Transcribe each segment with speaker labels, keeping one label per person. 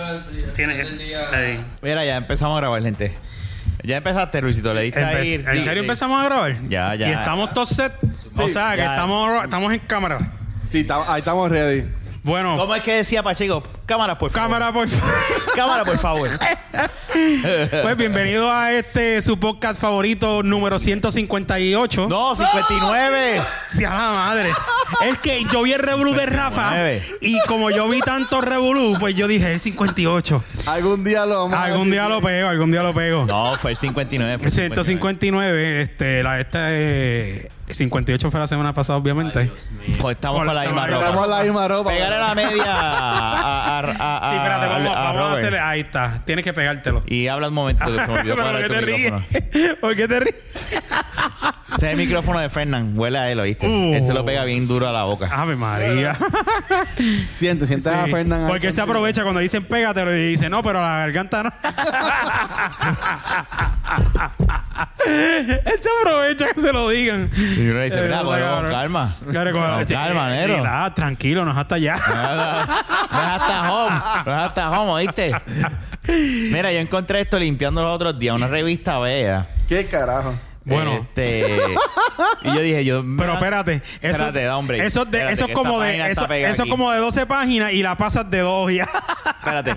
Speaker 1: al principio
Speaker 2: Tienes.
Speaker 1: del día.
Speaker 2: ahí.
Speaker 3: Mira, ya empezamos a grabar, gente. Ya empezaste, Luisito. Le diste
Speaker 2: Empe-
Speaker 3: ahí.
Speaker 2: ¿En serio empezamos a grabar?
Speaker 3: Ya, ya.
Speaker 2: Y estamos todos set. o sea, que
Speaker 3: ya.
Speaker 2: estamos, estamos en cámara.
Speaker 4: Sí, tam- ahí estamos ready.
Speaker 2: Bueno,
Speaker 3: ¿Cómo es que decía Pacheco? Cámara, por favor.
Speaker 2: cámara, por favor.
Speaker 3: Cámara, por favor.
Speaker 2: Pues bienvenido a este su podcast favorito número 158.
Speaker 3: No, 59.
Speaker 2: Sí, a la madre. Es que yo vi el revolú de Rafa
Speaker 3: 29.
Speaker 2: y como yo vi tanto revolú, pues yo dije el 58.
Speaker 4: Algún día lo vamos a
Speaker 2: Algún
Speaker 4: decir
Speaker 2: día lo
Speaker 4: bien.
Speaker 2: pego, algún día lo pego.
Speaker 3: No, fue el 59. fue
Speaker 2: El
Speaker 3: el
Speaker 2: 159, este, la esta eh, 58 fue la semana pasada, obviamente.
Speaker 3: Pues estamos con la misma ropa.
Speaker 2: Estamos
Speaker 4: Tenemos la misma ropa.
Speaker 3: Pégale la media a, a, a, a-
Speaker 2: sí, espérate,
Speaker 3: a-
Speaker 2: vamos,
Speaker 3: a
Speaker 2: vamos a
Speaker 3: Ah, Robert.
Speaker 2: hacer. Ahí está, tienes que pegártelo.
Speaker 3: Y habla un momento que se me olvidó
Speaker 2: Pero ¿por
Speaker 3: parar
Speaker 2: qué
Speaker 3: tu
Speaker 2: te ríes?
Speaker 3: micrófono.
Speaker 2: ¿Por qué te ríes?
Speaker 3: Ese es el micrófono de Fernán. Huele a él, ¿oíste?
Speaker 2: Uh.
Speaker 3: Él se lo pega bien duro a la boca.
Speaker 2: Ave María.
Speaker 4: Siente, siente a
Speaker 2: Sí.
Speaker 4: Fernan.
Speaker 2: Porque él se aprovecha cuando dicen pégatelo y dice no, pero la garganta no. él se aprovecha que se lo digan.
Speaker 3: Y uno dice,
Speaker 2: Eh,
Speaker 3: mira,
Speaker 2: no,
Speaker 3: cógelo con
Speaker 2: cabrón.
Speaker 3: calma.
Speaker 2: Claro, con-
Speaker 3: Con calma, Ah,
Speaker 2: eh,
Speaker 3: negro.
Speaker 2: relaja, tranquilo, no es hasta allá.
Speaker 3: Nada. No es hasta home. No es hasta home, ¿oíste? Mira, yo encontré esto limpiando los otros días. Una revista vea.
Speaker 4: ¿Qué carajo?
Speaker 2: Bueno.
Speaker 3: Este, y yo dije, yo...
Speaker 2: Pero espérate, eso,
Speaker 3: Espérate, da, hombre.
Speaker 2: eso, es de-
Speaker 3: Espérate,
Speaker 2: eso
Speaker 3: que
Speaker 2: es como
Speaker 3: esta página
Speaker 2: de
Speaker 3: está
Speaker 2: eso,
Speaker 3: pegada
Speaker 2: eso es
Speaker 3: aquí.
Speaker 2: como de 12 páginas y la pasas de dos ya.
Speaker 3: Espérate.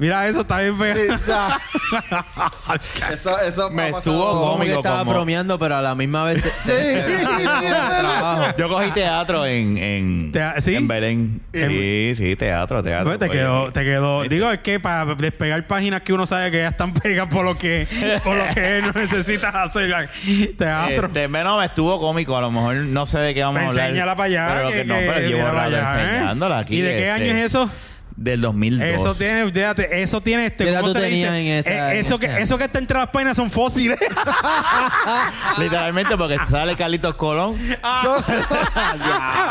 Speaker 2: Mira, eso está bien feo.
Speaker 4: Sí, ya. eso, eso
Speaker 3: Me
Speaker 4: ha pasado.
Speaker 3: estuvo
Speaker 5: Como que
Speaker 3: Cómico,
Speaker 5: estaba
Speaker 3: como-
Speaker 5: bromeando, pero a la misma vez. te-
Speaker 4: Sí, sí, sí,
Speaker 5: Trabajo.
Speaker 3: Yo cogí teatro en... en
Speaker 2: Tea- ¿sí?
Speaker 3: En Belén. Sí, sí, teatro, teatro.
Speaker 2: Pues te
Speaker 3: pues.
Speaker 2: quedó, te quedó. Digo, es que para despegar páginas que uno sabe que ya están pegadas por lo que, por lo que no necesitas hacer like, teatro.
Speaker 3: Este, menos me estuvo cómico. A lo mejor no sé de qué vamos a hablar.
Speaker 2: Enséñala para allá.
Speaker 3: Pero lo que, no, pero llevo
Speaker 2: mira para
Speaker 3: rato
Speaker 2: allá, ¿eh?
Speaker 3: enseñándola aquí.
Speaker 2: ¿Y de qué
Speaker 3: este,
Speaker 2: año es eso?
Speaker 3: Del 2002.
Speaker 2: Eso tiene, fíjate, eso tiene este,
Speaker 5: ¿Qué edad
Speaker 2: ¿cómo
Speaker 5: tú
Speaker 2: se le
Speaker 5: tenías
Speaker 2: dice?
Speaker 5: en esa-
Speaker 2: Eh, eso,
Speaker 5: en
Speaker 2: que,
Speaker 5: esa?
Speaker 2: eso que está entre las páginas son fósiles.
Speaker 3: Literalmente porque sale Carlitos Colón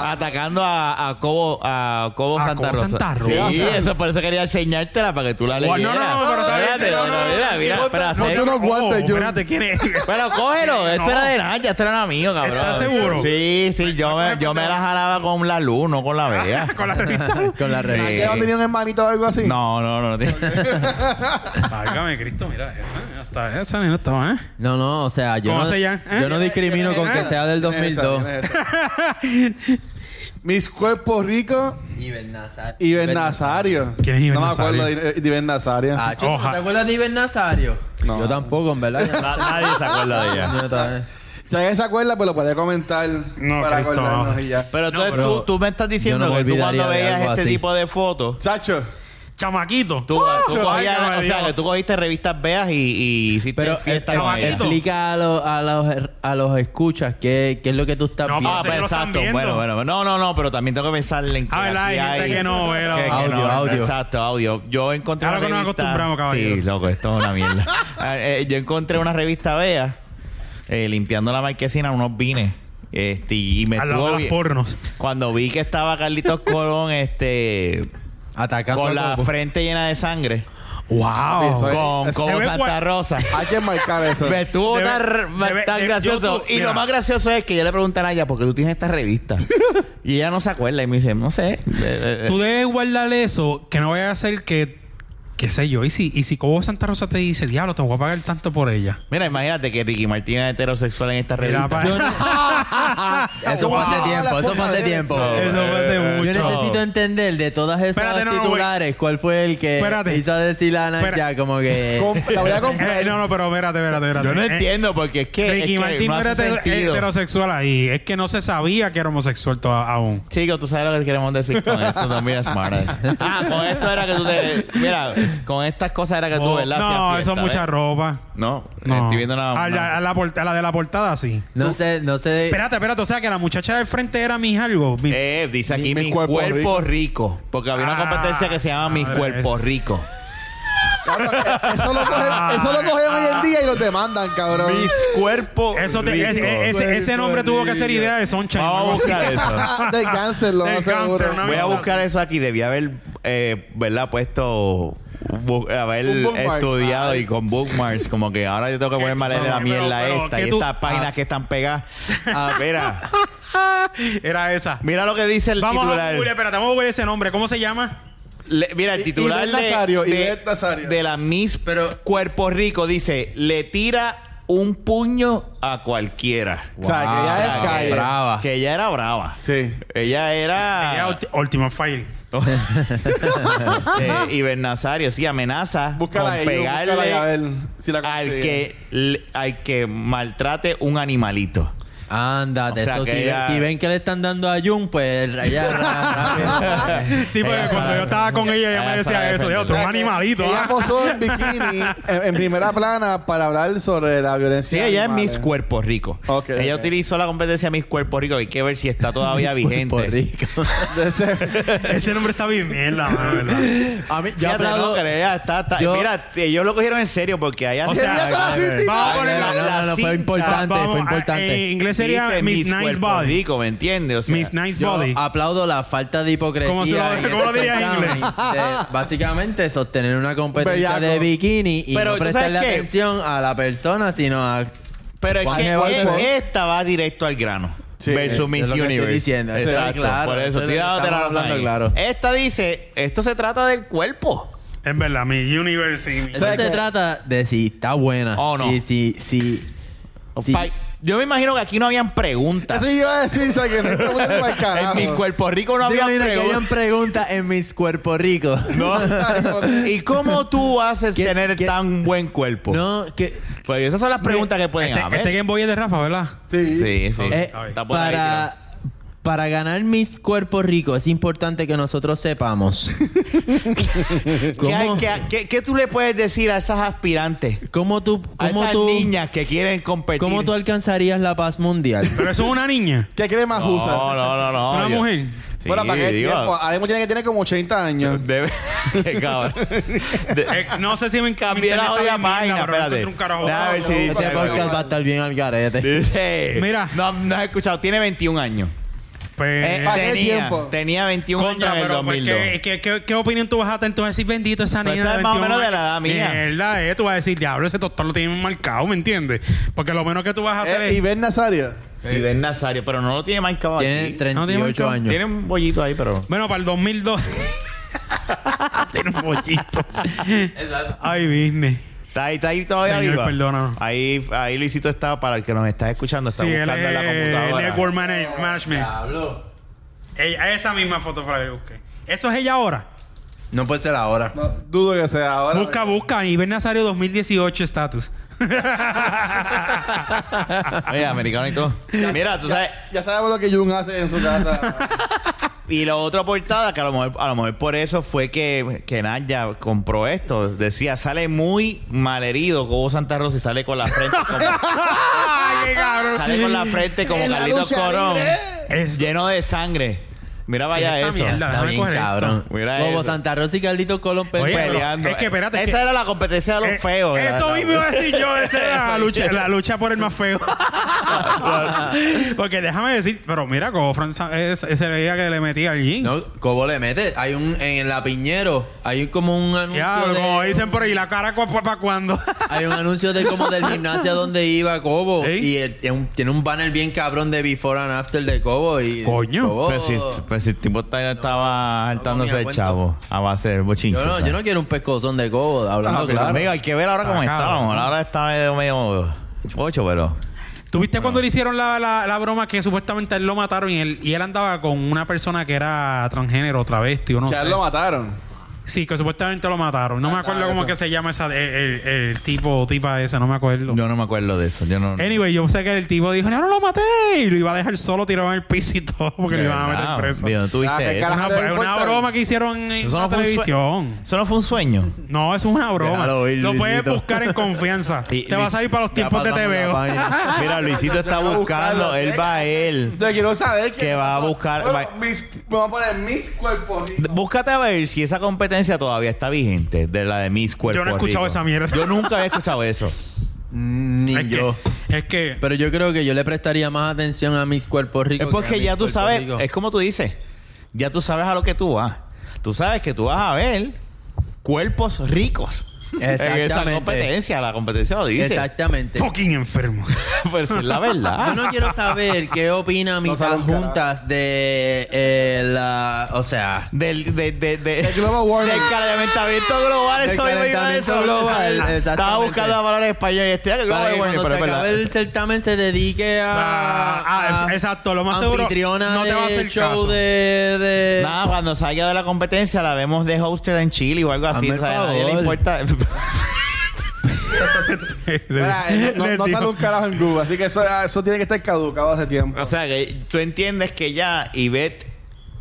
Speaker 3: atacando a, a Cobo, a Cobo
Speaker 2: A
Speaker 3: Santa
Speaker 2: Cobo
Speaker 3: Rosa.
Speaker 2: Santa
Speaker 3: Sí,
Speaker 2: Rosa.
Speaker 3: eso por eso quería enseñártela para que tú la
Speaker 2: Bueno,
Speaker 3: leyeras.
Speaker 2: no, no, pero está bien,
Speaker 3: espérate,
Speaker 2: no, no,
Speaker 3: bueno,
Speaker 2: no,
Speaker 3: mira,
Speaker 2: no,
Speaker 3: mira,
Speaker 4: no,
Speaker 3: espera,
Speaker 4: no,
Speaker 3: sé-
Speaker 4: tú no- Aguanta, yo-
Speaker 2: Oh, espérate, ¿quién es?
Speaker 3: Pero cógelo, esto
Speaker 2: No.
Speaker 3: era de Naya, esto era mío, cabrón.
Speaker 2: ¿Estás seguro?
Speaker 3: Sí, sí, yo me, yo me la jalaba con la luz, no con la vea.
Speaker 2: Con la revista.
Speaker 3: Con la
Speaker 4: ¿A qué no tenía un hermanito o algo así?
Speaker 3: No, no, no. no tiene-
Speaker 2: Válgame, Cristo, mira. eh, Hasta esa nena estaba, ¿eh?
Speaker 5: No, no, o sea, yo
Speaker 2: ¿Cómo
Speaker 5: no,
Speaker 2: se llama? ¿Eh?
Speaker 5: yo no discrimino con que
Speaker 4: Tiene-
Speaker 5: sea del
Speaker 4: tiene esa,
Speaker 5: 2002.
Speaker 4: tiene esa. Mis cuerpos ricos
Speaker 5: Iber Nazario.
Speaker 4: y Ben Nazario.
Speaker 2: ¿Quién es Iber
Speaker 4: No me
Speaker 2: Nazario?
Speaker 4: acuerdo de, de Ben Nazario.
Speaker 5: Ah, chico,
Speaker 2: Oja.
Speaker 5: ¿no ¿Te acuerdas de Iber Nazario?
Speaker 4: No.
Speaker 5: Yo tampoco, en verdad.
Speaker 3: Na- nadie se acuerda de ella.
Speaker 5: Yo también.
Speaker 4: Si alguien se acuerda, pues lo puede comentar
Speaker 2: No,
Speaker 4: para
Speaker 2: Cristo,
Speaker 4: acordarnos
Speaker 2: no.
Speaker 4: y ya.
Speaker 3: Pero, entonces
Speaker 5: pero
Speaker 3: tú, tú me estás diciendo
Speaker 5: yo no me
Speaker 3: que tú cuando
Speaker 5: olvidaría de
Speaker 3: veías
Speaker 5: algo
Speaker 3: este
Speaker 5: así.
Speaker 3: tipo de fotos,
Speaker 4: Chacho,
Speaker 2: Chamaquito.
Speaker 3: tú, tú
Speaker 2: Ay,
Speaker 3: cogías,
Speaker 2: que
Speaker 3: o
Speaker 2: me
Speaker 3: sea,
Speaker 2: dio.
Speaker 3: que tú cogiste revistas veas y, y hiciste
Speaker 5: Pero
Speaker 3: fiesta
Speaker 2: el
Speaker 3: con ella.
Speaker 2: chamaquito.
Speaker 5: Explica a los, a los, a los escuchas qué, qué es lo que tú estás
Speaker 2: No,
Speaker 3: Ah,
Speaker 2: pero
Speaker 5: viendo.
Speaker 3: pero
Speaker 2: lo están
Speaker 3: exacto.
Speaker 2: viendo.
Speaker 3: Bueno, bueno. No, no, no, pero también tengo que pensar en que
Speaker 2: Ah, ¿verdad?
Speaker 3: aquí
Speaker 2: Hay gente que no ve los-
Speaker 3: que- que
Speaker 5: Audio,
Speaker 3: no,
Speaker 5: audio.
Speaker 3: Exacto, audio. Yo encontré
Speaker 2: Ahora
Speaker 3: una
Speaker 2: que nos
Speaker 3: revista-
Speaker 2: acostumbramos, caballero.
Speaker 3: Sí, loco, esto es una mierda. Ah, eh, yo encontré una revista Bea eh, limpiando la marquesina unos vines. Este, y me
Speaker 2: Al
Speaker 3: estuvo
Speaker 2: lado de las
Speaker 3: bien.
Speaker 2: pornos.
Speaker 3: Cuando vi que estaba Carlitos Colón este
Speaker 5: Atacando
Speaker 3: con
Speaker 5: a
Speaker 3: la
Speaker 5: Cobo.
Speaker 3: frente llena de sangre
Speaker 4: Papi, Oh, eso
Speaker 2: ¡Wow!
Speaker 3: con
Speaker 4: es- eso-
Speaker 3: Cobo
Speaker 2: Debe
Speaker 3: Santa
Speaker 2: guar-
Speaker 3: Rosa.
Speaker 4: hay que marcar eso.
Speaker 3: Me estuvo
Speaker 2: Debe-
Speaker 3: tan, r-
Speaker 2: debe-
Speaker 3: tan
Speaker 2: debe-
Speaker 3: gracioso.
Speaker 2: yo tu-
Speaker 3: y
Speaker 2: mira.
Speaker 3: lo más gracioso es que yo le pregunté a Naya, ¿por qué tú tienes esta revista? y ella no se acuerda. Y me dice, no sé. Eh, eh, eh.
Speaker 2: Tú debes guardarle eso, que no vaya a ser que, qué sé yo, y si, y si Cobo Santa Rosa te dice, diablo, te voy a pagar tanto por ella.
Speaker 3: Mira, imagínate que Ricky Martín es heterosexual en esta
Speaker 2: Mira,
Speaker 3: revista.
Speaker 2: pa-
Speaker 5: Yo no- Eso fue hace
Speaker 4: Wow,
Speaker 5: tiempo,
Speaker 4: la
Speaker 5: eso fue
Speaker 4: esposa
Speaker 5: hace
Speaker 4: de-
Speaker 5: tiempo.
Speaker 2: Eso fue hace
Speaker 5: Yo
Speaker 2: mucho.
Speaker 5: necesito entender de todas esas
Speaker 2: Espérate, no, no,
Speaker 5: titulares cuál fue el que
Speaker 2: Espérate.
Speaker 5: hizo decirle a Naya
Speaker 2: Espera.
Speaker 5: como que
Speaker 4: Com- la voy a comprar.
Speaker 2: Eh, no, no, pero espérate, espérate, espérate.
Speaker 3: Yo no
Speaker 2: Eh,
Speaker 3: entiendo porque es que.
Speaker 2: Ricky
Speaker 3: es que
Speaker 2: Martín no
Speaker 3: hace
Speaker 2: era heter-
Speaker 3: sentido.
Speaker 2: heterosexual ahí. Es que no se sabía que era homosexual to- aún.
Speaker 3: Chicos, tú sabes lo que queremos decir con eso también es mara. Ah, con esto era que tú te. Mira, con estas cosas era que tú,
Speaker 2: Oh,
Speaker 3: ¿verdad?
Speaker 2: no,
Speaker 3: Hacías
Speaker 2: eso es
Speaker 3: fiesta,
Speaker 2: mucha
Speaker 3: ¿ves?
Speaker 2: ropa.
Speaker 3: No,
Speaker 2: No.
Speaker 3: estoy viendo una.
Speaker 2: A la,
Speaker 3: una- Eh.
Speaker 2: a la port- a la de la portada, sí.
Speaker 5: no sé, no sé.
Speaker 2: Espérate, espérate. O sea, que la muchacha del frente era mis algo. mi-
Speaker 3: Eh, dice aquí
Speaker 4: Mi-
Speaker 3: mi,
Speaker 4: mi
Speaker 3: cuerpo,
Speaker 4: cuerpo
Speaker 3: rico. Porque había una
Speaker 2: Ah,
Speaker 3: competencia que se llama Mis
Speaker 2: madre.
Speaker 3: Cuerpos Ricos.
Speaker 4: Cabrón, Eso lo cogen, eso lo cogen hoy en día y los demandan, cabrón.
Speaker 3: Mis Cuerpos
Speaker 2: Eso te-
Speaker 3: Ricos.
Speaker 2: es- es- ese, ese nombre tuvo que ser idea de Soncha.
Speaker 3: Vamos a buscar eso.
Speaker 4: de cáncer, Ah, lo
Speaker 2: Del
Speaker 4: más seguro.
Speaker 2: cáncer, ¿no?
Speaker 3: Voy a buscar eso aquí. Debía haber, eh, ¿verdad? Puesto. bu- eh,
Speaker 4: Un
Speaker 3: haber
Speaker 4: bookmark.
Speaker 3: estudiado y con bookmarks. Como que ahora yo tengo que ponerme a leer
Speaker 2: no,
Speaker 3: la
Speaker 2: pero-
Speaker 3: mierda
Speaker 2: pero,
Speaker 3: esta.
Speaker 2: ¿qué
Speaker 3: Y
Speaker 2: tú-
Speaker 3: estas páginas que están pegadas. Ah, mira,
Speaker 2: Era esa.
Speaker 3: mira lo que dice el
Speaker 2: Vamos a
Speaker 3: titular.
Speaker 2: Google, espérate, vamos a Google ese nombre. ¿Cómo se llama?
Speaker 3: Le- mira, el
Speaker 4: Y-
Speaker 3: titular
Speaker 4: Ivette
Speaker 3: de-
Speaker 4: Nazario,
Speaker 3: de,
Speaker 4: Ivette Nazario.
Speaker 3: de la Miss
Speaker 2: Pero-
Speaker 3: Cuerpo Rico dice, le tira un puño a cualquiera.
Speaker 4: O sea, que ya
Speaker 3: Ah,
Speaker 4: es calle.
Speaker 5: brava.
Speaker 3: Que ella era brava.
Speaker 4: Sí.
Speaker 3: Ella
Speaker 2: Ya,
Speaker 3: era...
Speaker 2: ulti- Ultimate Fire.
Speaker 3: eh, Ivette Nazario, sí, amenaza
Speaker 4: Búscala
Speaker 3: con
Speaker 4: ahí.
Speaker 3: pegarle
Speaker 4: Búscala ahí a ver si la
Speaker 3: al,
Speaker 4: consigue.
Speaker 3: que, le- al que maltrate un animalito. O
Speaker 5: Ándate,
Speaker 3: sea,
Speaker 5: eso
Speaker 3: que
Speaker 5: si,
Speaker 3: ella-
Speaker 5: si ven que le están dando a Jun, pues allá rápido.
Speaker 2: Sí, porque
Speaker 3: Ella
Speaker 2: cuando
Speaker 3: sabe.
Speaker 2: yo estaba con ella, ella
Speaker 3: Ella
Speaker 2: me decía
Speaker 3: sabe
Speaker 2: eso.
Speaker 3: defenderse.
Speaker 2: Ya, otro
Speaker 4: O sea, que-
Speaker 2: animalito.
Speaker 4: que Ella
Speaker 2: ah.
Speaker 4: posó en bikini, en, en primera plana, para hablar sobre la
Speaker 3: Sí,
Speaker 4: violencia.
Speaker 3: ella es
Speaker 4: animal,
Speaker 3: Miss
Speaker 4: eh.
Speaker 3: Cuerpo Rico.
Speaker 4: Ok,
Speaker 3: ella
Speaker 4: ok.
Speaker 3: utilizó la competencia Miss Cuerpo Rico. Hay que ver si está todavía vigente.
Speaker 5: Puerto Rico.
Speaker 4: De ese-
Speaker 2: Ese nombre está bien mierda, mano, de ¿verdad?
Speaker 5: A mí, yo he
Speaker 3: Fíjate,
Speaker 5: hablado...
Speaker 3: no creas, está- está-
Speaker 5: yo-
Speaker 3: Mira, ellos lo cogieron en serio porque allá...
Speaker 2: O
Speaker 3: se-
Speaker 2: sea,
Speaker 4: Tenía toda la
Speaker 5: ay,
Speaker 4: cintina.
Speaker 2: vamos a
Speaker 5: Ay,
Speaker 2: poner
Speaker 5: no,
Speaker 2: la-
Speaker 5: no,
Speaker 2: la
Speaker 5: no, fue
Speaker 2: cinta.
Speaker 5: importante,
Speaker 2: Vamos, a-
Speaker 5: fue
Speaker 2: eh, En
Speaker 5: importante.
Speaker 2: inglés sería
Speaker 3: dice ah.
Speaker 2: Miss
Speaker 3: Cuerpo
Speaker 2: Nice Body.
Speaker 3: Rico, ¿me entiendes? O sea,
Speaker 2: Miss Nice
Speaker 5: Yo
Speaker 2: Body.
Speaker 5: aplaudo la falta de hipocresía.
Speaker 2: ¿Cómo se lo-
Speaker 5: en
Speaker 2: cómo lo
Speaker 5: este
Speaker 2: diría en
Speaker 5: certamen.
Speaker 2: inglés?
Speaker 5: De, básicamente, sostener una competencia
Speaker 4: Bellaco.
Speaker 5: de bikini y
Speaker 3: Pero,
Speaker 5: no
Speaker 3: ¿tú sabes
Speaker 5: prestarle
Speaker 3: qué?
Speaker 5: atención a la persona, sino a...
Speaker 3: Pero es
Speaker 5: Juan
Speaker 3: que
Speaker 5: Evaldo.
Speaker 3: e- esta va directo al grano.
Speaker 4: Sí, eso
Speaker 3: versus
Speaker 4: es
Speaker 3: Miss
Speaker 5: lo que estoy
Speaker 3: Universe.
Speaker 5: diciendo, eso es
Speaker 3: Exacto.
Speaker 5: claro,
Speaker 3: por eso
Speaker 5: eso es lo
Speaker 3: estoy
Speaker 5: que
Speaker 3: dándote la
Speaker 5: estamos
Speaker 3: razón ahí.
Speaker 5: hablando, claro.
Speaker 3: Esta dice, esto se trata del cuerpo.
Speaker 2: Es verdad, mi universe. y mi-
Speaker 5: Eso
Speaker 4: ¿Sabes
Speaker 5: se
Speaker 4: qué?
Speaker 5: trata de si está buena.
Speaker 3: Oh, no. Oh,
Speaker 5: Y si... si, si-
Speaker 3: Pa- Yo me imagino que aquí no habían preguntas.
Speaker 4: Eso yo iba a decir, o sea, que no es como el
Speaker 3: en Miss Cuerpo Rico no
Speaker 5: ¿Te
Speaker 3: había
Speaker 5: imaginas que hayan
Speaker 3: preguntas.
Speaker 5: preguntas en mis Puerto Rico?
Speaker 3: ¿Y cómo tú haces
Speaker 5: ¿Qué-
Speaker 3: tener
Speaker 5: qué-
Speaker 3: tan buen cuerpo?
Speaker 5: No, que...
Speaker 3: Pues esas son las preguntas que pueden
Speaker 2: Este,
Speaker 3: haber.
Speaker 2: este Game Boy es de Rafa, ¿verdad?
Speaker 4: Sí.
Speaker 3: Sí, sí.
Speaker 5: Eh,
Speaker 2: está bien.
Speaker 3: Está por ahí tirado.
Speaker 5: para, para ganar mis cuerpos ricos es importante que nosotros sepamos
Speaker 3: ¿Qué, hay-
Speaker 5: cómo,
Speaker 3: qué- qué- qué tú le puedes decir a esas aspirantes?
Speaker 5: cómo tú,
Speaker 3: A
Speaker 5: cómo
Speaker 3: esas
Speaker 5: tú,
Speaker 3: niñas que quieren competir.
Speaker 5: cómo tú alcanzarías la paz mundial.
Speaker 2: Pero eso es una niña.
Speaker 4: ¿Qué cremas
Speaker 3: No,
Speaker 4: usas?
Speaker 3: no, no, no.
Speaker 2: Es una
Speaker 3: yo-
Speaker 2: mujer.
Speaker 3: Sí,
Speaker 4: Bueno, para qué
Speaker 2: este
Speaker 3: digo,
Speaker 4: tiempo. Ahora mismo tiene que tener como 80 años.
Speaker 3: Debe. Qué cabrón. De-
Speaker 2: Eh, no sé si me
Speaker 3: Cambié la
Speaker 2: internet está
Speaker 3: jodida
Speaker 2: bien mierda,
Speaker 3: página,
Speaker 2: pero no
Speaker 3: espérate.
Speaker 2: encuentro un carajo.
Speaker 3: Déjame ver si dice
Speaker 5: Ese
Speaker 4: Pero-
Speaker 3: algo.
Speaker 5: podcast va a estar bien al garete.
Speaker 3: Dice-
Speaker 2: Mira.
Speaker 3: No, no he escuchado. Tiene 21 años.
Speaker 2: Pues,
Speaker 3: Eh,
Speaker 4: ¿Para qué
Speaker 3: tenía,
Speaker 4: tiempo?
Speaker 3: tenía 21
Speaker 2: Contra,
Speaker 3: años en el
Speaker 2: pero pues,
Speaker 3: 2002.
Speaker 2: ¿qué, qué, qué, qué opinión tú vas a tener? Tú vas a decir, bendito esa
Speaker 3: Pero
Speaker 2: niña.
Speaker 3: esta es Pues más o
Speaker 2: 21
Speaker 3: menos de la
Speaker 2: años".
Speaker 3: edad mía.
Speaker 2: Mierda, eh. Tú vas a decir, diablo, ese doctor lo tiene marcado, ¿me entiendes? Porque lo menos que tú vas a hacer
Speaker 4: Eh, y
Speaker 2: es...
Speaker 4: Ben Nazario.
Speaker 3: Y Ben Nazario, pero no lo tiene marcado
Speaker 5: Tiene
Speaker 3: aquí.
Speaker 2: No, tiene
Speaker 5: 38
Speaker 2: mucho-
Speaker 5: años.
Speaker 3: Tiene un bollito ahí, pero...
Speaker 2: Bueno, para el 2002... tiene un bollito. Ay, business.
Speaker 3: Está ahí, está ahí todavía
Speaker 2: Señor,
Speaker 3: viva.
Speaker 2: perdóname.
Speaker 3: Ahí, ahí Luisito está, para el que nos está escuchando, está
Speaker 2: Sí, él
Speaker 3: buscando en la
Speaker 2: es
Speaker 3: computadora.
Speaker 2: Network Manage- Management. Ella- esa misma foto para que busque. Eso es ella ahora.
Speaker 5: No puede ser ahora.
Speaker 4: No, dudo que sea ahora.
Speaker 2: Busca, busca. Y ven Nazario 2018 status.
Speaker 3: Oye, americano y todo. Mira, tú sabes...
Speaker 4: Ya sabemos lo que Jun hace en su casa.
Speaker 3: Y la otra portada, que a lo mejor, a lo mejor por eso fue que, que Naya compró esto. Decía, sale muy malherido Cobo Santa Rosa y sale con la frente como,
Speaker 2: ¡Ay, qué cabrón!
Speaker 3: sale con la frente como
Speaker 4: En la
Speaker 3: Carlitos
Speaker 4: lucha
Speaker 3: Corón.
Speaker 4: libre.
Speaker 2: Es-
Speaker 3: Lleno de sangre. Mira vaya
Speaker 2: Esta
Speaker 3: eso.
Speaker 2: mierda.
Speaker 5: Está
Speaker 2: déjame
Speaker 5: bien,
Speaker 2: coger esto.
Speaker 5: cabrón.
Speaker 3: Mira
Speaker 5: Como
Speaker 3: eso.
Speaker 5: Santa Rosa y Carlitos Colón
Speaker 2: Oye,
Speaker 5: pe-
Speaker 2: pero
Speaker 3: Peleando.
Speaker 2: es que espérate, es
Speaker 3: Esa
Speaker 2: que-
Speaker 3: era la competencia de los
Speaker 2: Eh,
Speaker 3: feos. era-
Speaker 2: Eso
Speaker 3: era-
Speaker 2: mismo iba a decir yo. Esa era la lucha, la lucha por el más feo. Porque déjame decir, pero mira, como Fran Sa- es- ese día que le metí al jean.
Speaker 5: No, ¿cómo le metes? Hay un en la Piñero, hay como un anuncio
Speaker 2: Ya,
Speaker 5: de-
Speaker 2: como dicen por ahí, la cara para cuando.
Speaker 5: Hay un anuncio de como del gimnasio donde iba Cobo.
Speaker 2: ¿Sí?
Speaker 5: Y el- tiene un- tiene un banner bien cabrón de Before and After de Cobo. Y,
Speaker 2: Coño.
Speaker 5: Cobo-
Speaker 3: Pero Pues si,
Speaker 2: Oh.
Speaker 3: pero si el tipo está- estaba hartándose
Speaker 5: comía
Speaker 3: de
Speaker 5: cuento.
Speaker 3: chavo a base de bochincho.
Speaker 5: yo, no, yo no quiero un pescozón de Cobo, hablando claro.
Speaker 3: Ah, Amigo, hay que ver ahora cómo
Speaker 2: Ah,
Speaker 3: está.
Speaker 2: cabrón.
Speaker 3: vamos. Ahora está medio, medio chocho, pero...
Speaker 2: ¿Tuviste cuando le hicieron la, la, la broma que supuestamente a él lo mataron y él, y él andaba con una persona que era transgénero, travesti o no
Speaker 4: que
Speaker 2: sé?
Speaker 4: a él lo mataron.
Speaker 2: Sí, que supuestamente lo mataron. No me acuerdo
Speaker 4: nada,
Speaker 2: cómo
Speaker 4: eso.
Speaker 2: que se llama esa, el, el- el tipo o tipa ese, no me acuerdo.
Speaker 3: Yo no me acuerdo de eso. Yo no...
Speaker 2: Anyway, yo sé que el tipo dijo, no, no lo maté. Y lo iba a dejar solo tirado en el piso y todo porque lo iban a meter
Speaker 3: Claro,
Speaker 2: preso.
Speaker 3: digo, ¿tú
Speaker 4: Ah,
Speaker 3: viste
Speaker 4: qué
Speaker 3: eso?
Speaker 4: carajo.
Speaker 2: Una,
Speaker 4: ¿Le
Speaker 2: una
Speaker 4: importa?
Speaker 2: broma que hicieron en
Speaker 3: Eso
Speaker 2: la
Speaker 3: no fue un sue-
Speaker 2: televisión.
Speaker 3: Eso no fue un sueño.
Speaker 2: No, eso es una broma.
Speaker 5: Déjalo ir,
Speaker 2: lo puedes
Speaker 5: Luisito.
Speaker 2: buscar en confianza.
Speaker 3: Y-
Speaker 2: Te va a
Speaker 3: Luis-
Speaker 2: salir para los
Speaker 5: Ya
Speaker 2: tiempos de
Speaker 5: pasamos la
Speaker 2: TVO.
Speaker 5: página.
Speaker 3: Mira, Luisito está
Speaker 4: Yo quiero
Speaker 3: buscando.
Speaker 4: buscarlo,
Speaker 3: Él
Speaker 4: ¿sí?
Speaker 3: va a él.
Speaker 4: Yo quiero saber qué
Speaker 3: Que va a
Speaker 4: pasó.
Speaker 3: buscar-
Speaker 4: Bueno,
Speaker 3: va-
Speaker 4: mis, vamos a poner mis cuerpos.
Speaker 3: Búscate a ver si esa competencia todavía está vigente. De la de mis cuerpos.
Speaker 2: Yo no he escuchado esa mierda.
Speaker 3: Yo nunca había escuchado eso.
Speaker 5: Ni
Speaker 2: Es
Speaker 5: yo.
Speaker 2: que, es que
Speaker 5: Pero yo creo que yo le prestaría más atención a mis cuerpos ricos.
Speaker 3: Es porque
Speaker 5: que a
Speaker 3: ya
Speaker 5: mis
Speaker 3: tú
Speaker 5: cuerpos
Speaker 3: sabes,
Speaker 5: ricos.
Speaker 3: es como tú dices, ya tú sabes a lo que tú vas. Tú sabes que tú vas a ver cuerpos ricos. En esa
Speaker 5: Exactamente.
Speaker 3: competencia, la competencia lo dice.
Speaker 5: Exactamente.
Speaker 2: Fucking enfermos.
Speaker 3: Pues es la verdad.
Speaker 5: Yo no quiero saber qué opinan mis
Speaker 4: sabe un carajo.
Speaker 5: adjuntas de eh, la. O sea.
Speaker 3: Del, de, de, de,
Speaker 4: El global warming.
Speaker 3: del calentamiento global.
Speaker 5: Del
Speaker 3: Eso mismo iba a
Speaker 5: calentamiento
Speaker 3: decir, esa-
Speaker 5: global,
Speaker 3: Estaba
Speaker 5: exactamente.
Speaker 3: buscando la palabra en español y este era global
Speaker 5: Para que
Speaker 3: warming,
Speaker 5: cuando
Speaker 3: pero es
Speaker 5: se
Speaker 3: verdad.
Speaker 5: acabe el certamen se dedique a.
Speaker 2: Sa- ah,
Speaker 5: a
Speaker 2: ex- exacto, lo más seguro,
Speaker 5: Anfitriona
Speaker 2: no te va a
Speaker 5: de
Speaker 2: hacer
Speaker 5: show
Speaker 2: caso.
Speaker 5: de. de-
Speaker 3: Nada, cuando salga de la competencia la vemos de hoster en Chile o algo así.
Speaker 5: Hazme
Speaker 3: O
Speaker 5: el
Speaker 3: sea, a nadie le
Speaker 5: favor.
Speaker 3: importa.
Speaker 4: Mira, eh, no,
Speaker 2: Les
Speaker 4: no
Speaker 2: digo.
Speaker 4: sale un carajo en Google, así que eso, ah, eso tiene que estar caducado hace tiempo.
Speaker 3: o sea, que tú entiendes que ya Ivette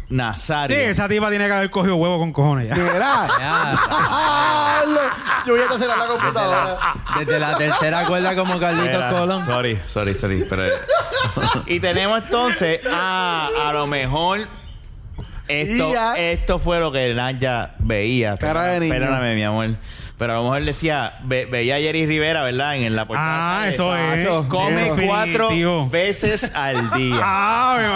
Speaker 2: Sí,
Speaker 3: Nazario.
Speaker 2: esa tipa tiene que haber cogido huevo con cojones ya.
Speaker 4: Mira.
Speaker 5: Ya,
Speaker 4: Yo voy a hacer la computadora.
Speaker 5: desde la tercera cuerda como Carlitos
Speaker 3: Era-
Speaker 5: Colón.
Speaker 3: Sorry, sorry, sorry. pero- y tenemos entonces, ah, a lo mejor esto,
Speaker 4: Y ya.
Speaker 3: esto fue lo que Naya veía.
Speaker 4: Cara de niño.
Speaker 3: Espérame, mi amor. Pero a lo mejor decía, ve- veía a Jerry Rivera, ¿verdad? En, en la portada.
Speaker 2: Ah,
Speaker 3: de-
Speaker 2: eso es.
Speaker 3: Come
Speaker 2: Definitivo.
Speaker 3: cuatro veces al día.
Speaker 2: ¡Ave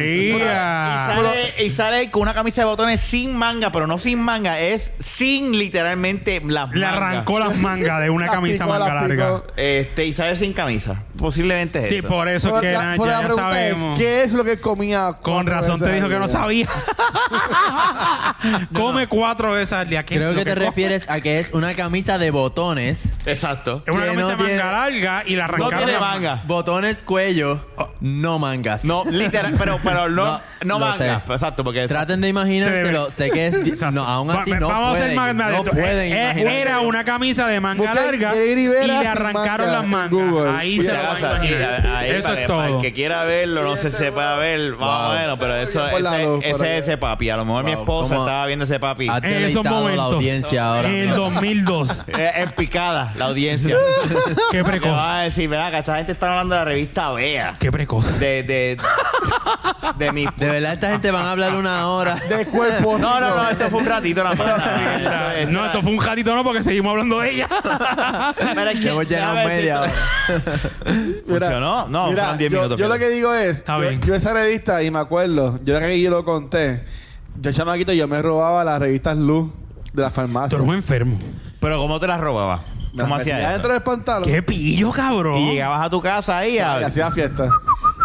Speaker 3: Y
Speaker 2: María!
Speaker 3: sale, y sale con una camisa de botones sin manga, pero no sin manga, es sin literalmente las
Speaker 2: Le
Speaker 3: mangas.
Speaker 2: arrancó las mangas de una
Speaker 4: Las
Speaker 2: camisa
Speaker 4: picó,
Speaker 2: manga
Speaker 4: las picó.
Speaker 2: larga.
Speaker 3: Este, y sale sin camisa. Posiblemente es
Speaker 2: Sí,
Speaker 3: eso.
Speaker 2: por eso es que
Speaker 4: Pero
Speaker 2: na-
Speaker 4: la- pero
Speaker 2: ya,
Speaker 4: la
Speaker 2: ya
Speaker 4: pregunta es,
Speaker 2: sabemos.
Speaker 4: ¿qué es lo que comía?
Speaker 2: Con
Speaker 4: cuatro
Speaker 2: razón te
Speaker 4: veces
Speaker 2: dijo
Speaker 4: al
Speaker 2: que no
Speaker 4: día?
Speaker 2: sabía. Come cuatro veces al día. ¿Qué es
Speaker 5: Creo
Speaker 2: lo
Speaker 5: que te
Speaker 2: come?
Speaker 5: refieres a que es una camisa de botones.
Speaker 3: Exacto.
Speaker 2: Es una
Speaker 5: que
Speaker 2: camisa
Speaker 5: no
Speaker 2: de manga
Speaker 5: tiene-
Speaker 2: larga y la
Speaker 3: No
Speaker 2: arrancaron.
Speaker 3: tiene
Speaker 2: las
Speaker 3: manga. Oh.
Speaker 5: Botones cuello, no mangas.
Speaker 3: No, literal, pero, pero no, no,
Speaker 5: No, lo
Speaker 3: manga.
Speaker 5: sé.
Speaker 3: Exacto, porque.
Speaker 5: Traten de
Speaker 2: Se ve.
Speaker 5: imaginárselo. Sé que es.
Speaker 2: Exacto.
Speaker 5: No, aún
Speaker 2: Va-
Speaker 5: así
Speaker 2: va-
Speaker 5: no
Speaker 2: Vamos a
Speaker 5: pueden.
Speaker 2: ser más
Speaker 5: no
Speaker 2: adentro.
Speaker 5: pueden
Speaker 2: Eh,
Speaker 5: imaginárselo.
Speaker 2: era una camisa de manga
Speaker 4: Busca
Speaker 2: larga
Speaker 4: Jerry
Speaker 2: y
Speaker 4: Rivera
Speaker 2: le
Speaker 4: sin
Speaker 2: arrancaron
Speaker 4: manga
Speaker 2: las
Speaker 4: en
Speaker 2: mangas.
Speaker 4: Google.
Speaker 2: Ahí
Speaker 4: Y
Speaker 2: se
Speaker 4: la
Speaker 2: lo va a
Speaker 4: casa,
Speaker 3: Sí,
Speaker 2: imaginar.
Speaker 3: a- ahí
Speaker 2: Eso
Speaker 3: para
Speaker 2: es
Speaker 3: que- para el
Speaker 2: todo.
Speaker 3: que quiera verlo, no sé si se pueda ver. Vamos a ver, pero eso,
Speaker 4: Por lado,
Speaker 3: ese,
Speaker 4: por
Speaker 3: ese
Speaker 4: ahí.
Speaker 3: es ese papi. A lo mejor mi
Speaker 5: Wow,
Speaker 3: esposa
Speaker 5: ¿cómo? Ah,
Speaker 3: estaba viendo ese papi.
Speaker 5: Ha
Speaker 2: En esos
Speaker 5: deleitado
Speaker 2: momentos.
Speaker 5: la audiencia ahora.
Speaker 2: En el 2002.
Speaker 3: Eh, en picada, la audiencia.
Speaker 2: Qué
Speaker 3: Me
Speaker 2: precoz.
Speaker 3: va a decir, mira, que esta gente está hablando de la revista Bea.
Speaker 2: Qué precoz.
Speaker 3: De, de, de mi.
Speaker 5: De verdad, esta gente van a hablar una hora.
Speaker 4: De cuerpo.
Speaker 3: No, no, no, esto fue un ratito nada más.
Speaker 2: No, esto fue un jatito no porque seguimos hablando de ella.
Speaker 3: Pero es que-
Speaker 5: Llevo llenado
Speaker 3: déjame
Speaker 5: media
Speaker 3: decirte-
Speaker 5: hora.
Speaker 3: Funcionó. No,
Speaker 4: mira,
Speaker 3: fueron 10
Speaker 4: yo-
Speaker 3: minutos.
Speaker 4: Yo, lo
Speaker 3: fíjate.
Speaker 4: que digo es,
Speaker 2: Está
Speaker 4: yo,
Speaker 2: bien.
Speaker 4: yo esa revista, y me acuerdo, yo creo que yo lo conté, yo chamaquito, yo me robaba las revistas Luz de la farmacia.
Speaker 2: Tú eres un enfermo.
Speaker 3: Pero ¿cómo te la robaba?
Speaker 4: Me las
Speaker 3: ¿Cómo
Speaker 4: metía
Speaker 3: hacías
Speaker 4: Dentro
Speaker 3: eso?
Speaker 4: del pantalón.
Speaker 2: Qué pillo, cabrón.
Speaker 3: Y llegabas a tu casa ahí
Speaker 4: Y
Speaker 3: a...
Speaker 4: hacía fiesta.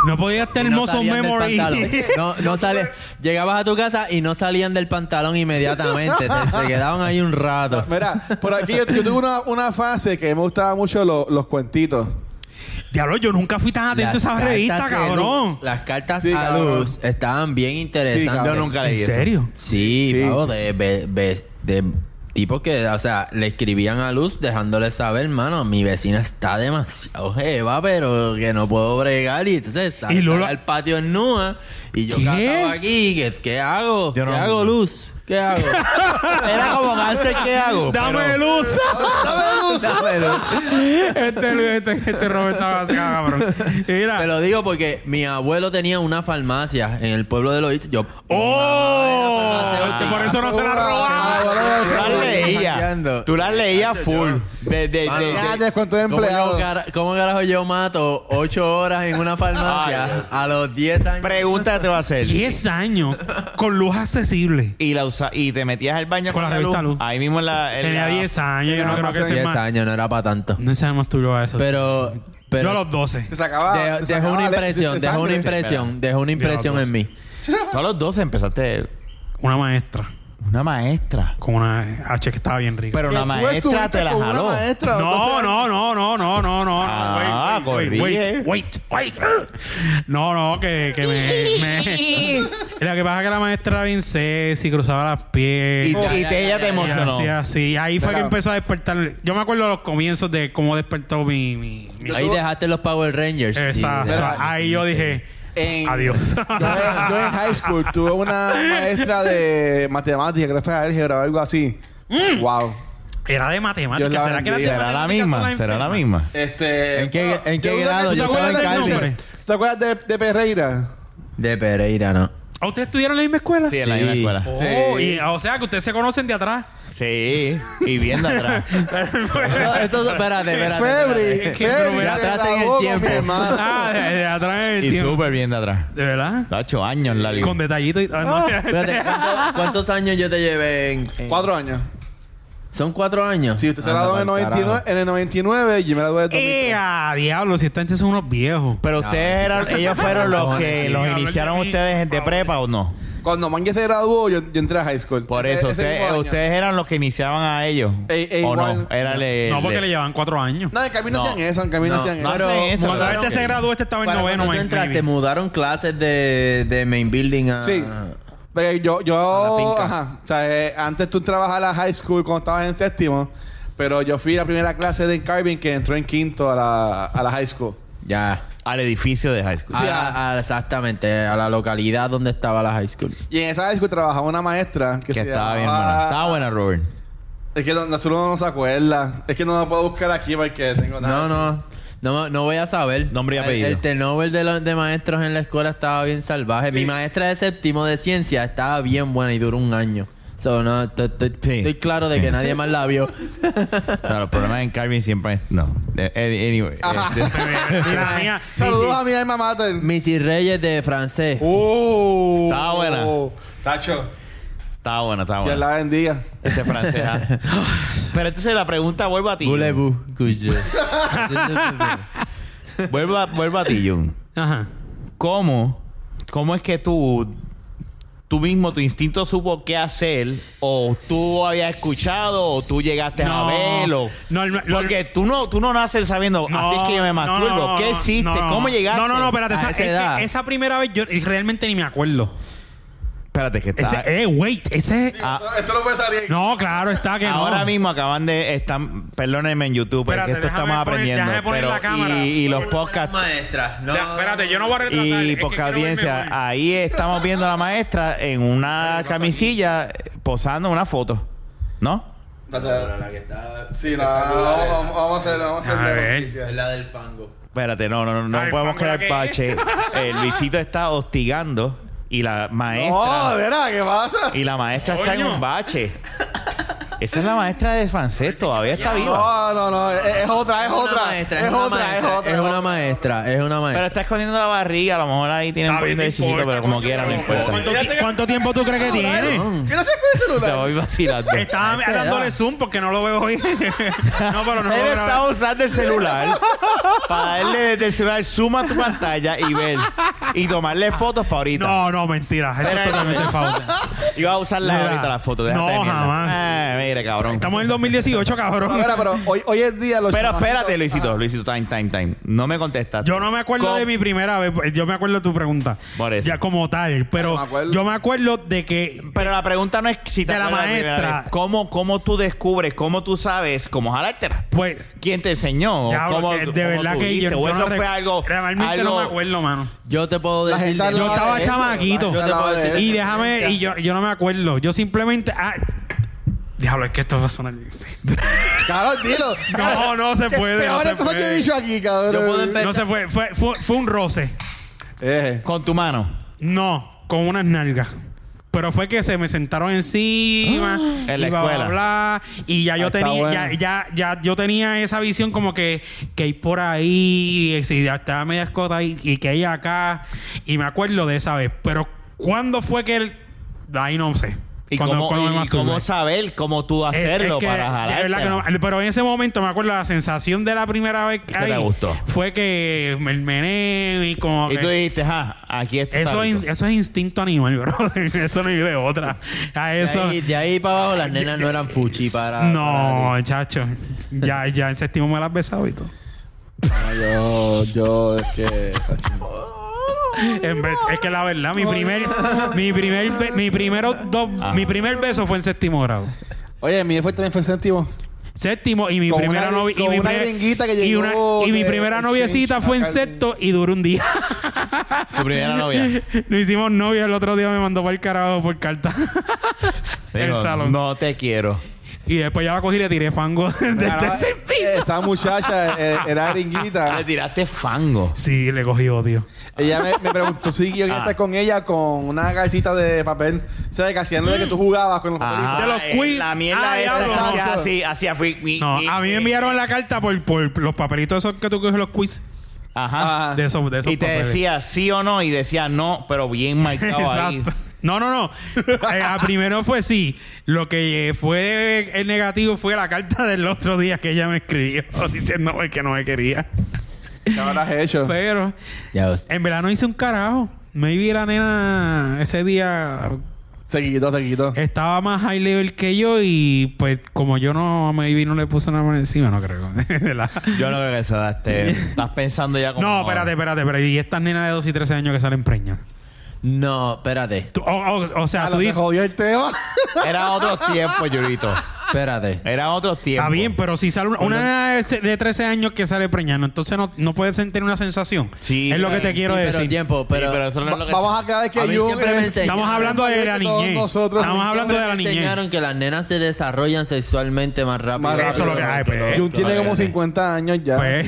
Speaker 2: No podías tener
Speaker 5: Y no
Speaker 2: hermoso
Speaker 5: salían del
Speaker 2: memory.
Speaker 5: pantalón. No, no sale. Llegabas a tu casa y no salían del pantalón inmediatamente. Te- se quedaban ahí un rato.
Speaker 4: Mira, por aquí yo, yo tuve una, una fase que me gustaba mucho lo- los cuentitos.
Speaker 2: Diablo, yo nunca fui tan atento a
Speaker 5: Las
Speaker 2: esa
Speaker 5: cartas
Speaker 2: revista,
Speaker 5: de
Speaker 2: cabrón.
Speaker 5: luz- Las cartas
Speaker 4: Sí,
Speaker 5: a
Speaker 4: cabrón.
Speaker 5: luz estaban bien interesantes.
Speaker 4: cabrón.
Speaker 3: Yo nunca leí
Speaker 2: ¿En
Speaker 3: eso.
Speaker 2: serio?
Speaker 5: Sí,
Speaker 4: Sí.
Speaker 5: pavo, de, de, de- de tipos que, o sea, le escribían a Luz dejándole saber, hermano, mi vecina está demasiado jeva, pero que no puedo bregar. Y entonces sal-
Speaker 2: Y Lula-
Speaker 5: sale al patio en Nua y yo
Speaker 2: ¿Qué?
Speaker 5: casado aquí. ¿Qué, qué hago?
Speaker 3: Yo no-
Speaker 5: ¿Qué hago, Luz? ¿Qué hago?
Speaker 3: Era como cáncer, ¿qué hago?
Speaker 2: Dame
Speaker 3: Pero-
Speaker 2: luz.
Speaker 5: Dame luz.
Speaker 2: este, este, este Robert estaba así, cabrón. Mira.
Speaker 5: Te lo digo porque mi abuelo tenía una farmacia en el pueblo de Loíza. Yo...
Speaker 2: ¡Oh!
Speaker 5: farmacéutica.
Speaker 2: Por eso no se la
Speaker 4: Ah,
Speaker 2: robaron.
Speaker 4: bueno,
Speaker 3: Tú las leías.
Speaker 5: Hackeando.
Speaker 3: Tú las leías full. De, de, de,
Speaker 5: Mano.
Speaker 3: Ah, de-
Speaker 4: Ya, descuento de
Speaker 5: ¿Cómo, yo
Speaker 4: empleado.
Speaker 5: cara- cómo carajo yo mato ocho horas en una farmacia
Speaker 3: Ay, Dios.
Speaker 5: a los 10 años?
Speaker 3: Pregunta que te va a hacer.
Speaker 2: 10 años con luz accesible.
Speaker 3: Y, la usa- y te metías al baño
Speaker 2: Con la revista Luz.
Speaker 3: Ahí mismo en la... en
Speaker 2: Tenía
Speaker 3: la-
Speaker 2: 10 años. Yo no creo que sea
Speaker 5: 10
Speaker 2: más.
Speaker 5: años no era para tanto.
Speaker 2: No se más tú a eso.
Speaker 5: Pero, pero
Speaker 2: Yo a los 12.
Speaker 4: Se sacaba.
Speaker 5: de-
Speaker 4: se
Speaker 5: dejó
Speaker 4: sacaba
Speaker 5: una
Speaker 4: le-
Speaker 5: impresión,
Speaker 4: de
Speaker 5: dejó una
Speaker 4: sangre.
Speaker 5: impresión, dejó una impresión en mí.
Speaker 3: Tú a los 12 empezaste...
Speaker 2: Una maestra
Speaker 3: Una maestra.
Speaker 2: con una H que estaba bien rica.
Speaker 3: Pero una
Speaker 4: Tú
Speaker 3: maestra
Speaker 4: estuviste
Speaker 3: te la
Speaker 4: con una
Speaker 3: jaló.
Speaker 4: maestra,
Speaker 2: No,
Speaker 4: entonces-
Speaker 2: no, no, no, no, no, no.
Speaker 3: Ah,
Speaker 2: no, wait, wait,
Speaker 3: corrige.
Speaker 2: wait, wait, wait. No, no, que, que me, me- Lo que pasa es que la maestra era bien sexy, cruzaba las
Speaker 3: Y,
Speaker 2: piernas.
Speaker 3: y te- ella te
Speaker 2: Y
Speaker 3: emocionó.
Speaker 2: así, así. Ahí fue
Speaker 4: Mira.
Speaker 2: que empezó a despertar. Yo me acuerdo los comienzos de cómo despertó mi. mi- mi-
Speaker 5: Ahí dejaste los Power Rangers.
Speaker 2: Exacto.
Speaker 4: Mira.
Speaker 2: Ahí yo dije.
Speaker 4: En-
Speaker 2: Adiós.
Speaker 4: Yo, en- yo en high school tuve una maestra de matemáticas, creo que fue álgebra o algo así.
Speaker 5: Mm.
Speaker 4: Wow.
Speaker 2: Era de matemáticas.
Speaker 4: Dios la
Speaker 2: ¿Será que era de
Speaker 4: bendiga.
Speaker 3: ¿Será la
Speaker 2: matemáticas
Speaker 3: misma?
Speaker 2: son
Speaker 3: ¿Será la
Speaker 2: enfermas?
Speaker 3: misma?
Speaker 4: Este,
Speaker 5: ¿En qué-
Speaker 4: bueno,
Speaker 5: en qué
Speaker 4: yo creo
Speaker 5: grado?
Speaker 4: que- ¿Te
Speaker 5: Yo
Speaker 4: acuerdas
Speaker 5: estaba en
Speaker 4: del
Speaker 5: cárcel.
Speaker 4: nombre? ¿Te acuerdas de, de Pereira?
Speaker 5: De Pereira, no.
Speaker 2: ¿A ustedes estudiaron en la misma escuela?
Speaker 3: Sí, en la
Speaker 5: Sí.
Speaker 3: misma escuela.
Speaker 2: Oh, y- o sea que ustedes se conocen de atrás.
Speaker 3: Sí, y viendo atrás.
Speaker 5: No, eso, espérate, espérate.
Speaker 4: Febre,
Speaker 5: espérate.
Speaker 4: Febre,
Speaker 5: Ya
Speaker 4: se
Speaker 5: trata en el
Speaker 4: grabó con
Speaker 5: tiempo.
Speaker 4: mi hermana.
Speaker 2: Ah, de, de atrás en el
Speaker 3: Y
Speaker 2: tiempo.
Speaker 3: súper bien de atrás.
Speaker 2: ¿De verdad?
Speaker 3: Ocho años la liga.
Speaker 2: Con detallito y... ah, no.
Speaker 5: Espérate, ¿cuánto- ¿cuántos años yo te llevé en...? en-
Speaker 4: Cuatro años.
Speaker 5: Son cuatro años.
Speaker 4: Si usted se
Speaker 5: Anda
Speaker 4: graduó en el
Speaker 5: Ah, pa'l
Speaker 4: 99,
Speaker 5: carajo.
Speaker 4: en el 99 yo me gradué en el 2003.
Speaker 2: ¡Ea! Diablo, si esta gente son unos viejos.
Speaker 3: Pero ustedes eran, ellos fueron los que
Speaker 2: Sí,
Speaker 3: los
Speaker 2: hablar de
Speaker 3: iniciaron
Speaker 2: mí,
Speaker 3: ustedes
Speaker 2: por
Speaker 3: de
Speaker 2: favor.
Speaker 3: prepa o no.
Speaker 4: Cuando Mangue se graduó, yo, yo entré a high school.
Speaker 3: Por
Speaker 4: Ese-
Speaker 3: eso,
Speaker 4: ese
Speaker 3: ustedes,
Speaker 4: mismo año.
Speaker 3: ustedes eran los que iniciaban a ellos.
Speaker 4: Eh, eh,
Speaker 3: o
Speaker 4: igual.
Speaker 3: no, era le,
Speaker 2: no, porque le llevan cuatro años.
Speaker 4: No, en camino
Speaker 3: No.
Speaker 4: hacían eso, en camino
Speaker 5: No,
Speaker 4: hacían
Speaker 3: no,
Speaker 4: eso.
Speaker 3: hacen eso,
Speaker 2: Cuando
Speaker 3: claro.
Speaker 2: este se graduó, este estaba en
Speaker 5: Para
Speaker 2: noveno,
Speaker 5: cuando tú
Speaker 2: man,
Speaker 5: entraste,
Speaker 2: maybe.
Speaker 5: mudaron clases de, de main building a...
Speaker 4: Sí. Porque yo, yo
Speaker 5: Ah. A la finca.
Speaker 4: ajá, o sea, eh, antes tú trabajabas a la high school cuando estabas en séptimo, pero yo fui la primera clase de carving que entró en quinto a la, a la high school.
Speaker 5: Ya.
Speaker 3: al edificio de high school.
Speaker 5: A-
Speaker 4: ah.
Speaker 5: a- exactamente, a la localidad donde estaba la high school.
Speaker 4: Y en esa high school trabajaba una maestra
Speaker 3: que
Speaker 4: que, se
Speaker 3: estaba bien
Speaker 4: llamaba-
Speaker 3: buena. Estaba buena, Robert.
Speaker 4: Es que no, no, solo no se acuerda. Es que no lo puedo buscar aquí porque tengo nada.
Speaker 5: No, no. No, no voy a saber.
Speaker 3: Nombre y
Speaker 5: El-
Speaker 3: apellido.
Speaker 5: El, turnover de, los, de maestros en la escuela estaba bien salvaje. Mi maestra de séptimo de ciencia estaba bien buena y duró un año. So, no, estoy- estoy-
Speaker 3: Sí.
Speaker 5: estoy claro de que nadie más la vio.
Speaker 3: Claro, los problemas en Carvin siempre es. No. Eh, eh, Anyway. eh,
Speaker 2: La mía-
Speaker 4: Saludos
Speaker 5: Sí, sí.
Speaker 4: a mi alma mater.
Speaker 5: Missy Reyes de francés.
Speaker 4: ¡Uh!
Speaker 3: Estaba buena.
Speaker 4: Sacho,
Speaker 3: estaba buena, estaba
Speaker 4: Dios
Speaker 3: buena.
Speaker 4: la bendiga.
Speaker 3: Ese francés. ah. Pero entonces la pregunta vuelvo a ti. Jun.
Speaker 5: Voulez-vous que je-
Speaker 3: Vuelvo a, vuelvo a ti, Jun.
Speaker 2: Ajá.
Speaker 3: ¿Cómo? ¿Cómo es que tú. Tú mismo, tu instinto supo qué hacer, o tú habías escuchado, o tú llegaste
Speaker 2: No.
Speaker 3: a verlo.
Speaker 2: No, no, no.
Speaker 3: Porque tú no, tú no naces sabiendo, así es que yo me masturbo.
Speaker 2: no, no,
Speaker 3: ¿Qué
Speaker 2: no,
Speaker 3: hiciste?
Speaker 2: no, no.
Speaker 3: ¿Cómo llegaste?
Speaker 2: No, no, no, espérate.
Speaker 5: a
Speaker 2: Esa,
Speaker 5: esa
Speaker 2: es que
Speaker 5: edad?
Speaker 2: esa primera vez yo realmente ni me acuerdo.
Speaker 3: Espérate, que está.
Speaker 2: Ese, eh, wait, ese.
Speaker 3: Ah.
Speaker 4: Esto- Esto no puede salir.
Speaker 2: No, claro, está que no.
Speaker 3: Ahora mismo acaban de están, perdónenme en YouTube, es
Speaker 2: Espérate,
Speaker 3: que esto
Speaker 2: déjame
Speaker 3: estamos
Speaker 2: poner-
Speaker 3: aprendiendo.
Speaker 2: déjame poner
Speaker 3: pero-
Speaker 2: la cámara.
Speaker 3: Y, y los podcasts
Speaker 5: Maestra, no.
Speaker 2: Ya, espérate, yo no voy a retratar.
Speaker 3: y
Speaker 2: es que
Speaker 3: podcast
Speaker 2: quiero verme
Speaker 3: audiencia,
Speaker 2: mal.
Speaker 3: ahí estamos viendo a la maestra en una camisilla eh, posando una foto. ¿No?
Speaker 4: Espérate.
Speaker 5: que está-
Speaker 4: Sí, no, vamos, vamos- vamos a hacer, vamos a
Speaker 2: A
Speaker 4: hacer
Speaker 2: ver.
Speaker 5: Es la del fango.
Speaker 3: Espérate, no, no, no, no
Speaker 2: Ay,
Speaker 3: podemos
Speaker 2: ¿cómo era
Speaker 3: crear pache.
Speaker 2: que
Speaker 3: Eh, Luisito está hostigando y la
Speaker 4: No,
Speaker 3: maestra
Speaker 4: de verdad, ¿qué pasa?
Speaker 3: y la maestra está en
Speaker 2: Coño.
Speaker 3: un bache. Esa es la maestra de francés, todavía está viva.
Speaker 4: No, no, no, es, es otra, es
Speaker 5: Una
Speaker 4: otra.
Speaker 5: maestra,
Speaker 4: es
Speaker 5: una
Speaker 4: otra, es
Speaker 5: maestra,
Speaker 4: otra.
Speaker 5: Es una maestra, es una
Speaker 3: Pero
Speaker 5: maestra.
Speaker 3: está escondiendo la barriga, a lo mejor ahí tiene un
Speaker 2: Está bien,
Speaker 3: poquito de
Speaker 2: no
Speaker 3: chiquito,
Speaker 2: importa,
Speaker 3: pero como
Speaker 2: coño,
Speaker 3: quiera, no
Speaker 2: cabrón.
Speaker 3: importa.
Speaker 2: ¿Cuánto, ti- cuánto tiempo tú crees que tiene?
Speaker 4: ¿Qué no se con el
Speaker 3: Te
Speaker 4: celular?
Speaker 3: voy vacilando.
Speaker 2: Estaba
Speaker 5: A esa edad.
Speaker 2: dándole zoom porque no lo veo hoy. no, pero no lo
Speaker 3: Él
Speaker 2: veo.
Speaker 3: estaba usando el celular para darle desde el celular suma a tu pantalla y ver y tomarle fotos para ahorita.
Speaker 2: No, no, mentira. Eso es totalmente falta.
Speaker 3: Iba a usarla
Speaker 2: Mira,
Speaker 3: ahorita la foto. déjate
Speaker 2: no,
Speaker 3: de mierda.
Speaker 2: jamás.
Speaker 3: Eh, mira, cabrón.
Speaker 2: Estamos en el 2018,
Speaker 4: Pero,
Speaker 2: cabrón.
Speaker 4: espera, pero hoy, hoy es día los
Speaker 3: Pero
Speaker 4: chamaquitos-
Speaker 3: espérate, Luisito, Luisito, time, time, time. No me contestas.
Speaker 2: Yo no me acuerdo
Speaker 3: Co-
Speaker 2: de mi primera vez. Yo me acuerdo de tu pregunta.
Speaker 3: Por eso.
Speaker 2: Ya como tal. Pero
Speaker 4: No me acuerdo.
Speaker 2: yo me acuerdo de que
Speaker 3: Pero la pregunta no es si te
Speaker 2: De la
Speaker 3: acuerdas de primera
Speaker 2: maestra.
Speaker 3: vez. ¿Cómo, ¿Cómo tú descubres, cómo tú sabes cómo jalártela?
Speaker 2: Pues,
Speaker 3: ¿Quién te enseñó?
Speaker 2: ya,
Speaker 3: ¿Cómo-
Speaker 2: porque de
Speaker 3: cómo
Speaker 2: verdad
Speaker 3: tú
Speaker 2: que yo,
Speaker 3: viste? ¿O
Speaker 2: yo
Speaker 3: eso
Speaker 2: no
Speaker 3: fue
Speaker 2: rec-
Speaker 3: algo...
Speaker 2: realmente
Speaker 3: algo-
Speaker 2: no me acuerdo, mano.
Speaker 5: Yo te puedo
Speaker 4: La
Speaker 5: decir...
Speaker 4: gente
Speaker 5: de-
Speaker 4: hablaba
Speaker 2: Yo estaba
Speaker 4: de eso,
Speaker 2: chamaquito.
Speaker 4: la gente
Speaker 5: Yo te puedo
Speaker 4: hablaba de
Speaker 5: decir-
Speaker 4: eso.
Speaker 2: Y déjame, y yo, yo no me acuerdo. Yo simplemente. Ah, diablo, es que esto va a sonar.
Speaker 4: Cabrón, dilo.
Speaker 2: No, no se puede. No
Speaker 4: Peores
Speaker 2: se
Speaker 4: cosas que he
Speaker 2: puede.
Speaker 4: dicho aquí, cabrón.
Speaker 5: Yo puedo empezar-
Speaker 2: No se puede. Fue, fue, fue un roce.
Speaker 4: Eh.
Speaker 3: Con tu mano.
Speaker 2: No, con unas nalgas. Pero fue que se me sentaron encima
Speaker 3: en la
Speaker 2: y bla, bla,
Speaker 3: escuela.
Speaker 2: bla, y ya yo
Speaker 4: Ah, está
Speaker 2: tenía
Speaker 4: bueno.
Speaker 2: ya, ya ya yo tenía esa visión como que que hay por ahí y si ya estaba media escota ahí y que hay acá y me acuerdo de esa vez, pero ¿cuándo fue que él ahí no sé?
Speaker 3: ¿Y,
Speaker 2: Cuando-
Speaker 3: cómo,
Speaker 2: cuando me
Speaker 3: y
Speaker 2: masturbé.
Speaker 3: cómo saber cómo tú
Speaker 2: Es-
Speaker 3: hacerlo
Speaker 2: es que,
Speaker 3: para
Speaker 2: de
Speaker 3: jalar?
Speaker 2: verdad que no- pero en ese momento me acuerdo la sensación de la primera vez que
Speaker 3: ¿Qué te
Speaker 2: ahí
Speaker 3: gustó?
Speaker 2: fue que me mené y como
Speaker 3: Y
Speaker 2: que-
Speaker 3: tú dijiste, ah, aquí está.
Speaker 2: eso, es, in-
Speaker 3: rico".
Speaker 2: eso es instinto animal, bro. eso no hay de otra. A
Speaker 5: De
Speaker 2: eso.
Speaker 5: ahí, de ahí para abajo las nenas no eran fuchi para...
Speaker 2: no, chacho. Ya, ya en séptimo me las besaba y todo.
Speaker 4: No, yo, yo, es que.
Speaker 2: En vez- es que la verdad, mi primer, mi primer, be- mi primero dos,
Speaker 4: Ah.
Speaker 3: Ajá.
Speaker 2: mi primer beso fue en séptimo grado.
Speaker 4: Oye, mi fue también fue séptimo.
Speaker 2: Séptimo y mi
Speaker 4: Con
Speaker 2: primera
Speaker 4: una-
Speaker 2: novia y,
Speaker 4: con
Speaker 2: mi
Speaker 4: una
Speaker 2: primer-
Speaker 4: gringuita que
Speaker 2: y,
Speaker 4: llegó
Speaker 2: una- y mi
Speaker 4: de
Speaker 2: primera
Speaker 4: exchange
Speaker 2: noviercita fue en
Speaker 4: acá.
Speaker 2: sexto y duró un día.
Speaker 3: Tu primera novia.
Speaker 2: Lo hicimos novia el otro día me mandó para el carajo por carta. el
Speaker 3: Digo,
Speaker 2: salón.
Speaker 3: No te quiero.
Speaker 2: Y después ya la cogí y le tiré fango desde el
Speaker 4: Era-
Speaker 2: tercer piso.
Speaker 4: Esa muchacha eh, era gringuita.
Speaker 3: Le tiraste fango.
Speaker 2: Sí, le cogí odio.
Speaker 4: Ella me, me preguntó si yo
Speaker 2: Ah.
Speaker 4: quería estar con ella con una cartita de papel. O sea, que hacían lo de que tú jugabas con los papelitos.
Speaker 2: De los
Speaker 3: eh,
Speaker 2: Queen.
Speaker 3: La mierda
Speaker 2: Ah,
Speaker 3: esta,
Speaker 2: diablo,
Speaker 3: esa-
Speaker 4: no.
Speaker 3: así, así, así. mi-
Speaker 2: No,
Speaker 3: mi-
Speaker 2: a mí me enviaron la carta por, por los papelitos esos que tú coges los quiz.
Speaker 3: Ajá.
Speaker 4: Ajá.
Speaker 2: De Ah, esos, de esos
Speaker 3: Ah. Y te
Speaker 2: papeles.
Speaker 3: decía sí o no y decía no, pero bien marcado ahí.
Speaker 2: Exacto. No, no, no. Eh, la primero fue sí. Lo que eh, fue el negativo fue la carta del otro día que ella me escribió diciendo que no me quería.
Speaker 4: ¿Qué habrás hecho?
Speaker 2: Pero
Speaker 5: Ya ves.
Speaker 2: en verano hice un carajo. Maybe la nena ese día
Speaker 4: Se quitó, se quitó.
Speaker 2: estaba más high level que yo y pues como yo no, maybe no le puse nada por encima, no creo. ¿Verdad?
Speaker 3: Yo no creo que se da este. Estás pensando ya como.
Speaker 2: no, espérate, espérate, espérate. Y estas nenas de 2 y 13 años que salen preñas.
Speaker 5: No, espérate.
Speaker 2: Tú- O, o- o sea,
Speaker 4: Ah,
Speaker 2: tú
Speaker 4: lo se
Speaker 2: dices...
Speaker 4: jodió el tema.
Speaker 3: Era otros tiempos, Yurito.
Speaker 5: Espérate.
Speaker 3: Era otros tiempos.
Speaker 2: Está bien, pero si sale una, una nena de, de 13 años que sale preñando, entonces no, no puedes sentir una sensación.
Speaker 3: Sí,
Speaker 2: es lo que
Speaker 3: pero-
Speaker 2: te quiero
Speaker 5: Sí, pero
Speaker 2: decir.
Speaker 5: tiempo, pero,
Speaker 3: Sí, pero eso no es lo que.
Speaker 4: Vamos a quedar que
Speaker 5: A mí
Speaker 4: Jung
Speaker 5: siempre me
Speaker 4: es-
Speaker 5: enseñó.
Speaker 2: Estamos hablando de la
Speaker 4: que todos
Speaker 2: niñez.
Speaker 4: nosotros-
Speaker 2: Estamos hablando de la
Speaker 5: me
Speaker 2: niñez.
Speaker 5: enseñaron que las nenas se desarrollan sexualmente más rápido.
Speaker 4: Más rápido. Eso es lo que
Speaker 2: hay, pues.
Speaker 5: los-
Speaker 4: Jung tiene como
Speaker 5: los-
Speaker 4: 50 años ya.
Speaker 2: Pues,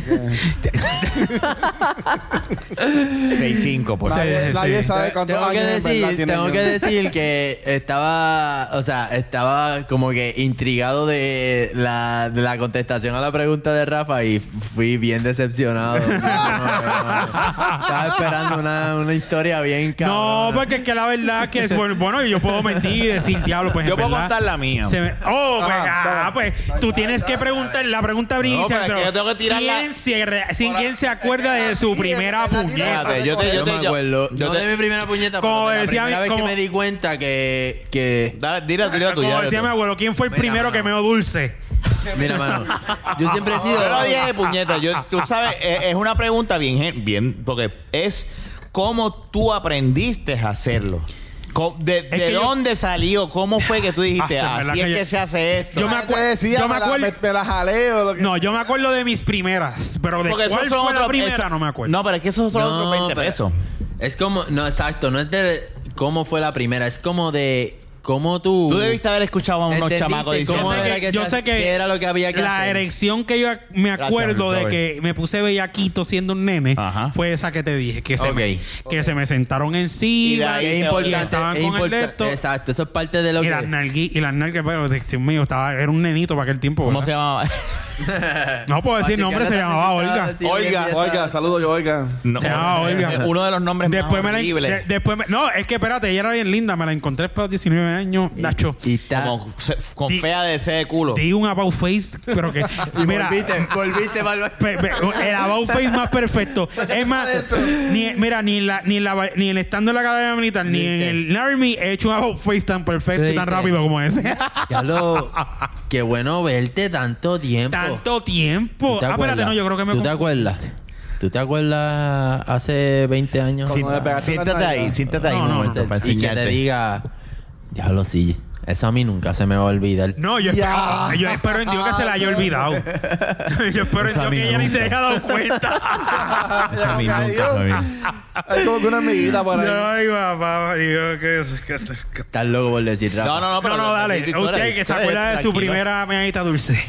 Speaker 3: 6-5, por
Speaker 2: Sí.
Speaker 3: ahí.
Speaker 4: Nadie, nadie sabe cuántos
Speaker 5: Tengo que
Speaker 4: años en verdad
Speaker 5: decir,
Speaker 4: tiene
Speaker 5: tengo
Speaker 4: Jung.
Speaker 5: que decir que estaba, o sea, estaba como que intrigado de la, de la contestación a la pregunta de Rafa y fui bien decepcionado. No, no, no. Estaba esperando una, una historia bien
Speaker 2: no,
Speaker 5: cabrona.
Speaker 2: porque es que la verdad que es bueno, bueno, yo puedo mentir y decir diablo, pues en
Speaker 3: Yo puedo
Speaker 2: verdad,
Speaker 3: contar la mía.
Speaker 2: se me- oh, pues,
Speaker 4: Ajá,
Speaker 2: ah, pues tú tienes que preguntar la pregunta brilla,
Speaker 3: pero es que yo tengo que tirarla-
Speaker 2: ¿quién se, re- sin
Speaker 4: Por
Speaker 2: quién
Speaker 4: ahí.
Speaker 2: se acuerda
Speaker 4: Es que
Speaker 2: de su
Speaker 4: así,
Speaker 2: primera
Speaker 4: es que la
Speaker 2: puñeta?
Speaker 4: tira.
Speaker 3: Espérate, yo te.
Speaker 5: yo,
Speaker 3: Yo te
Speaker 5: me acuerdo.
Speaker 3: Yo, yo
Speaker 5: no
Speaker 3: te,
Speaker 5: de mi primera puñeta,
Speaker 2: Como
Speaker 5: pero de la
Speaker 2: decía mi-
Speaker 5: primera vez
Speaker 2: como-
Speaker 5: que me di cuenta que... que
Speaker 3: Dale, dile, dile la tuya.
Speaker 2: Como
Speaker 3: dile
Speaker 2: decía
Speaker 3: tú.
Speaker 2: mi abuelo, ¿quién fue el
Speaker 5: Mira,
Speaker 2: primero que
Speaker 5: mano.
Speaker 2: meó dulce?
Speaker 5: mira, mano. Yo siempre he sido...
Speaker 3: Yo lo dije, puñeta. Yo, tú sabes, eh, es, una pregunta bien, gen- bien, porque es cómo tú aprendiste a hacerlo. Co- ¿De, de
Speaker 2: que yo-
Speaker 3: dónde salió? ¿Cómo fue que tú dijiste,
Speaker 2: Ah,
Speaker 3: así
Speaker 2: verdad
Speaker 3: es
Speaker 2: que
Speaker 3: que,
Speaker 2: yo-
Speaker 3: se hace esto?
Speaker 2: Yo me
Speaker 4: La gente
Speaker 2: acuerdo-
Speaker 4: decía,
Speaker 2: yo me
Speaker 4: me la-
Speaker 2: acuerdo-
Speaker 4: me- me la jaleo. lo que-
Speaker 2: No, yo me acuerdo de mis primeras, pero de
Speaker 3: Porque
Speaker 2: cuál
Speaker 3: esos son
Speaker 2: fue la
Speaker 3: otros-
Speaker 2: primera
Speaker 3: eso-
Speaker 2: no me acuerdo.
Speaker 3: No, pero es que esos son otros 20
Speaker 5: pero
Speaker 3: pesos.
Speaker 5: Es como, no, exacto, no es de cómo fue la primera, es como de cómo tú.
Speaker 3: Tú debiste haber escuchado a unos
Speaker 5: uh. ¿Entendiste
Speaker 3: chamacos diciendo.
Speaker 5: cómo
Speaker 2: Yo sé
Speaker 5: era
Speaker 2: que-
Speaker 5: que,
Speaker 2: yo
Speaker 5: se-
Speaker 2: sé que
Speaker 5: qué era lo que había que
Speaker 2: la
Speaker 5: hacer?
Speaker 2: erección que yo me acuerdo
Speaker 3: Robert.
Speaker 2: de que me puse bellaquito siendo un nene
Speaker 3: Ajá.
Speaker 2: fue esa que te dije, que, se,
Speaker 5: Ok.
Speaker 2: me, que se me sentaron encima
Speaker 3: Y de ahí
Speaker 2: y,
Speaker 3: se
Speaker 2: importante,
Speaker 3: odió.
Speaker 2: estaban
Speaker 5: Es
Speaker 2: con el
Speaker 5: importa-
Speaker 2: de esto,
Speaker 5: Exacto, eso es parte de lo
Speaker 2: y
Speaker 5: que.
Speaker 2: las nalgui- y las nalgas, pero Dios mío, estaba, era un nenito para aquel tiemempo.
Speaker 3: ¿Cómo
Speaker 2: ¿verdad?
Speaker 3: se llamaba?
Speaker 2: No puedo decir nombre, se llamaba Olga.
Speaker 3: Olga.
Speaker 4: Oiga, saludo yo, oiga.
Speaker 3: No, eh,
Speaker 2: Se llamaba Olga.
Speaker 3: Uno de los nombres
Speaker 2: Después me,
Speaker 3: más
Speaker 2: la,
Speaker 3: horribles.
Speaker 2: de- después me- No, es que espérate, ella era bien linda, me la encontré para 19 años, Nacho.
Speaker 5: Y ta-
Speaker 3: Como se- con
Speaker 2: Di-
Speaker 3: fea de ese de culo.
Speaker 2: Di un about face, pero que. mira,
Speaker 5: volviste, Valverde.
Speaker 2: Pe- pe- el about face más perfecto. Es más, ni, mira, ni, en la, ni, en la, ba- ni en estando en la academia militar, ni en
Speaker 5: Viste.
Speaker 2: el Army he hecho un about face tan perfecto y tan
Speaker 5: Viste.
Speaker 2: rápido como ese.
Speaker 5: Ya lo. Qué bueno verte tanto tiempo.
Speaker 2: Tanto
Speaker 5: ¿Tú
Speaker 2: tiempo.
Speaker 5: te
Speaker 2: Ah, espérate,
Speaker 5: acuerdas?
Speaker 2: no, yo creo que me.
Speaker 5: ¿Tú te
Speaker 2: confundí.
Speaker 5: acuerdas? ¿Tú te acuerdas hace 20 años?
Speaker 4: Sí,
Speaker 3: Sí,
Speaker 4: Como de pegarse la
Speaker 3: siéntate
Speaker 4: nalga.
Speaker 3: ahí, siéntate ahí
Speaker 2: No,
Speaker 3: un
Speaker 2: no,
Speaker 3: momento
Speaker 2: no.
Speaker 3: para
Speaker 5: y que te
Speaker 3: enseñarte.
Speaker 5: diga, diablo, sí, eso a mí nunca se me va a olvidar.
Speaker 2: No, yo espero,
Speaker 4: Ya.
Speaker 2: yo espero en Dios que se la haya olvidado. yo espero en
Speaker 3: Esa
Speaker 2: Dios
Speaker 3: a mí
Speaker 2: que ella ni
Speaker 3: nunca.
Speaker 2: se haya dado cuenta.
Speaker 4: Ya,
Speaker 3: mí
Speaker 4: ya,
Speaker 3: nunca,
Speaker 4: yo-
Speaker 3: a
Speaker 4: Hay como que una amiguita por ahí.
Speaker 2: Ay, papá, Dios, que, que, que-
Speaker 5: Estás loco por decir Rafa.
Speaker 3: No, no, no, pero
Speaker 2: No, no, dale.
Speaker 3: tú eres-
Speaker 2: Usted que se
Speaker 3: tú eres
Speaker 2: acuerda de su
Speaker 3: tranquilo.
Speaker 2: primera meadita dulce.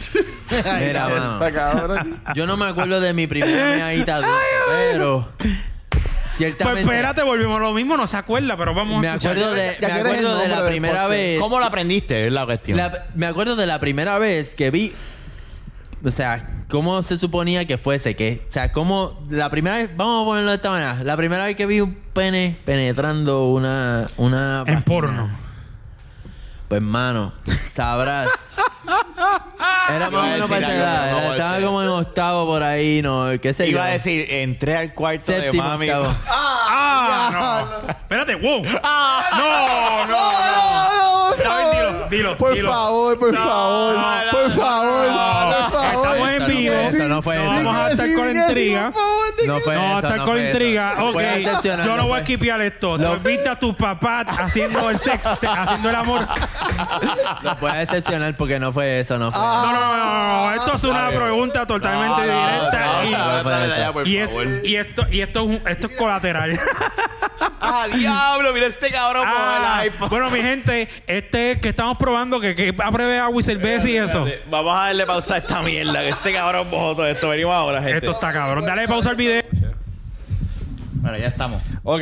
Speaker 5: Mira, mano.
Speaker 4: Esa cabrona.
Speaker 5: Yo no me acuerdo de mi primera meadita dulce, pero
Speaker 2: Pues
Speaker 5: ciertamente
Speaker 2: espérate, volvemos a lo mismo, no se acuerda, pero vamos
Speaker 5: me
Speaker 2: a escuchar.
Speaker 5: acuerdo
Speaker 4: Ya-
Speaker 5: de
Speaker 4: ya
Speaker 5: me
Speaker 4: quieres el
Speaker 5: acuerdo de
Speaker 4: nombre
Speaker 5: la
Speaker 4: del
Speaker 5: primera
Speaker 4: podcast.
Speaker 5: vez.
Speaker 3: Pues, ¿Cómo lo aprendiste? Es la cuestión.
Speaker 5: la- me acuerdo de la primera vez que vi o sea, cómo se suponía que fuese que, o sea, cómo la primera vez, vamos a ponerlo de esta manera, la primera vez que vi un pene penetrando una una
Speaker 2: En
Speaker 5: vagina.
Speaker 2: porno.
Speaker 5: Pues hermano, sabrás. Era
Speaker 3: Iba
Speaker 5: más
Speaker 3: a
Speaker 5: o menos
Speaker 3: decir
Speaker 5: para esa
Speaker 3: algo,
Speaker 5: edad.
Speaker 3: no,
Speaker 5: era-
Speaker 3: no,
Speaker 5: estaba
Speaker 3: este.
Speaker 5: como en octavo por ahí, no, qué sé yo.
Speaker 3: Iba a decir, entré al cuarto de
Speaker 5: séptimo,
Speaker 3: mami.
Speaker 5: octavo.
Speaker 2: ¡Ah! no. Espérate, wow. no, no, no. Está bien, dilo, dilo,
Speaker 4: Ah. Por
Speaker 2: dilo.
Speaker 4: favor, por
Speaker 2: No,
Speaker 4: favor,
Speaker 2: no,
Speaker 4: por
Speaker 2: no,
Speaker 4: favor,
Speaker 2: no.
Speaker 4: por favor.
Speaker 2: Estamos en
Speaker 5: Eso no
Speaker 2: vivo.
Speaker 5: fue eso, no fue
Speaker 2: No
Speaker 5: eso.
Speaker 2: vamos a estar con intriga.
Speaker 5: No
Speaker 4: Pues
Speaker 5: fue
Speaker 2: No,
Speaker 5: eso,
Speaker 2: estar con
Speaker 5: fue
Speaker 2: intriga.
Speaker 5: eso.
Speaker 2: Ok,
Speaker 5: Fue decepcionante,
Speaker 2: yo no
Speaker 3: pues.
Speaker 2: voy a
Speaker 5: fue.
Speaker 2: esquipear esto. Te viste a tu papá haciendo el sexo, te- haciendo el amor.
Speaker 5: Lo puede decepcionar porque no fue eso, no fue.
Speaker 2: No, no, no, no, no. Esto es una pregunta
Speaker 3: No,
Speaker 2: totalmente
Speaker 3: no,
Speaker 2: directa
Speaker 3: no,
Speaker 2: y-
Speaker 3: no, no, no, no, ya, por
Speaker 2: y, es,
Speaker 3: favor.
Speaker 2: y esto y esto es, un- esto es colateral.
Speaker 3: ¡Ah, diablo! Mira este cabrón con el
Speaker 2: Ah,
Speaker 3: iPhone.
Speaker 2: bueno, mi gente, este es que estamos probando que, que apruebe agua y cerveza y eso.
Speaker 3: Espérate, Vamos a darle pausa a esta mierda. Que este cabrón mojó todo esto. Venimos ahora, gente.
Speaker 2: Esto está cabrón. Dale pausa al video.
Speaker 1: Bueno, ya estamos.
Speaker 4: Ok.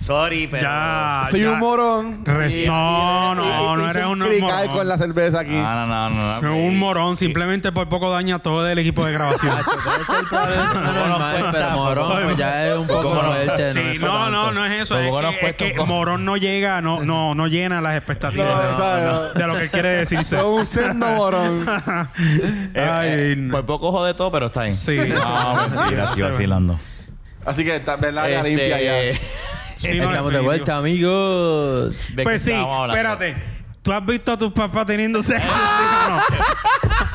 Speaker 1: Sorry, pero.
Speaker 2: Ya.
Speaker 4: Soy
Speaker 2: ya.
Speaker 4: un morón.
Speaker 2: Res-
Speaker 4: Y-
Speaker 2: no,
Speaker 4: y-
Speaker 2: no,
Speaker 4: y-
Speaker 2: no
Speaker 4: hice
Speaker 2: eres un
Speaker 4: crical
Speaker 2: morón. Ah,
Speaker 4: con la cerveza aquí.
Speaker 1: No, no, no, no.
Speaker 2: No,
Speaker 1: no
Speaker 2: un morón, simplemente por poco daña todo el equipo de grabación.
Speaker 5: normal, pero morón, pues ya es un poco fuerte. no
Speaker 2: sí,
Speaker 5: es para
Speaker 2: no, no,
Speaker 5: tanto.
Speaker 2: no es eso. Es
Speaker 1: Tampoco nos
Speaker 2: que, es
Speaker 1: cuesta un
Speaker 2: que
Speaker 1: poco.
Speaker 2: morón no llega, no, no, no llena las expectativas
Speaker 4: No,
Speaker 2: de-
Speaker 4: ¿sabes?
Speaker 2: de lo que quiere decirse.
Speaker 4: Soy un sendo morón.
Speaker 2: Ay,
Speaker 3: Eh, Por poco jode todo, pero está bien.
Speaker 2: Sí.
Speaker 3: No, mentira, estoy
Speaker 2: Sí.
Speaker 3: vacilando.
Speaker 4: Así que está ¿verdad? Ya
Speaker 3: Este,
Speaker 4: limpia ya.
Speaker 3: eh,
Speaker 2: sí, no,
Speaker 5: Estamos de
Speaker 2: definitivo.
Speaker 5: vuelta, amigos.
Speaker 3: ¿de qué
Speaker 2: Pues sí,
Speaker 3: estábamos hablando?
Speaker 2: espérate. ¿Tú has visto a tus papás teniendo sexo? ¿Sí o
Speaker 4: Ah,
Speaker 2: no?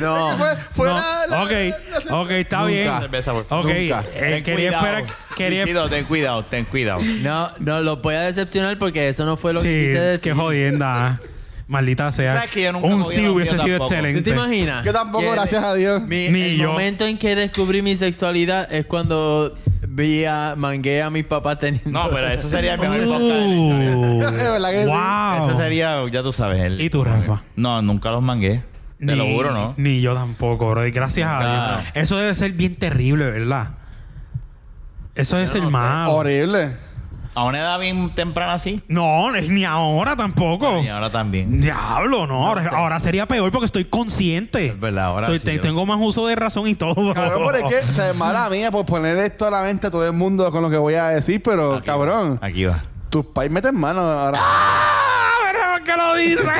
Speaker 5: No.
Speaker 4: Fue, fue
Speaker 2: No.
Speaker 4: la, la-
Speaker 2: ok,
Speaker 4: la- la-
Speaker 2: ok, está bien.
Speaker 3: Cerveza, por favor.
Speaker 2: Ok,
Speaker 5: Nunca.
Speaker 2: eh, quería esperar. que- Quería,
Speaker 3: Lucido, ten cuidado, ten cuidado.
Speaker 5: No, no, lo voy a decepcionar porque eso no fue lo que
Speaker 2: sí,
Speaker 5: quise decir.
Speaker 2: qué jodienda. ¿eh? Maldita sea.
Speaker 3: ¿Sabes que yo nunca
Speaker 2: Un
Speaker 3: jodí a
Speaker 2: sí
Speaker 3: los
Speaker 2: hubiese
Speaker 3: míos
Speaker 2: sido
Speaker 3: tampoco?
Speaker 2: excelente.
Speaker 5: ¿Tú te imaginas?
Speaker 4: Yo tampoco,
Speaker 5: Que-
Speaker 4: gracias a Dios.
Speaker 5: Mi,
Speaker 2: Ni
Speaker 5: el
Speaker 2: yo.
Speaker 5: momento en que descubrí mi sexualidad es cuando vi a mangué a mis papás teniendo.
Speaker 3: No, pero eso sería el mejor podcast de la historia.
Speaker 2: Uh,
Speaker 4: ¿Verdad que sí?
Speaker 2: wow.
Speaker 3: Eso sería, ya tú sabes. El,
Speaker 2: ¿Y tú, Rafa?
Speaker 3: No, nunca los mangué. Te lo
Speaker 2: Ni-
Speaker 3: juro, ¿no?
Speaker 2: Ni yo tampoco, bro. Y Gracias a Dios. Eso debe ser bien terrible, ¿verdad? Eso es el malo.
Speaker 4: Horrible.
Speaker 3: A una edad bien temprana así.
Speaker 2: No, no es ni ahora tampoco.
Speaker 3: Y ahora también.
Speaker 2: Diablo, no. Ahora, ahora sería peor porque estoy consciente.
Speaker 3: Es verdad, ahora
Speaker 2: Estoy-
Speaker 3: sí,
Speaker 2: te-
Speaker 3: yo-
Speaker 2: Tengo más uso de razón y todo.
Speaker 4: Cabrón, pero es que, o sea, mala mía por poner esto a la mente a todo el mundo con lo que voy a decir, pero cabrón,
Speaker 3: Aquí va.
Speaker 4: tus pais meten mano ahora.
Speaker 2: ¡Ah! Pero ¿por qué lo dice?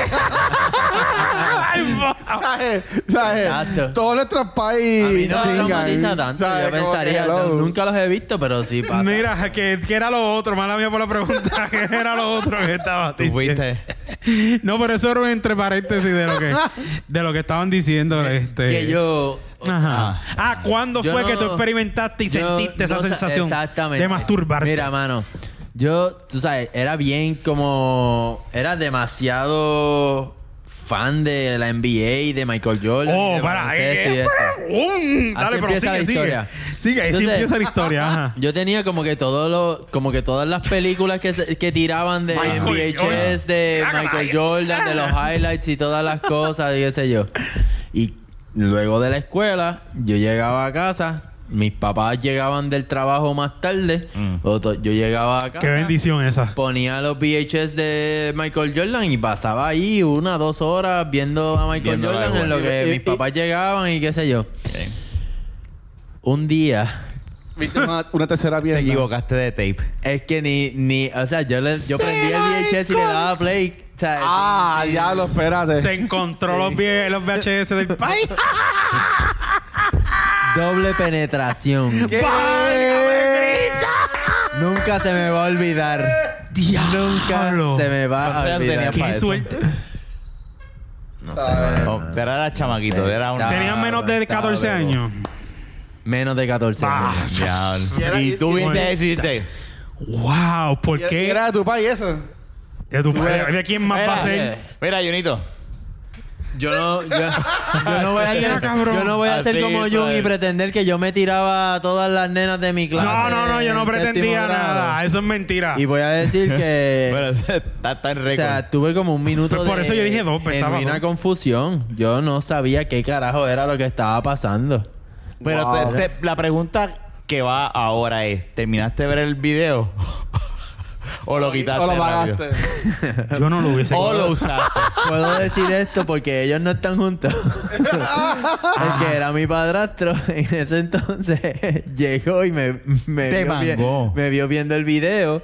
Speaker 2: Ay, por-
Speaker 4: ¿Sabes? ¿Sabes?
Speaker 5: Exacto.
Speaker 4: Todos nuestros pais
Speaker 5: a mí no me
Speaker 4: chingan.
Speaker 5: traumatiza tanto.
Speaker 4: ¿Sabes? Como
Speaker 5: Yo
Speaker 4: que,
Speaker 5: pensaría,
Speaker 4: hello.
Speaker 5: yo nunca los he visto, pero sí pasa.
Speaker 2: Mira, que, que era lo otro, mala mía por la pregunta, que era lo otro que estaba
Speaker 3: Tú fuiste.
Speaker 2: No, pero eso era entre paréntesis de lo que, de lo que estaban diciendo. este.
Speaker 5: que yo.
Speaker 2: Ajá. Ah, ¿cuándo
Speaker 5: Yo
Speaker 2: fue
Speaker 5: no-
Speaker 2: que tú experimentaste y
Speaker 5: yo
Speaker 2: sentiste esa
Speaker 5: no sa-
Speaker 2: sensación
Speaker 5: exactamente.
Speaker 2: de masturbarte?
Speaker 5: Mira, mano. Yo, tú sabes, era bien como. Era demasiado fan de la NBA y de Michael Jordan. y
Speaker 2: oh,
Speaker 5: de
Speaker 2: para.
Speaker 5: baloncesto
Speaker 2: eh,
Speaker 5: y de esto.
Speaker 2: um, dale,
Speaker 5: Así
Speaker 2: pero
Speaker 5: empieza la
Speaker 2: sigue, sigue.
Speaker 5: historia.
Speaker 2: Sigue, ahí sí
Speaker 5: Entonces-
Speaker 2: empieza la historia. Ajá.
Speaker 5: Yo tenía como que todos los, como que todas las películas que, se- que tiraban de
Speaker 2: Michael
Speaker 5: VHS, de
Speaker 2: Jordan.
Speaker 5: Michael Jordan, de los highlights y todas las cosas, y qué sé yo. Y luego de la escuela, yo llegaba a casa, mis papás llegaban del trabajo más tarde,
Speaker 2: Mm.
Speaker 5: o to- yo llegaba a casa.
Speaker 2: Qué bendición esa.
Speaker 5: Ponía los VHS de Michael Jordan y pasaba ahí una, dos horas viendo a Michael
Speaker 3: Viendo la
Speaker 5: Jordan en
Speaker 3: jugada.
Speaker 5: lo que
Speaker 4: Y- y-
Speaker 5: mis papás llegaban y qué sé yo. Un día,
Speaker 4: Viste una, una tercera
Speaker 3: Te
Speaker 4: pierna.
Speaker 3: equivocaste de tape.
Speaker 5: Es que ni, ni, o sea, yo, le, yo prendí el VHS y le daba play. O sea,
Speaker 4: Ah, diablo,
Speaker 2: Se
Speaker 4: espérate.
Speaker 2: encontró los, vie- los VHS del país.
Speaker 5: doble penetración.
Speaker 4: ¿Qué?
Speaker 5: Nunca se me va a olvidar. Nunca
Speaker 2: Diablo.
Speaker 5: se me va
Speaker 3: ¿Cuántos
Speaker 5: a
Speaker 3: años
Speaker 5: olvidar.
Speaker 3: tenías
Speaker 2: Qué
Speaker 3: para eso?
Speaker 2: suerte.
Speaker 3: Oh, pero era chamaquito, era una.
Speaker 2: Tenían menos de
Speaker 5: Ah, estaba
Speaker 2: 14
Speaker 5: luego.
Speaker 2: años.
Speaker 5: Menos de 14 años.
Speaker 2: Ah,
Speaker 3: Diablo.
Speaker 4: era-
Speaker 3: Y tú
Speaker 4: y-
Speaker 3: viste eso y dijiste,
Speaker 2: wow, ¿por
Speaker 4: ¿Y-
Speaker 2: qué?
Speaker 4: y era de tu país eso?
Speaker 2: De tu padre. ¿De quién más va a
Speaker 5: eh,
Speaker 2: ser?
Speaker 3: Mira, Junito.
Speaker 5: Yo no, yo, yo no voy a
Speaker 2: Mira,
Speaker 5: ser,
Speaker 2: cabrón.
Speaker 5: yo no voy a ser
Speaker 3: Así,
Speaker 5: como Jun y
Speaker 3: suave.
Speaker 5: pretender que yo me tiraba a todas las nenas de mi clase.
Speaker 2: No, no, no, yo no
Speaker 5: en séptimo
Speaker 2: pretendía
Speaker 5: grado.
Speaker 2: nada. Eso es mentira.
Speaker 5: Y voy a decir que.
Speaker 3: Bueno, está tan
Speaker 5: O sea,
Speaker 3: récord.
Speaker 5: tuve como un minuto
Speaker 2: Pues por
Speaker 5: de
Speaker 2: eso yo dije dos, pesaba
Speaker 5: genuina
Speaker 2: dos.
Speaker 5: confusión. Yo no sabía qué carajo era lo que estaba pasando.
Speaker 3: Pero
Speaker 4: Wow.
Speaker 3: te- te- la pregunta que va ahora es: ¿terminaste de ver el video? ¿O lo quitaste?
Speaker 4: ¿O lo
Speaker 3: rápido?
Speaker 4: pagaste?
Speaker 2: Yo no lo hubiese
Speaker 3: ¿O Oh, lo usaste?
Speaker 5: Puedo decir esto porque ellos no están juntos. El que era mi padrastro en ese entonces llegó y me, me,
Speaker 3: Te
Speaker 5: vio, vi-
Speaker 3: mangó.
Speaker 5: me vio viendo el video.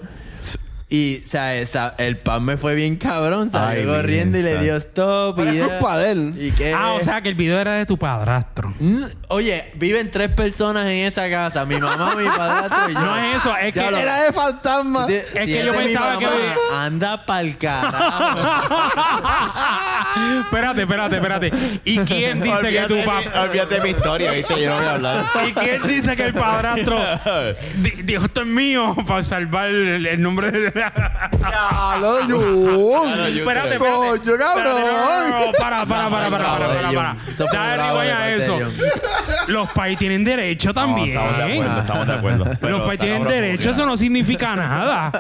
Speaker 5: Y, o sea, esa- el pan me fue bien cabrón. Salió
Speaker 3: Ay,
Speaker 5: corriendo y le
Speaker 3: Vincent.
Speaker 5: dio stop.
Speaker 4: Pero
Speaker 5: y
Speaker 4: es
Speaker 5: ya.
Speaker 4: culpa de él.
Speaker 5: ¿Y qué?
Speaker 2: Ah, o sea que el video era de tu padrastro.
Speaker 5: Mm, Oye, viven tres personas en esa casa. Mi mamá, mi padrastro y yo.
Speaker 2: No es eso, es que
Speaker 5: Ya lo-
Speaker 4: Era de fantasma.
Speaker 5: De-
Speaker 2: que
Speaker 5: si
Speaker 2: yo
Speaker 5: es de mi
Speaker 2: pensaba
Speaker 5: mamá,
Speaker 2: que-
Speaker 5: Anda pa'l carajo.
Speaker 2: espérate, espérate, espérate. ¿Y quién dice que
Speaker 3: Olvídate
Speaker 2: tu
Speaker 3: mi-
Speaker 2: papá?
Speaker 3: Olvídate de mi historia, ¿viste? Yo no voy a hablar.
Speaker 2: ¿Y quién dice que el padrastro di- dijo esto es mío para salvar el, el nombre de
Speaker 4: Diablo, Jun.
Speaker 2: Espérate, espérate.
Speaker 4: Coño,
Speaker 2: Espérate,
Speaker 4: cabrón.
Speaker 2: no, no, no, para, para, para, para, para, para, para.
Speaker 5: Eso fue
Speaker 2: Dale,
Speaker 5: bravo de
Speaker 2: voy a
Speaker 5: parte de
Speaker 2: eso.
Speaker 5: John.
Speaker 2: Los países tienen derecho
Speaker 3: No,
Speaker 2: también.
Speaker 3: estamos de acuerdo, estamos de acuerdo. Pero
Speaker 2: los países
Speaker 3: está
Speaker 2: pues tienen
Speaker 3: cabrón,
Speaker 2: derecho,
Speaker 3: porque-
Speaker 2: eso no significa nada.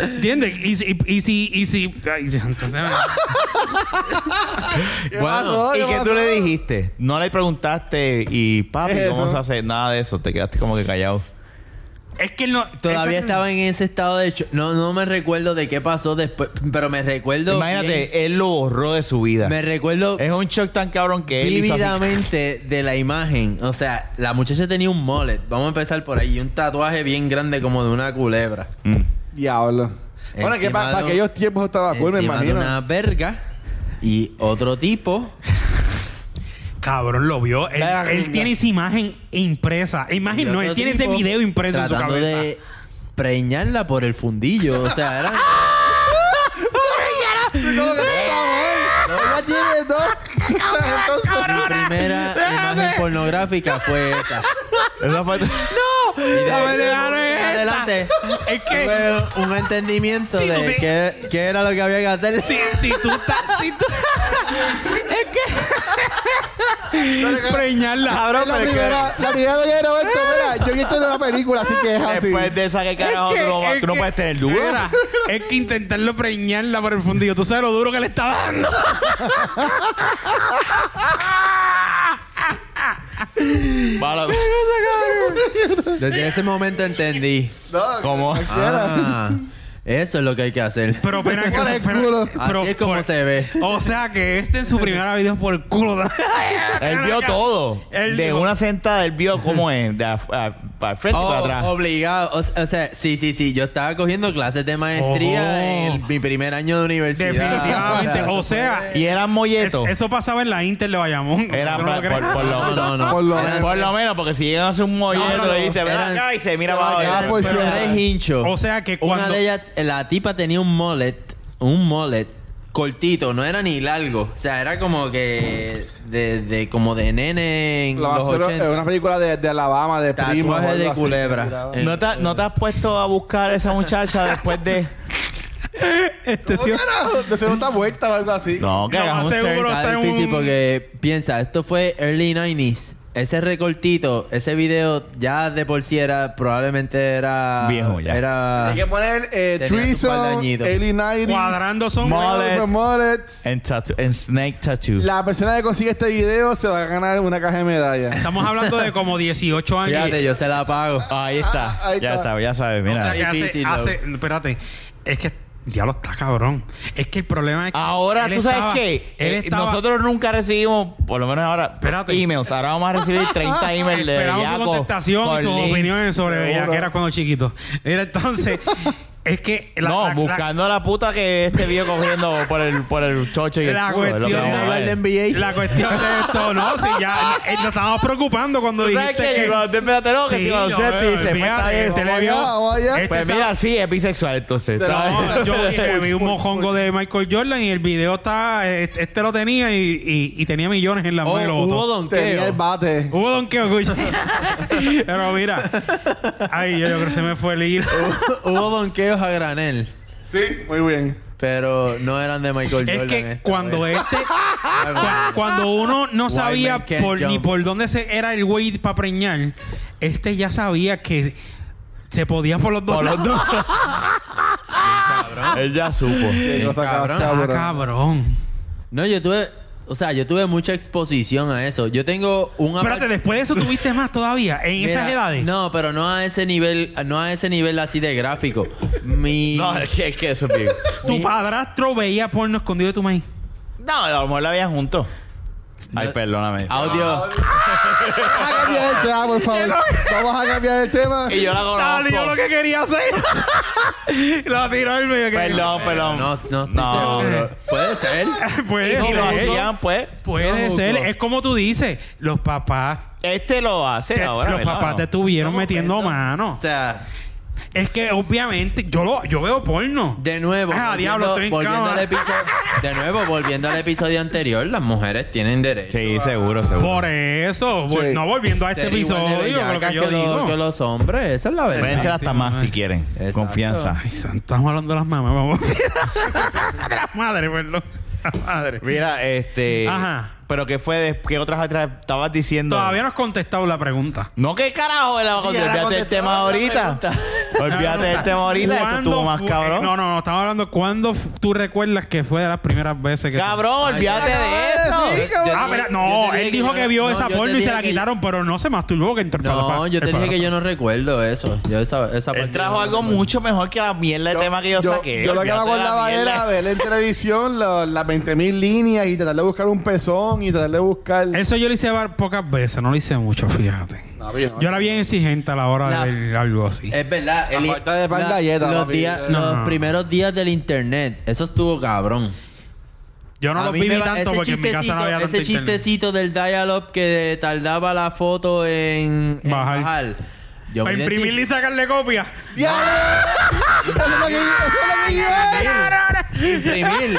Speaker 2: ¿Entiendes? Y si, y si, y si. ay, entonces-
Speaker 4: ¿Qué pasó?
Speaker 3: ¿Y
Speaker 4: ¿Qué
Speaker 3: qué
Speaker 4: pasó?
Speaker 3: tú le dijiste? No le preguntaste y papi,
Speaker 4: ¿Qué es
Speaker 3: ¿cómo
Speaker 4: eso?
Speaker 3: se hace? Nada de eso, te quedaste como que callado.
Speaker 2: Es que él no.
Speaker 5: Todavía
Speaker 2: esa-
Speaker 5: estaba en ese estado de hecho. No, no me recuerdo de qué pasó después, pero me recuerdo.
Speaker 3: Imagínate,
Speaker 5: bien-
Speaker 3: él lo borró de su vida.
Speaker 5: me recuerdo
Speaker 3: Es un shock tan cabrón que él hizo así.
Speaker 5: vívidamente de la imagen. O sea, la muchacha tenía un mullet. Vamos a empezar por ahí. Y un tatuaje bien grande como de una culebra.
Speaker 4: Diablo. Bueno, que
Speaker 5: Encima
Speaker 4: para
Speaker 5: de un-
Speaker 4: aquellos tiempos estaba Ah, cool, me
Speaker 5: encima de
Speaker 4: imagino.
Speaker 5: una verga. Y otro tipo.
Speaker 2: Cabrón, lo vio. Él,
Speaker 4: Verga.
Speaker 2: él tiene esa imagen impresa.
Speaker 5: y
Speaker 2: Imagen, no, él
Speaker 5: otro
Speaker 2: tiene ese
Speaker 5: tipo
Speaker 2: video impreso en su
Speaker 5: tratando
Speaker 2: cabeza.
Speaker 5: de preñarla por el fundillo. O sea, era...
Speaker 4: No, que no, ya tiene dos. Entonces,
Speaker 5: Mi primera imagen pornográfica fue esta.
Speaker 3: Esa fue-
Speaker 5: Y de
Speaker 2: No me
Speaker 5: ahí
Speaker 2: dejaron
Speaker 5: en
Speaker 2: esta.
Speaker 5: adelante
Speaker 2: Es que.
Speaker 5: fue un entendimiento
Speaker 2: Sí, tú
Speaker 5: de
Speaker 2: te-
Speaker 5: qué, qué era lo que había que hacer.
Speaker 2: Si, si tú estás. Si tú... es que. Preñarla.
Speaker 3: Cabrón,
Speaker 4: la
Speaker 3: pero es que
Speaker 4: primera, la primera de era esto, mira, yo he visto de la película, así que es así.
Speaker 3: después de esa que carajo
Speaker 2: Ah, Es que-
Speaker 3: tú no, vas-
Speaker 2: es
Speaker 3: tú no
Speaker 2: que-
Speaker 3: puedes tener duda.
Speaker 2: Mira, es que intentarlo preñarla por el fundillo. Tú sabes lo duro que le estaba dando.
Speaker 3: Para-
Speaker 5: Desde ese momento entendí.
Speaker 4: No,
Speaker 3: ¿Cómo?
Speaker 5: Ah, eso es lo que hay que hacer.
Speaker 2: Pero ven acá,
Speaker 4: Por el
Speaker 2: espera,
Speaker 4: culo.
Speaker 5: Así es como
Speaker 2: por-
Speaker 5: se ve.
Speaker 2: O sea que este en su primera video es por el culo.
Speaker 3: Él vio todo.
Speaker 2: Él
Speaker 3: de
Speaker 2: dijo-
Speaker 3: una sentada, él vio cómo es. De af- a- para el frente y para
Speaker 5: Oh,
Speaker 3: atrás.
Speaker 5: obligado. O, o sea, sí, sí, sí. Yo estaba cogiendo clases de maestría
Speaker 2: Oh.
Speaker 5: en el- mi primer año de universidad.
Speaker 2: Definitivamente. O sea,
Speaker 3: y eran
Speaker 2: es-
Speaker 3: molletos.
Speaker 2: eso pasaba en la Inter de Bayamón.
Speaker 3: Era
Speaker 2: ¿Tú no lo
Speaker 3: pa-
Speaker 2: crees?
Speaker 3: por, por
Speaker 5: No,
Speaker 3: lo,
Speaker 5: no, no.
Speaker 4: Por lo
Speaker 5: Eran-
Speaker 3: por lo menos, porque si llegan a hacer un molleto,
Speaker 4: no,
Speaker 3: le dice, ven
Speaker 5: eran-
Speaker 3: acá y se mira
Speaker 4: no,
Speaker 3: para
Speaker 4: ya,
Speaker 2: Ah,
Speaker 3: abajo.
Speaker 4: pues,
Speaker 5: pero
Speaker 4: sí,
Speaker 5: tres
Speaker 4: era.
Speaker 5: hinchos.
Speaker 2: O sea que cuando.
Speaker 5: Una de ellas, la tipa tenía un mullet, un mullet cortito, no era ni largo. O sea, era como que de, de como de nene en
Speaker 4: La
Speaker 5: los
Speaker 4: basura eh,
Speaker 5: 80.
Speaker 4: es una película de, de Alabama, de primo. o
Speaker 5: Tatuaje
Speaker 4: algo
Speaker 5: de
Speaker 4: así.
Speaker 5: culebra. Eh,
Speaker 3: ¿No te, ¿No te has puesto a buscar a esa muchacha después de...?
Speaker 2: este
Speaker 4: ¿Cómo carajo? De segunda vuelta o algo así.
Speaker 3: No, que
Speaker 2: Lo
Speaker 3: hagas
Speaker 2: más
Speaker 3: un
Speaker 2: seguro-
Speaker 3: search.
Speaker 5: está
Speaker 2: está en
Speaker 5: difícil
Speaker 2: un-
Speaker 5: porque piensa, esto fue early 90s. Ese recortito, ese video ya de por sí era probablemente era
Speaker 3: Viejo ya.
Speaker 5: Era
Speaker 4: Hay que poner eh,
Speaker 5: Tenía su par de
Speaker 4: Treason,
Speaker 5: añitos.
Speaker 4: Early 90s,
Speaker 2: cuadrando son.
Speaker 3: Mole.
Speaker 4: Oliver Mullet.
Speaker 3: En, tattoo- en Snake Tattoo.
Speaker 4: La persona que consigue este video se va a ganar una caja de medallas.
Speaker 2: Estamos hablando de como 18 años.
Speaker 5: Fíjate, yo se la pago.
Speaker 2: Ah,
Speaker 3: Ahí está.
Speaker 4: Ah, Ahí
Speaker 3: ya
Speaker 4: está.
Speaker 3: está. ya sabes.
Speaker 2: O sea,
Speaker 3: Mira.
Speaker 2: que hace-
Speaker 5: Difícil,
Speaker 2: hace- espérate. Es que. Diablo, está cabrón. Es que el problema es que.
Speaker 3: Ahora,
Speaker 2: él
Speaker 3: ¿tú sabes
Speaker 2: estaba-
Speaker 3: qué?
Speaker 2: Él
Speaker 3: Eh,
Speaker 2: estaba,
Speaker 3: Nosotros nunca recibimos, por lo menos ahora,
Speaker 2: Espérate.
Speaker 3: emails. Ahora vamos a recibir 30 emails de
Speaker 2: Esperamos su
Speaker 3: Bellaco
Speaker 2: contestación
Speaker 3: por
Speaker 2: y sus
Speaker 3: link.
Speaker 2: opiniones sobre
Speaker 4: Seguro.
Speaker 2: ella, que era cuando chiquito. Mira, entonces, es que. la-
Speaker 3: no,
Speaker 2: la- la-
Speaker 3: buscando a la puta que este vio cogiendo por el, por el chocho y el
Speaker 2: La
Speaker 3: culo, es lo que
Speaker 2: cuestión
Speaker 3: vamos a ver.
Speaker 5: de- de NBA.
Speaker 2: La cuestión de esto, no, si ya eh, nos estábamos preocupando cuando
Speaker 3: ¿Tú sabes
Speaker 2: dijiste
Speaker 3: qué? Que
Speaker 2: que...
Speaker 3: cuando te empezaste, no, que
Speaker 2: Sí, eh,
Speaker 3: si
Speaker 2: yo,
Speaker 3: conociste, dice, pues
Speaker 2: olvídate,
Speaker 3: está bien,
Speaker 2: vamos
Speaker 3: te le
Speaker 4: allá,
Speaker 3: vio.
Speaker 4: vamos allá.
Speaker 2: Este
Speaker 3: Pues
Speaker 2: sabe-
Speaker 3: mira, sí, es bisexual, entonces.
Speaker 4: Te la-
Speaker 3: está bien.
Speaker 2: No, yo vi- me vi un
Speaker 4: Sports,
Speaker 2: mojongo de Michael Jordan y el video está... eh, Este lo tenía y, y- y tenía millones en la mano y lo
Speaker 5: Oh,
Speaker 2: botó.
Speaker 5: hubo
Speaker 4: Tenía el
Speaker 5: donqueo.
Speaker 4: bate.
Speaker 2: Hubo donqueo, escucha. Pero mira... Ay, yo, yo creo que se me fue el hilo.
Speaker 5: hubo donqueos a granel.
Speaker 4: Sí, muy bien.
Speaker 5: Pero no eran de Michael
Speaker 2: Es
Speaker 5: Jordan.
Speaker 2: que
Speaker 3: eh,
Speaker 5: esta
Speaker 2: cuando
Speaker 5: vez.
Speaker 2: este... cua- cuando uno no sabía
Speaker 5: man can't
Speaker 2: por, ni
Speaker 5: jump.
Speaker 2: por dónde se era el güey para preñar, este ya sabía que se podía por los dos.
Speaker 3: Por los
Speaker 2: lados.
Speaker 3: dos. Él ya supo.
Speaker 4: Yo estaba
Speaker 5: cabrón.
Speaker 2: Ah, cabrón.
Speaker 5: No, yo tuve. O sea, yo tuve mucha exposición a eso. Yo tengo un. apart-
Speaker 2: Espérate, después de eso tuviste más todavía, en
Speaker 5: Mira,
Speaker 2: esas edades.
Speaker 5: No, pero no a ese nivel, no a ese nivel así de gráfico. Mi.
Speaker 3: No, es que, es que eso es bien.
Speaker 5: eh.
Speaker 2: Tu padrastro veía porno escondido de tu maíz.
Speaker 3: No, a lo mejor la habían junto. Ay, perdóname.
Speaker 5: Audio.
Speaker 4: Vamos a cambiar el tema, por favor. Vamos a cambiar el tema.
Speaker 3: Y yo la
Speaker 2: Salió lo
Speaker 3: conozco.
Speaker 2: que quería hacer. lo tiró el medio. que-
Speaker 3: Perdón, perdón.
Speaker 5: No, no, estoy
Speaker 3: No,
Speaker 5: seguro.
Speaker 3: bro.
Speaker 5: Puede ser.
Speaker 2: Puede
Speaker 3: Si lo
Speaker 2: ser.
Speaker 3: hacían, pues.
Speaker 2: Puede
Speaker 5: No,
Speaker 2: ser.
Speaker 5: no.
Speaker 2: Es como tú dices. Los papás.
Speaker 3: Este lo hace
Speaker 2: te-
Speaker 3: ahora.
Speaker 2: los
Speaker 3: ¿verdad?
Speaker 2: papás
Speaker 3: ¿No?
Speaker 2: te estuvieron
Speaker 5: No,
Speaker 2: metiendo
Speaker 5: perdón.
Speaker 2: mano.
Speaker 5: O sea,
Speaker 2: Es que obviamente yo lo, yo veo porno.
Speaker 5: de nuevo.
Speaker 2: Ah, diablo, estoy en
Speaker 5: volviendo
Speaker 2: cama.
Speaker 5: al episodio, De nuevo, volviendo al episodio anterior, las mujeres tienen derecho.
Speaker 3: Sí, seguro, seguro.
Speaker 2: Por eso,
Speaker 4: Sí.
Speaker 2: vol- no volviendo a
Speaker 5: a
Speaker 2: este
Speaker 5: ser igual de
Speaker 2: episodio,
Speaker 5: bellacas
Speaker 2: lo que yo
Speaker 5: que, lo-
Speaker 2: digo.
Speaker 5: que los hombres, esa es la verdad.
Speaker 3: Pueden ser hasta más si quieren.
Speaker 5: Exacto.
Speaker 3: Confianza.
Speaker 2: Ay, santo, estamos hablando de las mamás, vamos. de las madres, perdón. Las madres.
Speaker 3: Mira, este.
Speaker 2: Ajá.
Speaker 3: Pero que fue de, que otras otras estabas diciendo.
Speaker 2: Todavía no has contestado la pregunta.
Speaker 3: No, qué carajo, la
Speaker 5: Sí, ahora
Speaker 3: olvídate del
Speaker 5: contestó la
Speaker 3: tema ahorita.
Speaker 5: pregunta.
Speaker 3: Olvídate del tema ahorita, esto
Speaker 2: ¿Cuándo
Speaker 3: estuvo más
Speaker 2: fue-
Speaker 3: cabrón.
Speaker 2: No, no, no, estamos hablando cuándo f- tú recuerdas que fue de las primeras veces que.
Speaker 3: Cabrón, olvídate
Speaker 5: Ay,
Speaker 3: de
Speaker 5: ya
Speaker 3: eso.
Speaker 5: acabó de decir, cabrón.
Speaker 2: Ah, pero
Speaker 5: Yo
Speaker 2: no,
Speaker 5: te dije
Speaker 2: él dijo
Speaker 5: yo
Speaker 2: que vio
Speaker 5: no-
Speaker 2: esa
Speaker 5: no, yo te
Speaker 2: porno y se
Speaker 5: dije
Speaker 2: la
Speaker 5: que-
Speaker 2: quitaron, pero no se masturbó que entró
Speaker 5: No, yo te dije que yo no recuerdo eso. Yo esa, esa
Speaker 3: Él
Speaker 5: parte
Speaker 3: trajo
Speaker 5: no
Speaker 3: algo
Speaker 5: recuerdo.
Speaker 3: mucho mejor que la mierda de tema que yo, saqué.
Speaker 4: yo lo que me
Speaker 3: Olvídate de la
Speaker 4: acordaba
Speaker 3: mierda.
Speaker 4: era ver en televisión la- las 20.000 líneas y tratar de buscar un pezón y tratar de buscar.
Speaker 2: Eso yo lo hice var- pocas veces, no lo hice mucho, fíjate.
Speaker 4: No, pero no.
Speaker 2: Yo era bien exigente a la hora
Speaker 5: La- Eh,
Speaker 2: de ver algo así.
Speaker 5: Es verdad.
Speaker 4: A falta de pan galleta,
Speaker 5: Los,
Speaker 4: papi. Eh.
Speaker 5: días-
Speaker 2: No,
Speaker 5: los
Speaker 2: no.
Speaker 5: primeros días del internet. Eso estuvo cabrón.
Speaker 2: Yo no
Speaker 5: A
Speaker 2: lo
Speaker 5: mí
Speaker 2: viví
Speaker 5: me va-
Speaker 2: tanto
Speaker 5: ese
Speaker 2: porque en mi casa no había
Speaker 5: chistecito-
Speaker 2: tanto
Speaker 5: Ese
Speaker 2: internet.
Speaker 5: chistecito del dial-up que tardaba la foto en, en
Speaker 2: Bajar.
Speaker 5: bajar. Yo
Speaker 2: Para
Speaker 5: me
Speaker 2: imprimirle y
Speaker 5: identifico-
Speaker 2: sacarle copia.
Speaker 4: ¡Diablo! ¡Eso es lo que- eso es lo que yo era!
Speaker 5: imprimir.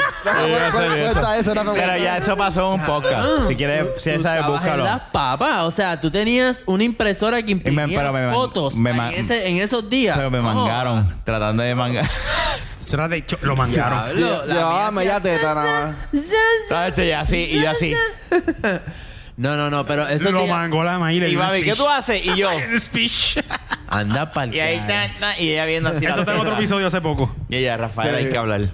Speaker 3: Sí,
Speaker 4: Bueno,
Speaker 3: eso,
Speaker 4: cuenta
Speaker 3: eso.
Speaker 4: esa, no me
Speaker 3: Pero
Speaker 4: cuenta.
Speaker 3: ya eso pasó en un podcast. Si quieres, si sabes,
Speaker 5: Tú trabajas en
Speaker 3: búscalo.
Speaker 5: las papas. O sea, tú tenías una impresora que imprimía
Speaker 3: pero me man-
Speaker 5: fotos
Speaker 3: me
Speaker 5: en,
Speaker 3: man-
Speaker 5: ese- en esos días.
Speaker 3: Pero me
Speaker 5: No,
Speaker 3: mangaron, tratando de mangar.
Speaker 2: Eso era de hecho, lo mangaron.
Speaker 5: Pablo, la
Speaker 4: Llevaba
Speaker 5: mía hacía-
Speaker 4: media teta nada más.
Speaker 3: ¿Sabes? Y así, y yo así.
Speaker 5: No, no, no, pero esos
Speaker 2: Lo
Speaker 5: días...
Speaker 2: mangó la maíz.
Speaker 3: Y mami, ¿qué tú haces? Y yo.
Speaker 2: El speech.
Speaker 5: Anda pa'l
Speaker 3: Y ahí
Speaker 5: carajo.
Speaker 3: está, está, y ella viendo así. la
Speaker 2: Eso está en otro
Speaker 3: teta.
Speaker 2: episodio hace poco.
Speaker 3: Y ella, Rafael,
Speaker 4: Sí.
Speaker 3: hay que hablar.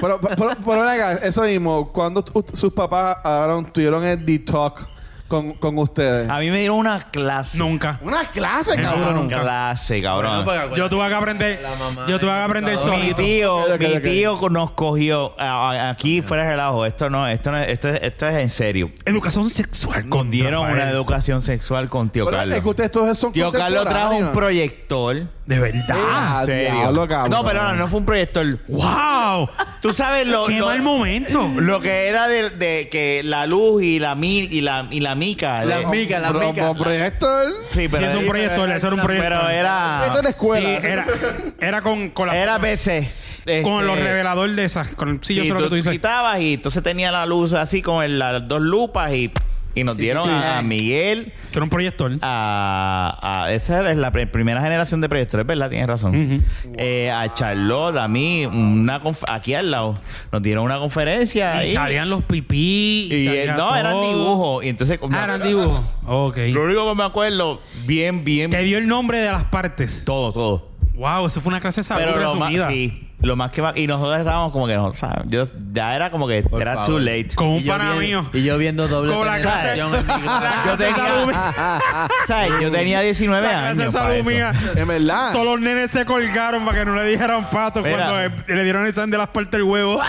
Speaker 4: Pero, pero, pero ven acá, eso mismo, cuando sus papás hablaron, tuvieron el detox con, con ustedes?
Speaker 3: A mí me dieron una clase.
Speaker 2: Nunca.
Speaker 4: Unas clases,
Speaker 2: No,
Speaker 4: cabrón.
Speaker 2: nunca.
Speaker 3: Clase,
Speaker 5: Bueno,
Speaker 3: cabrón.
Speaker 5: porque acuérdate
Speaker 2: Yo tuve que aprender-
Speaker 5: la mamá
Speaker 2: yo tuve que
Speaker 5: del
Speaker 2: aprender
Speaker 5: dictador.
Speaker 3: mi
Speaker 2: solito.
Speaker 3: tío,
Speaker 4: Ok, ok,
Speaker 3: mi
Speaker 4: ok.
Speaker 3: tío nos cogió a- a- aquí fuera de relajo. Esto no, esto no, esto, es- esto es en serio.
Speaker 2: Educación sexual.
Speaker 3: Nos dieron
Speaker 2: Rafael.
Speaker 3: una educación sexual con tío
Speaker 4: Pero
Speaker 3: Carlos.
Speaker 4: es que ustedes todos son
Speaker 3: Tío Carlos trajo un
Speaker 4: proyecto.
Speaker 3: proyector.
Speaker 2: De verdad.
Speaker 4: Ah,
Speaker 3: En serio.
Speaker 4: diablo, cabrón.
Speaker 3: No, pero no, no fue un proyector.
Speaker 2: ¡Wow!
Speaker 3: Tú sabes lo,
Speaker 2: ¡Qué
Speaker 3: lo-
Speaker 2: mal momento!
Speaker 3: lo que era de, de que la luz y la mi- y la y la mica.
Speaker 5: La
Speaker 3: de-
Speaker 5: mi- Mica, la mica.
Speaker 4: proyector.
Speaker 3: sí,
Speaker 2: Sí,
Speaker 3: pero,
Speaker 2: es un
Speaker 5: pero
Speaker 2: proyector,
Speaker 5: era
Speaker 2: eso era un
Speaker 5: una-
Speaker 2: proyector.
Speaker 3: pero era
Speaker 4: Esto es la escuela.
Speaker 2: Sí, era, era con, con, la-
Speaker 3: era PC.
Speaker 2: con los
Speaker 3: Este,
Speaker 2: revelador de esas. Con, sí, yo
Speaker 3: Sí,
Speaker 2: sé lo que
Speaker 3: tú,
Speaker 2: tú dices.
Speaker 3: quitabas y entonces tenía la luz así con el- las dos lupas y, y nos dieron
Speaker 5: sí, sí.
Speaker 3: a, a Miguel,
Speaker 2: Eso era un proyector.
Speaker 3: a, a- esa es la pre- primera generación de proyectores, ¿verdad? Tienes razón. Eh, a Charlotte, a mí, una conf- aquí al lado, nos dieron una conferencia
Speaker 2: y
Speaker 3: y,
Speaker 2: salían los pipí.
Speaker 3: y, eh,
Speaker 2: salía
Speaker 3: no, eran
Speaker 2: todo.
Speaker 3: dibujos. Y entonces,
Speaker 2: Ah, eran dibujos. Ok.
Speaker 3: lo único que me acuerdo, bien, bien,
Speaker 2: Te dio el nombre de las partes.
Speaker 3: todo, todo.
Speaker 2: Wow, eso fue una clase de salud
Speaker 3: Pero lo más,
Speaker 2: resumida.
Speaker 3: sí, lo más que va- y nosotros estábamos como que no, o sea, yo ya era como que
Speaker 5: Por
Speaker 3: era
Speaker 5: favor.
Speaker 3: too late.
Speaker 2: Con
Speaker 5: Y
Speaker 2: un
Speaker 5: yo
Speaker 2: pana
Speaker 5: vi-
Speaker 2: mío.
Speaker 5: Y yo viendo doble
Speaker 2: Con la clase-
Speaker 5: penetración en mi
Speaker 2: La
Speaker 5: grado.
Speaker 3: Yo
Speaker 2: Ah, clase de
Speaker 3: tenía-
Speaker 2: salud mía-
Speaker 3: ¿Sabes? Yo tenía 19
Speaker 2: la
Speaker 3: años.
Speaker 2: clase de
Speaker 3: para
Speaker 2: salud
Speaker 3: eso.
Speaker 2: mía.
Speaker 4: En verdad.
Speaker 2: Todos los nenes se colgaron para que no le dijeran pato
Speaker 3: Mira.
Speaker 2: cuando eh, le dieron el examen de las partes del huevo.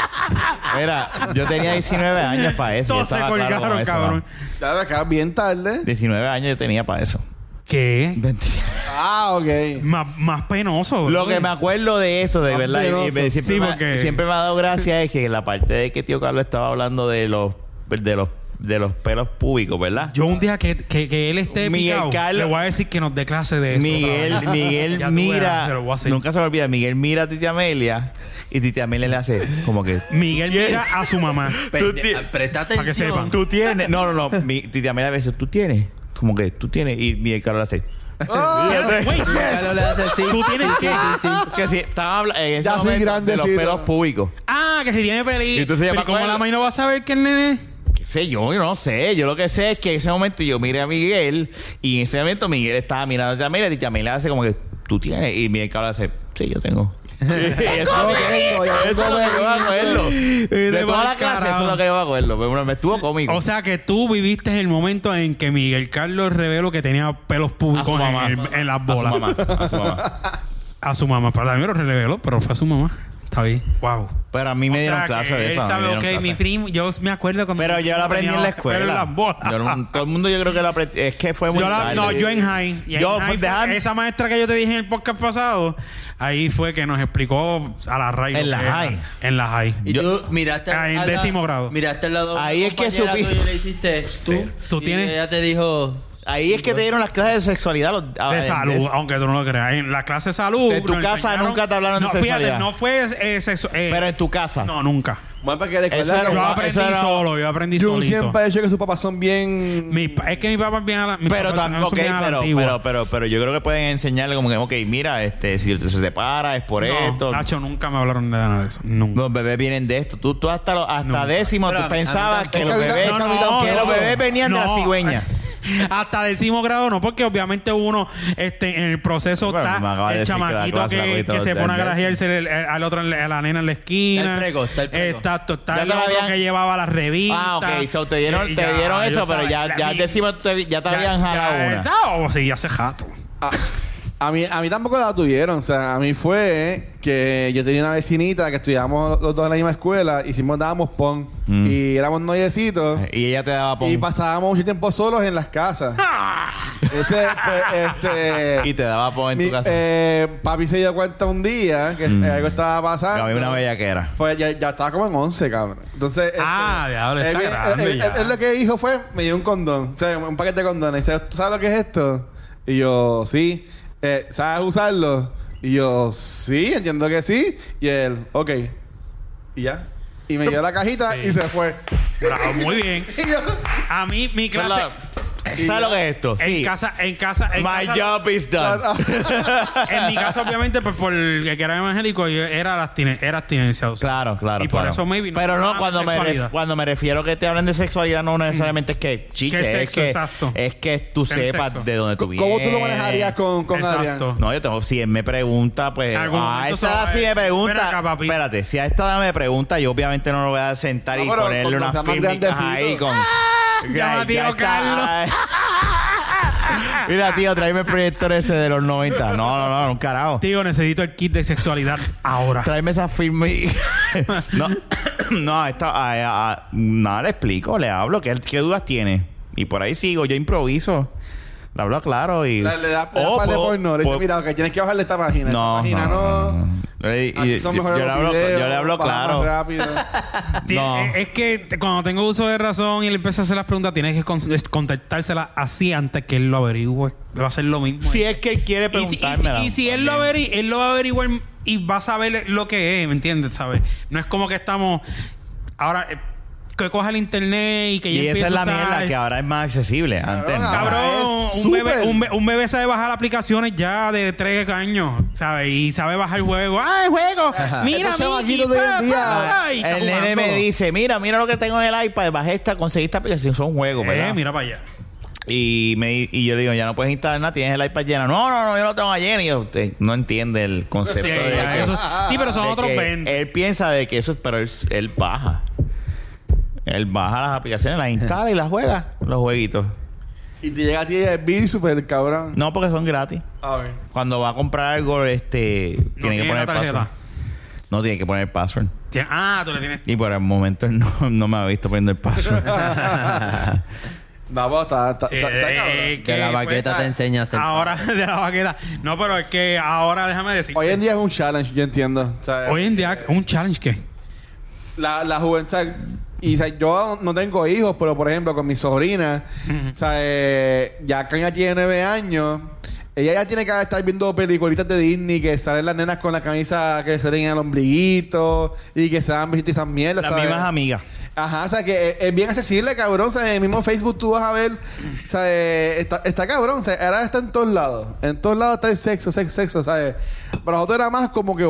Speaker 3: Mira, yo tenía 19 años para eso. Yo
Speaker 2: Todos se
Speaker 3: Eh, estaba claro
Speaker 2: colgaron,
Speaker 3: con eso,
Speaker 2: cabrón.
Speaker 3: ¿no?
Speaker 4: Ya ves, acá bien tarde.
Speaker 3: 19 años yo tenía para eso.
Speaker 2: ¿Qué?
Speaker 3: Mentira.
Speaker 4: Ah, ok.
Speaker 2: Más, más penoso.
Speaker 3: Lo
Speaker 2: bro.
Speaker 3: que me acuerdo de eso, de verdad, y- y me-
Speaker 2: penoso.
Speaker 3: siempre,
Speaker 2: Sí,
Speaker 3: me,
Speaker 2: porque-
Speaker 3: siempre me ha dado gracia es que la parte de que tío Carlos estaba hablando de los de los de los pelos públicos, ¿verdad?
Speaker 2: Yo un día que, que, que él esté
Speaker 3: Miguel
Speaker 2: picado,
Speaker 3: Carlos-
Speaker 2: le voy a decir que nos dé clase de eso.
Speaker 3: Miguel,
Speaker 2: cabrón.
Speaker 3: Miguel
Speaker 2: Ya tú verás,
Speaker 3: mira,
Speaker 2: te lo voy a hacer.
Speaker 3: nunca se me olvida, Miguel mira a Titi Amelia y Titi Amelia le hace como que
Speaker 2: Miguel mira a su mamá.
Speaker 5: Pende-
Speaker 3: Tú ti-
Speaker 5: ah, Presta
Speaker 2: que
Speaker 5: atención.
Speaker 2: sepan.
Speaker 3: tú tienes, no, no, no, mi Titi Amelia a veces tú tienes, como que tú tienes y Miguel Carlos le hace
Speaker 4: Ah,
Speaker 2: Wait,
Speaker 5: Carlos le hace así.
Speaker 2: Tú tienes que.
Speaker 3: que si estaba habla- en ese
Speaker 4: Ya soy
Speaker 3: momento de los
Speaker 4: grandecito.
Speaker 3: pelos públicos.
Speaker 2: Ah, que si tiene
Speaker 3: Y
Speaker 2: peli.
Speaker 3: entonces ella
Speaker 2: Pero
Speaker 3: me
Speaker 2: como
Speaker 3: acuerda-
Speaker 2: la mamá no va a saber que el nene.
Speaker 3: ¿Qué sé yo? Yo no sé. Yo lo que sé es que en ese momento yo miré a Miguel y en ese momento Miguel estaba mirando a Yamila y Yamila hace como que tú tienes y Miguel Carlos hace sí, yo tengo. Y eso es lo que-
Speaker 4: Yo tengo, yo
Speaker 3: eso es lo que yo me acuerdo. De
Speaker 2: te
Speaker 3: toda
Speaker 2: vas
Speaker 3: la clase, eso es
Speaker 2: carajo.
Speaker 3: lo que yo me acuerdo. Pero bueno, me estuvo cómico.
Speaker 2: O sea que tú viviste el momento en que Miguel Carlos reveló que tenía pelos
Speaker 3: a su
Speaker 2: públicos en,
Speaker 3: mamá.
Speaker 2: el- en las
Speaker 3: A su
Speaker 2: bolas.
Speaker 3: mamá. A su mamá.
Speaker 2: A su mamá. Para mí lo reveló, pero fue a su mamá. Está bien. Wow.
Speaker 3: Pero a mí me dieron
Speaker 2: O sea,
Speaker 3: clase
Speaker 2: que
Speaker 3: de eso. a mí
Speaker 2: Él
Speaker 3: me
Speaker 2: sabe,
Speaker 3: dieron
Speaker 2: ok,
Speaker 3: clase.
Speaker 2: mi primo, yo me acuerdo cuando.
Speaker 3: Pero
Speaker 2: mi
Speaker 3: yo lo
Speaker 2: primo
Speaker 3: aprendí en
Speaker 2: tenía
Speaker 3: la
Speaker 2: pelo
Speaker 3: escuela.
Speaker 2: en las bolas.
Speaker 3: Yo no- todo el mundo yo creo que lo aprendí. Es que fue muy
Speaker 2: Yo la-
Speaker 3: tarde.
Speaker 2: no, yo en high. Y en
Speaker 3: Yo,
Speaker 2: high fue-
Speaker 3: deja-
Speaker 2: esa maestra que yo te dije en el podcast pasado, ahí fue que nos explicó a la raíz.
Speaker 3: En
Speaker 2: lo
Speaker 3: la
Speaker 2: que era.
Speaker 3: high.
Speaker 2: En la high.
Speaker 5: Y tú miraste
Speaker 2: Ah, en
Speaker 5: al lado-
Speaker 2: décimo grado.
Speaker 5: Miraste al lado. de una
Speaker 3: Ahí es que
Speaker 5: compañera
Speaker 3: supiste.
Speaker 5: tuya y le hiciste tú.
Speaker 2: Tú
Speaker 5: y
Speaker 2: tienes-
Speaker 5: Ella te dijo.
Speaker 3: Ahí es que te dieron las clases de sexualidad. los- a-
Speaker 2: De
Speaker 3: en-
Speaker 2: salud, aunque tú no lo creas. En la clase de salud.
Speaker 3: En tu
Speaker 2: nos
Speaker 3: casa nunca te hablaron de
Speaker 2: no,
Speaker 3: sexualidad.
Speaker 2: Fíjate, no fue eh, sexo. eh,
Speaker 3: Pero en tu casa.
Speaker 2: No, nunca.
Speaker 4: Bueno, para que
Speaker 3: Eso era
Speaker 4: recuerden
Speaker 3: Ah. Eso
Speaker 2: Yo
Speaker 4: que
Speaker 2: aprendí
Speaker 3: era-
Speaker 2: solo, yo aprendí
Speaker 4: Jung
Speaker 2: solito.
Speaker 4: siempre ha dicho que sus papás son bien...
Speaker 2: Mi pa- es que mi papá es bien a la, mis
Speaker 3: Pero,
Speaker 2: papás
Speaker 3: tam-
Speaker 2: son
Speaker 3: ok,
Speaker 2: bien a la
Speaker 3: pero,
Speaker 2: antigua.
Speaker 3: pero, pero, pero yo creo que pueden enseñarle como que, ok, mira, este, si se separa es por
Speaker 2: No,
Speaker 3: esto.
Speaker 2: Nacho, nunca me hablaron de nada de eso. Nunca.
Speaker 3: Los bebés vienen de esto. Tú, tú hasta, lo- hasta décimo,
Speaker 5: Pero a
Speaker 3: tú
Speaker 5: mí- a mí
Speaker 3: pensabas
Speaker 5: tampoco.
Speaker 3: que los
Speaker 4: Es que a mí
Speaker 3: bebés,
Speaker 4: tampoco. No, no,
Speaker 3: que los
Speaker 4: no.
Speaker 3: bebés venían de la
Speaker 2: No.
Speaker 3: cigüeña.
Speaker 2: Hasta décimo grado no, porque obviamente uno este, en el proceso
Speaker 3: Bueno, me acaba
Speaker 2: está
Speaker 3: de
Speaker 2: el
Speaker 3: decir que la
Speaker 2: chamaquito
Speaker 3: clase la
Speaker 2: que,
Speaker 3: cogí
Speaker 2: que se
Speaker 3: todo
Speaker 2: pone a
Speaker 3: del
Speaker 2: grajearse el- el- al otro, en la- a la nena en la esquina.
Speaker 5: Está el preco, está el preco.
Speaker 2: Exacto, está
Speaker 3: Ya
Speaker 2: el
Speaker 3: te lo
Speaker 2: otro
Speaker 3: habían-
Speaker 2: que llevaba la revista.
Speaker 3: Ah, ok. So, te dieron,
Speaker 2: Y
Speaker 3: te
Speaker 2: ya,
Speaker 3: dieron
Speaker 2: yo
Speaker 3: eso, pero
Speaker 2: sabía,
Speaker 3: ya,
Speaker 2: la-
Speaker 3: ya
Speaker 2: mi-
Speaker 3: décimo te, ya te
Speaker 2: ya-
Speaker 3: habían
Speaker 2: ya
Speaker 3: jalado una.
Speaker 2: esa, o sí, ya hace jato.
Speaker 4: A, a mí, a mí tampoco la tuvieron. O sea, a mí fue que yo tenía una vecinita que estudiábamos los dos en la misma escuela. Hicimos, dábamos pon.
Speaker 3: Mm.
Speaker 4: Y éramos noyecitos.
Speaker 3: Y ella te daba pon.
Speaker 4: Y pasábamos mucho tiempo solos en las casas. Ese, pues, este...
Speaker 3: Y te daba pon en
Speaker 4: mi-
Speaker 3: tu casa.
Speaker 4: eh, papi se dio cuenta un día que eh, algo estaba
Speaker 3: Que
Speaker 4: pasando.
Speaker 3: había una bellaquera.
Speaker 4: Pues ya, ya estaba como en 11, cabrón. Entonces. este,
Speaker 2: Ah, diablo, está
Speaker 4: él, él-
Speaker 2: grande
Speaker 4: él-
Speaker 2: ya.
Speaker 4: él- él lo que dijo fue: me dio un condón, o sea, un paquete de condones. Y dice, ¿Tú sabes lo que es esto? Y yo, sí. Eh, ¿Sabes usarlo? Y yo, sí, entiendo que sí. Y él, ok. Y ya. Y me dio la cajita
Speaker 2: Sí.
Speaker 4: y se fue.
Speaker 2: Bravo, muy bien.
Speaker 4: Y yo,
Speaker 2: A mí, mi
Speaker 3: Pues
Speaker 2: clase.
Speaker 3: ¿Sabes lo que es esto?
Speaker 2: En
Speaker 3: Sí.
Speaker 2: casa, en casa, en
Speaker 3: My
Speaker 2: casa-
Speaker 3: job is done.
Speaker 2: En mi casa, obviamente, pues por el que era evangélico, yo era, la abstinen- era abstinencia. o sea.
Speaker 3: Claro, claro.
Speaker 2: Y por
Speaker 3: claro.
Speaker 2: eso maybe no
Speaker 3: Pero no,
Speaker 2: hablan
Speaker 3: cuando
Speaker 2: de
Speaker 3: me, ref-
Speaker 2: sexualidad. Mm.
Speaker 3: cuando me refiero que te hablen de sexualidad, no necesariamente es que chiche.
Speaker 2: ¿Qué
Speaker 3: es
Speaker 2: sexo?
Speaker 3: que,
Speaker 2: Exacto.
Speaker 3: Es que tú
Speaker 2: ¿Qué
Speaker 3: sepas
Speaker 2: sexo?
Speaker 3: de dónde tú vienes.
Speaker 4: ¿Cómo tú lo manejarías con, con Adrián?
Speaker 2: Exacto.
Speaker 3: No, yo tengo. Si él me pregunta, pues.
Speaker 2: Algún
Speaker 3: ah,
Speaker 2: momento
Speaker 3: a
Speaker 2: se
Speaker 3: esta
Speaker 2: va
Speaker 3: edad
Speaker 2: a
Speaker 3: si me
Speaker 2: decir, "Ven
Speaker 3: pregunta.
Speaker 2: acá, papi".
Speaker 3: espérate, si a esta edad me pregunta, yo obviamente no lo voy a sentar
Speaker 4: No,
Speaker 3: y
Speaker 4: Ah, pero
Speaker 3: ponerle
Speaker 4: cuando
Speaker 3: una
Speaker 4: sea más
Speaker 3: firma
Speaker 4: grandecito.
Speaker 3: ahí con.
Speaker 2: Ya
Speaker 3: Ay,
Speaker 2: va, tío
Speaker 3: está.
Speaker 2: Carlos.
Speaker 3: Mira, tío, tráeme el proyector ese de los 90. No, no, no, un carajo.
Speaker 2: Tío, necesito el kit de sexualidad ahora.
Speaker 3: Tráeme esa firma y... Ah. no, no, a esta, a- a- a- nada, le explico, le hablo. ¿qué, ¿Qué dudas tiene? Y por ahí sigo, yo improviso. Le hablo claro y...
Speaker 4: Le, le da, le da
Speaker 3: Oh,
Speaker 4: par de
Speaker 3: puedo-
Speaker 4: porno. Le dice,
Speaker 3: puedo-
Speaker 4: mira, ok, tienes que bajarle esta página.
Speaker 3: No,
Speaker 4: esta página
Speaker 3: no,
Speaker 4: no.
Speaker 3: no, no. Y- y-
Speaker 4: Aquí
Speaker 3: yo,
Speaker 4: son mejores
Speaker 3: yo le
Speaker 4: los
Speaker 3: hablo,
Speaker 4: videos,
Speaker 3: yo le hablo
Speaker 4: baja más
Speaker 3: claro.
Speaker 4: rápido.
Speaker 2: Ti-
Speaker 3: No.
Speaker 2: eh, Es que te- cuando tengo uso de razón y le empiezo a hacer las preguntas, tienes que con- es- contactársela así antes que él lo averigüe. Va a ser lo mismo.
Speaker 3: Si es que él quiere
Speaker 2: y si, y si-
Speaker 3: preguntármela.
Speaker 2: y si él, lo averi- él lo va a averiguar y va a saber lo que es, ¿me entiendes? ¿Sabes? No es como que estamos ahora eh, que coja el internet y que
Speaker 3: Y
Speaker 2: ya
Speaker 3: esa
Speaker 2: empiece
Speaker 3: es la
Speaker 2: a usar-
Speaker 3: mierda que ahora es más accesible. Antes no.
Speaker 4: cabrón.
Speaker 2: Cabrón,
Speaker 4: Ah, Es
Speaker 2: un bebé,
Speaker 4: súper.
Speaker 2: un, be- un bebé sabe bajar aplicaciones ya de tres años, ¿sabes? Y sabe bajar juego. ¡Ah, el juego! ¡Mira,
Speaker 4: Estos
Speaker 2: Mickey!
Speaker 4: chamaquitos de hoy en
Speaker 2: pa,
Speaker 4: Este día-
Speaker 2: pa, pa! Y está
Speaker 3: Ah, El nene
Speaker 2: jugando.
Speaker 3: me dice, mira, mira lo que tengo en el iPad, bajé esta, conseguí esta aplicación, son juegos, ¿verdad?
Speaker 2: Eh, mira para allá.
Speaker 3: Y, me, y yo le digo, ya no puedes instalar nada, tienes el iPad lleno. No, no, no, yo lo tengo lleno. Y yo, usted no entiende el concepto.
Speaker 2: Sí,
Speaker 3: de
Speaker 2: ya,
Speaker 3: que-
Speaker 2: eso- sí, pero son
Speaker 3: de
Speaker 2: otros
Speaker 3: que eh,
Speaker 2: 20.
Speaker 3: Él piensa de que eso es, pero él, él baja. Él baja las aplicaciones, las instala y las juega, los jueguitos.
Speaker 4: Y te llega a ti el bill super cabrón. Ah,
Speaker 3: No, porque son gratis.
Speaker 4: A ver.
Speaker 3: Cuando va a comprar algo, este,
Speaker 2: No
Speaker 3: tiene que
Speaker 2: tiene
Speaker 3: poner
Speaker 2: la tarjeta.
Speaker 3: password. No tiene que poner password.
Speaker 2: Tiene- Ah, tú le tienes.
Speaker 3: Y por el momento él no, no me ha visto poniendo el password.
Speaker 4: No, pues está, está,
Speaker 2: Sí,
Speaker 4: está, está
Speaker 2: eh,
Speaker 4: cabrón.
Speaker 2: que,
Speaker 5: Que la baqueta
Speaker 2: pues,
Speaker 5: te enseña a hacer.
Speaker 2: Ahora, de la baqueta. No, pero es que ahora déjame decir.
Speaker 4: Hoy en día es un challenge, yo entiendo. O sea,
Speaker 2: Hoy en día, ¿un challenge qué?
Speaker 4: la, la juventud. o sea, y o sea, yo no tengo hijos, pero por ejemplo, con mi sobrina, o sea, eh, ya Kanya tiene nueve años. Ella ya tiene que estar viendo peliculitas de Disney que salen las nenas con la camisa que se le en el ombliguito y que se dan besitos y esas mierdas.
Speaker 3: Las
Speaker 4: ¿sabes?
Speaker 3: mismas amigas.
Speaker 4: Ajá, o sea, que es, es bien accesible, cabrón. O sea, en el mismo Facebook tú vas a ver, o sea, eh, está, está cabrón. O sea, ahora está en todos lados. En todos lados está el sexo, sexo, sexo, ¿sabes? Para nosotros era más como que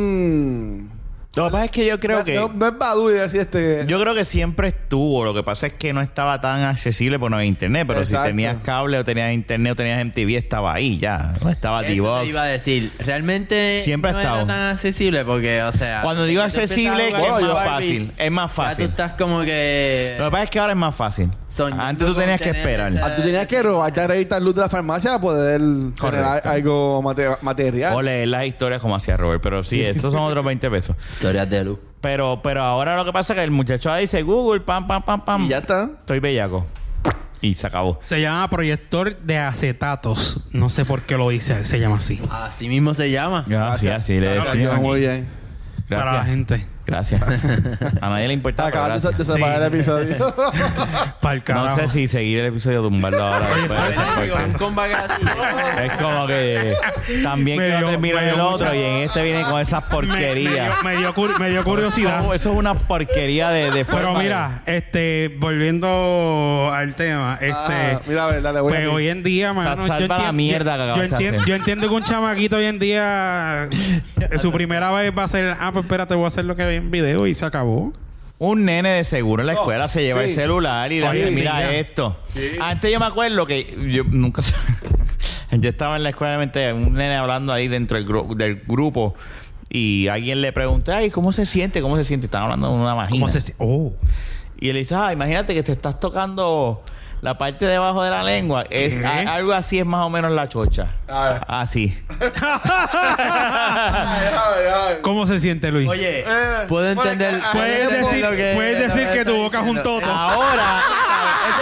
Speaker 4: un...
Speaker 3: Lo que pasa es que yo creo
Speaker 4: no,
Speaker 3: que...
Speaker 4: no, no es Badu y decir este...
Speaker 3: Yo creo que siempre estuvo. Lo que pasa es que no estaba tan accesible por no había internet. Pero
Speaker 4: Exacto.
Speaker 3: si tenías cable o tenías internet o tenías MTV, estaba ahí ya. No estaba
Speaker 5: Eso te
Speaker 3: D-Box.
Speaker 5: iba a decir. Realmente
Speaker 3: Siempre ha
Speaker 5: no
Speaker 3: estado.
Speaker 5: era tan accesible porque, o sea...
Speaker 3: Cuando digo
Speaker 5: desde que tú
Speaker 3: accesible,
Speaker 5: empiezas
Speaker 3: que
Speaker 5: a
Speaker 3: es
Speaker 5: jugar
Speaker 3: más
Speaker 5: Barbie,
Speaker 3: fácil. Es más
Speaker 5: Ya tú
Speaker 3: fácil.
Speaker 5: estás como que...
Speaker 3: Lo que pasa es que ahora es más fácil.
Speaker 5: Soñando
Speaker 3: Antes tú
Speaker 5: con
Speaker 3: tenías que
Speaker 5: tener
Speaker 3: esperar.
Speaker 5: esa-
Speaker 4: Ah, tú tenías que robarte la revista Luz de la farmacia para poder tener a-
Speaker 3: Correcto.
Speaker 4: algo mate- material.
Speaker 3: O leer las historias como hacía Robert. Pero sí, esos son otros 20 pesos.
Speaker 5: Historias de luz.
Speaker 3: Pero, pero ahora lo que pasa es que el muchacho ahí dice Google, pam, pam, pam, pam.
Speaker 4: Y ya está.
Speaker 3: Estoy bellaco. Y se acabó.
Speaker 2: Se llama proyector de acetatos. No sé por qué lo hice, se llama así.
Speaker 5: Así mismo se llama.
Speaker 3: Ah, Así, así le
Speaker 4: Claro,
Speaker 3: decía.
Speaker 4: muy bien.
Speaker 2: Para la
Speaker 3: Gracias.
Speaker 2: gente.
Speaker 3: Gracias. A nadie le importa. pero
Speaker 4: Acabas de,
Speaker 3: gracias.
Speaker 4: de separar el episodio.
Speaker 2: Para el
Speaker 3: No
Speaker 2: carajo.
Speaker 3: sé si seguir el episodio tumbarlo ahora. después de eso, porque
Speaker 5: Van con vagancia.
Speaker 3: Es como que también
Speaker 2: Me
Speaker 3: que
Speaker 2: dio-
Speaker 3: no termina
Speaker 2: me
Speaker 3: el
Speaker 2: dio
Speaker 3: otro
Speaker 2: mucha-
Speaker 3: y en este viene con esas
Speaker 2: Me-
Speaker 3: porquerías.
Speaker 2: Me, dio, me dio cur- me dio curiosidad.
Speaker 3: Eso, eso es una porquería de, de
Speaker 2: Pero
Speaker 3: forma de-
Speaker 2: mira, este, volviendo al tema, este.
Speaker 4: Ah, mira, a ver, dale, voy
Speaker 2: Pues
Speaker 4: a
Speaker 2: hoy en día, mano.
Speaker 3: salva la
Speaker 2: entien-
Speaker 3: mierda que
Speaker 2: yo- yo,
Speaker 3: acabaste de
Speaker 2: entiendo,
Speaker 3: hacer.
Speaker 2: yo entiendo que un chamaquito hoy en día, eh, su primera vez va a ser, ah, pues espérate, voy a hacer lo que vi en video y se acabó.
Speaker 3: Un nene de seguro en la escuela
Speaker 4: Oh,
Speaker 3: se lleva
Speaker 4: sí.
Speaker 3: el celular y le dice,
Speaker 4: Sí.
Speaker 3: mira
Speaker 2: Ya.
Speaker 3: esto. Antes yo me acuerdo que yo nunca... se- yo estaba en la escuela, realmente, un nene hablando ahí dentro del, gru- del grupo y alguien le preguntó, ay, ¿cómo se siente? ¿Cómo se siente? Estaba hablando de una vagina.
Speaker 2: ¿Cómo se si- Oh.
Speaker 3: Y él dice, ah, imagínate que te estás tocando la parte de abajo de la lengua. Es, a- algo así es más o menos la chocha.
Speaker 4: Ah.
Speaker 3: Así.
Speaker 2: ¿Cómo se siente, Luis?
Speaker 5: Oye,
Speaker 4: Eh,
Speaker 5: puedo
Speaker 4: bueno,
Speaker 5: entender.
Speaker 4: ah,
Speaker 2: puedes
Speaker 5: puedo
Speaker 2: decir,
Speaker 5: entender lo
Speaker 2: puedes
Speaker 5: lo
Speaker 2: decir que
Speaker 5: está
Speaker 2: tu boca es un
Speaker 5: diciendo. Ah,
Speaker 2: toto.
Speaker 3: Ahora,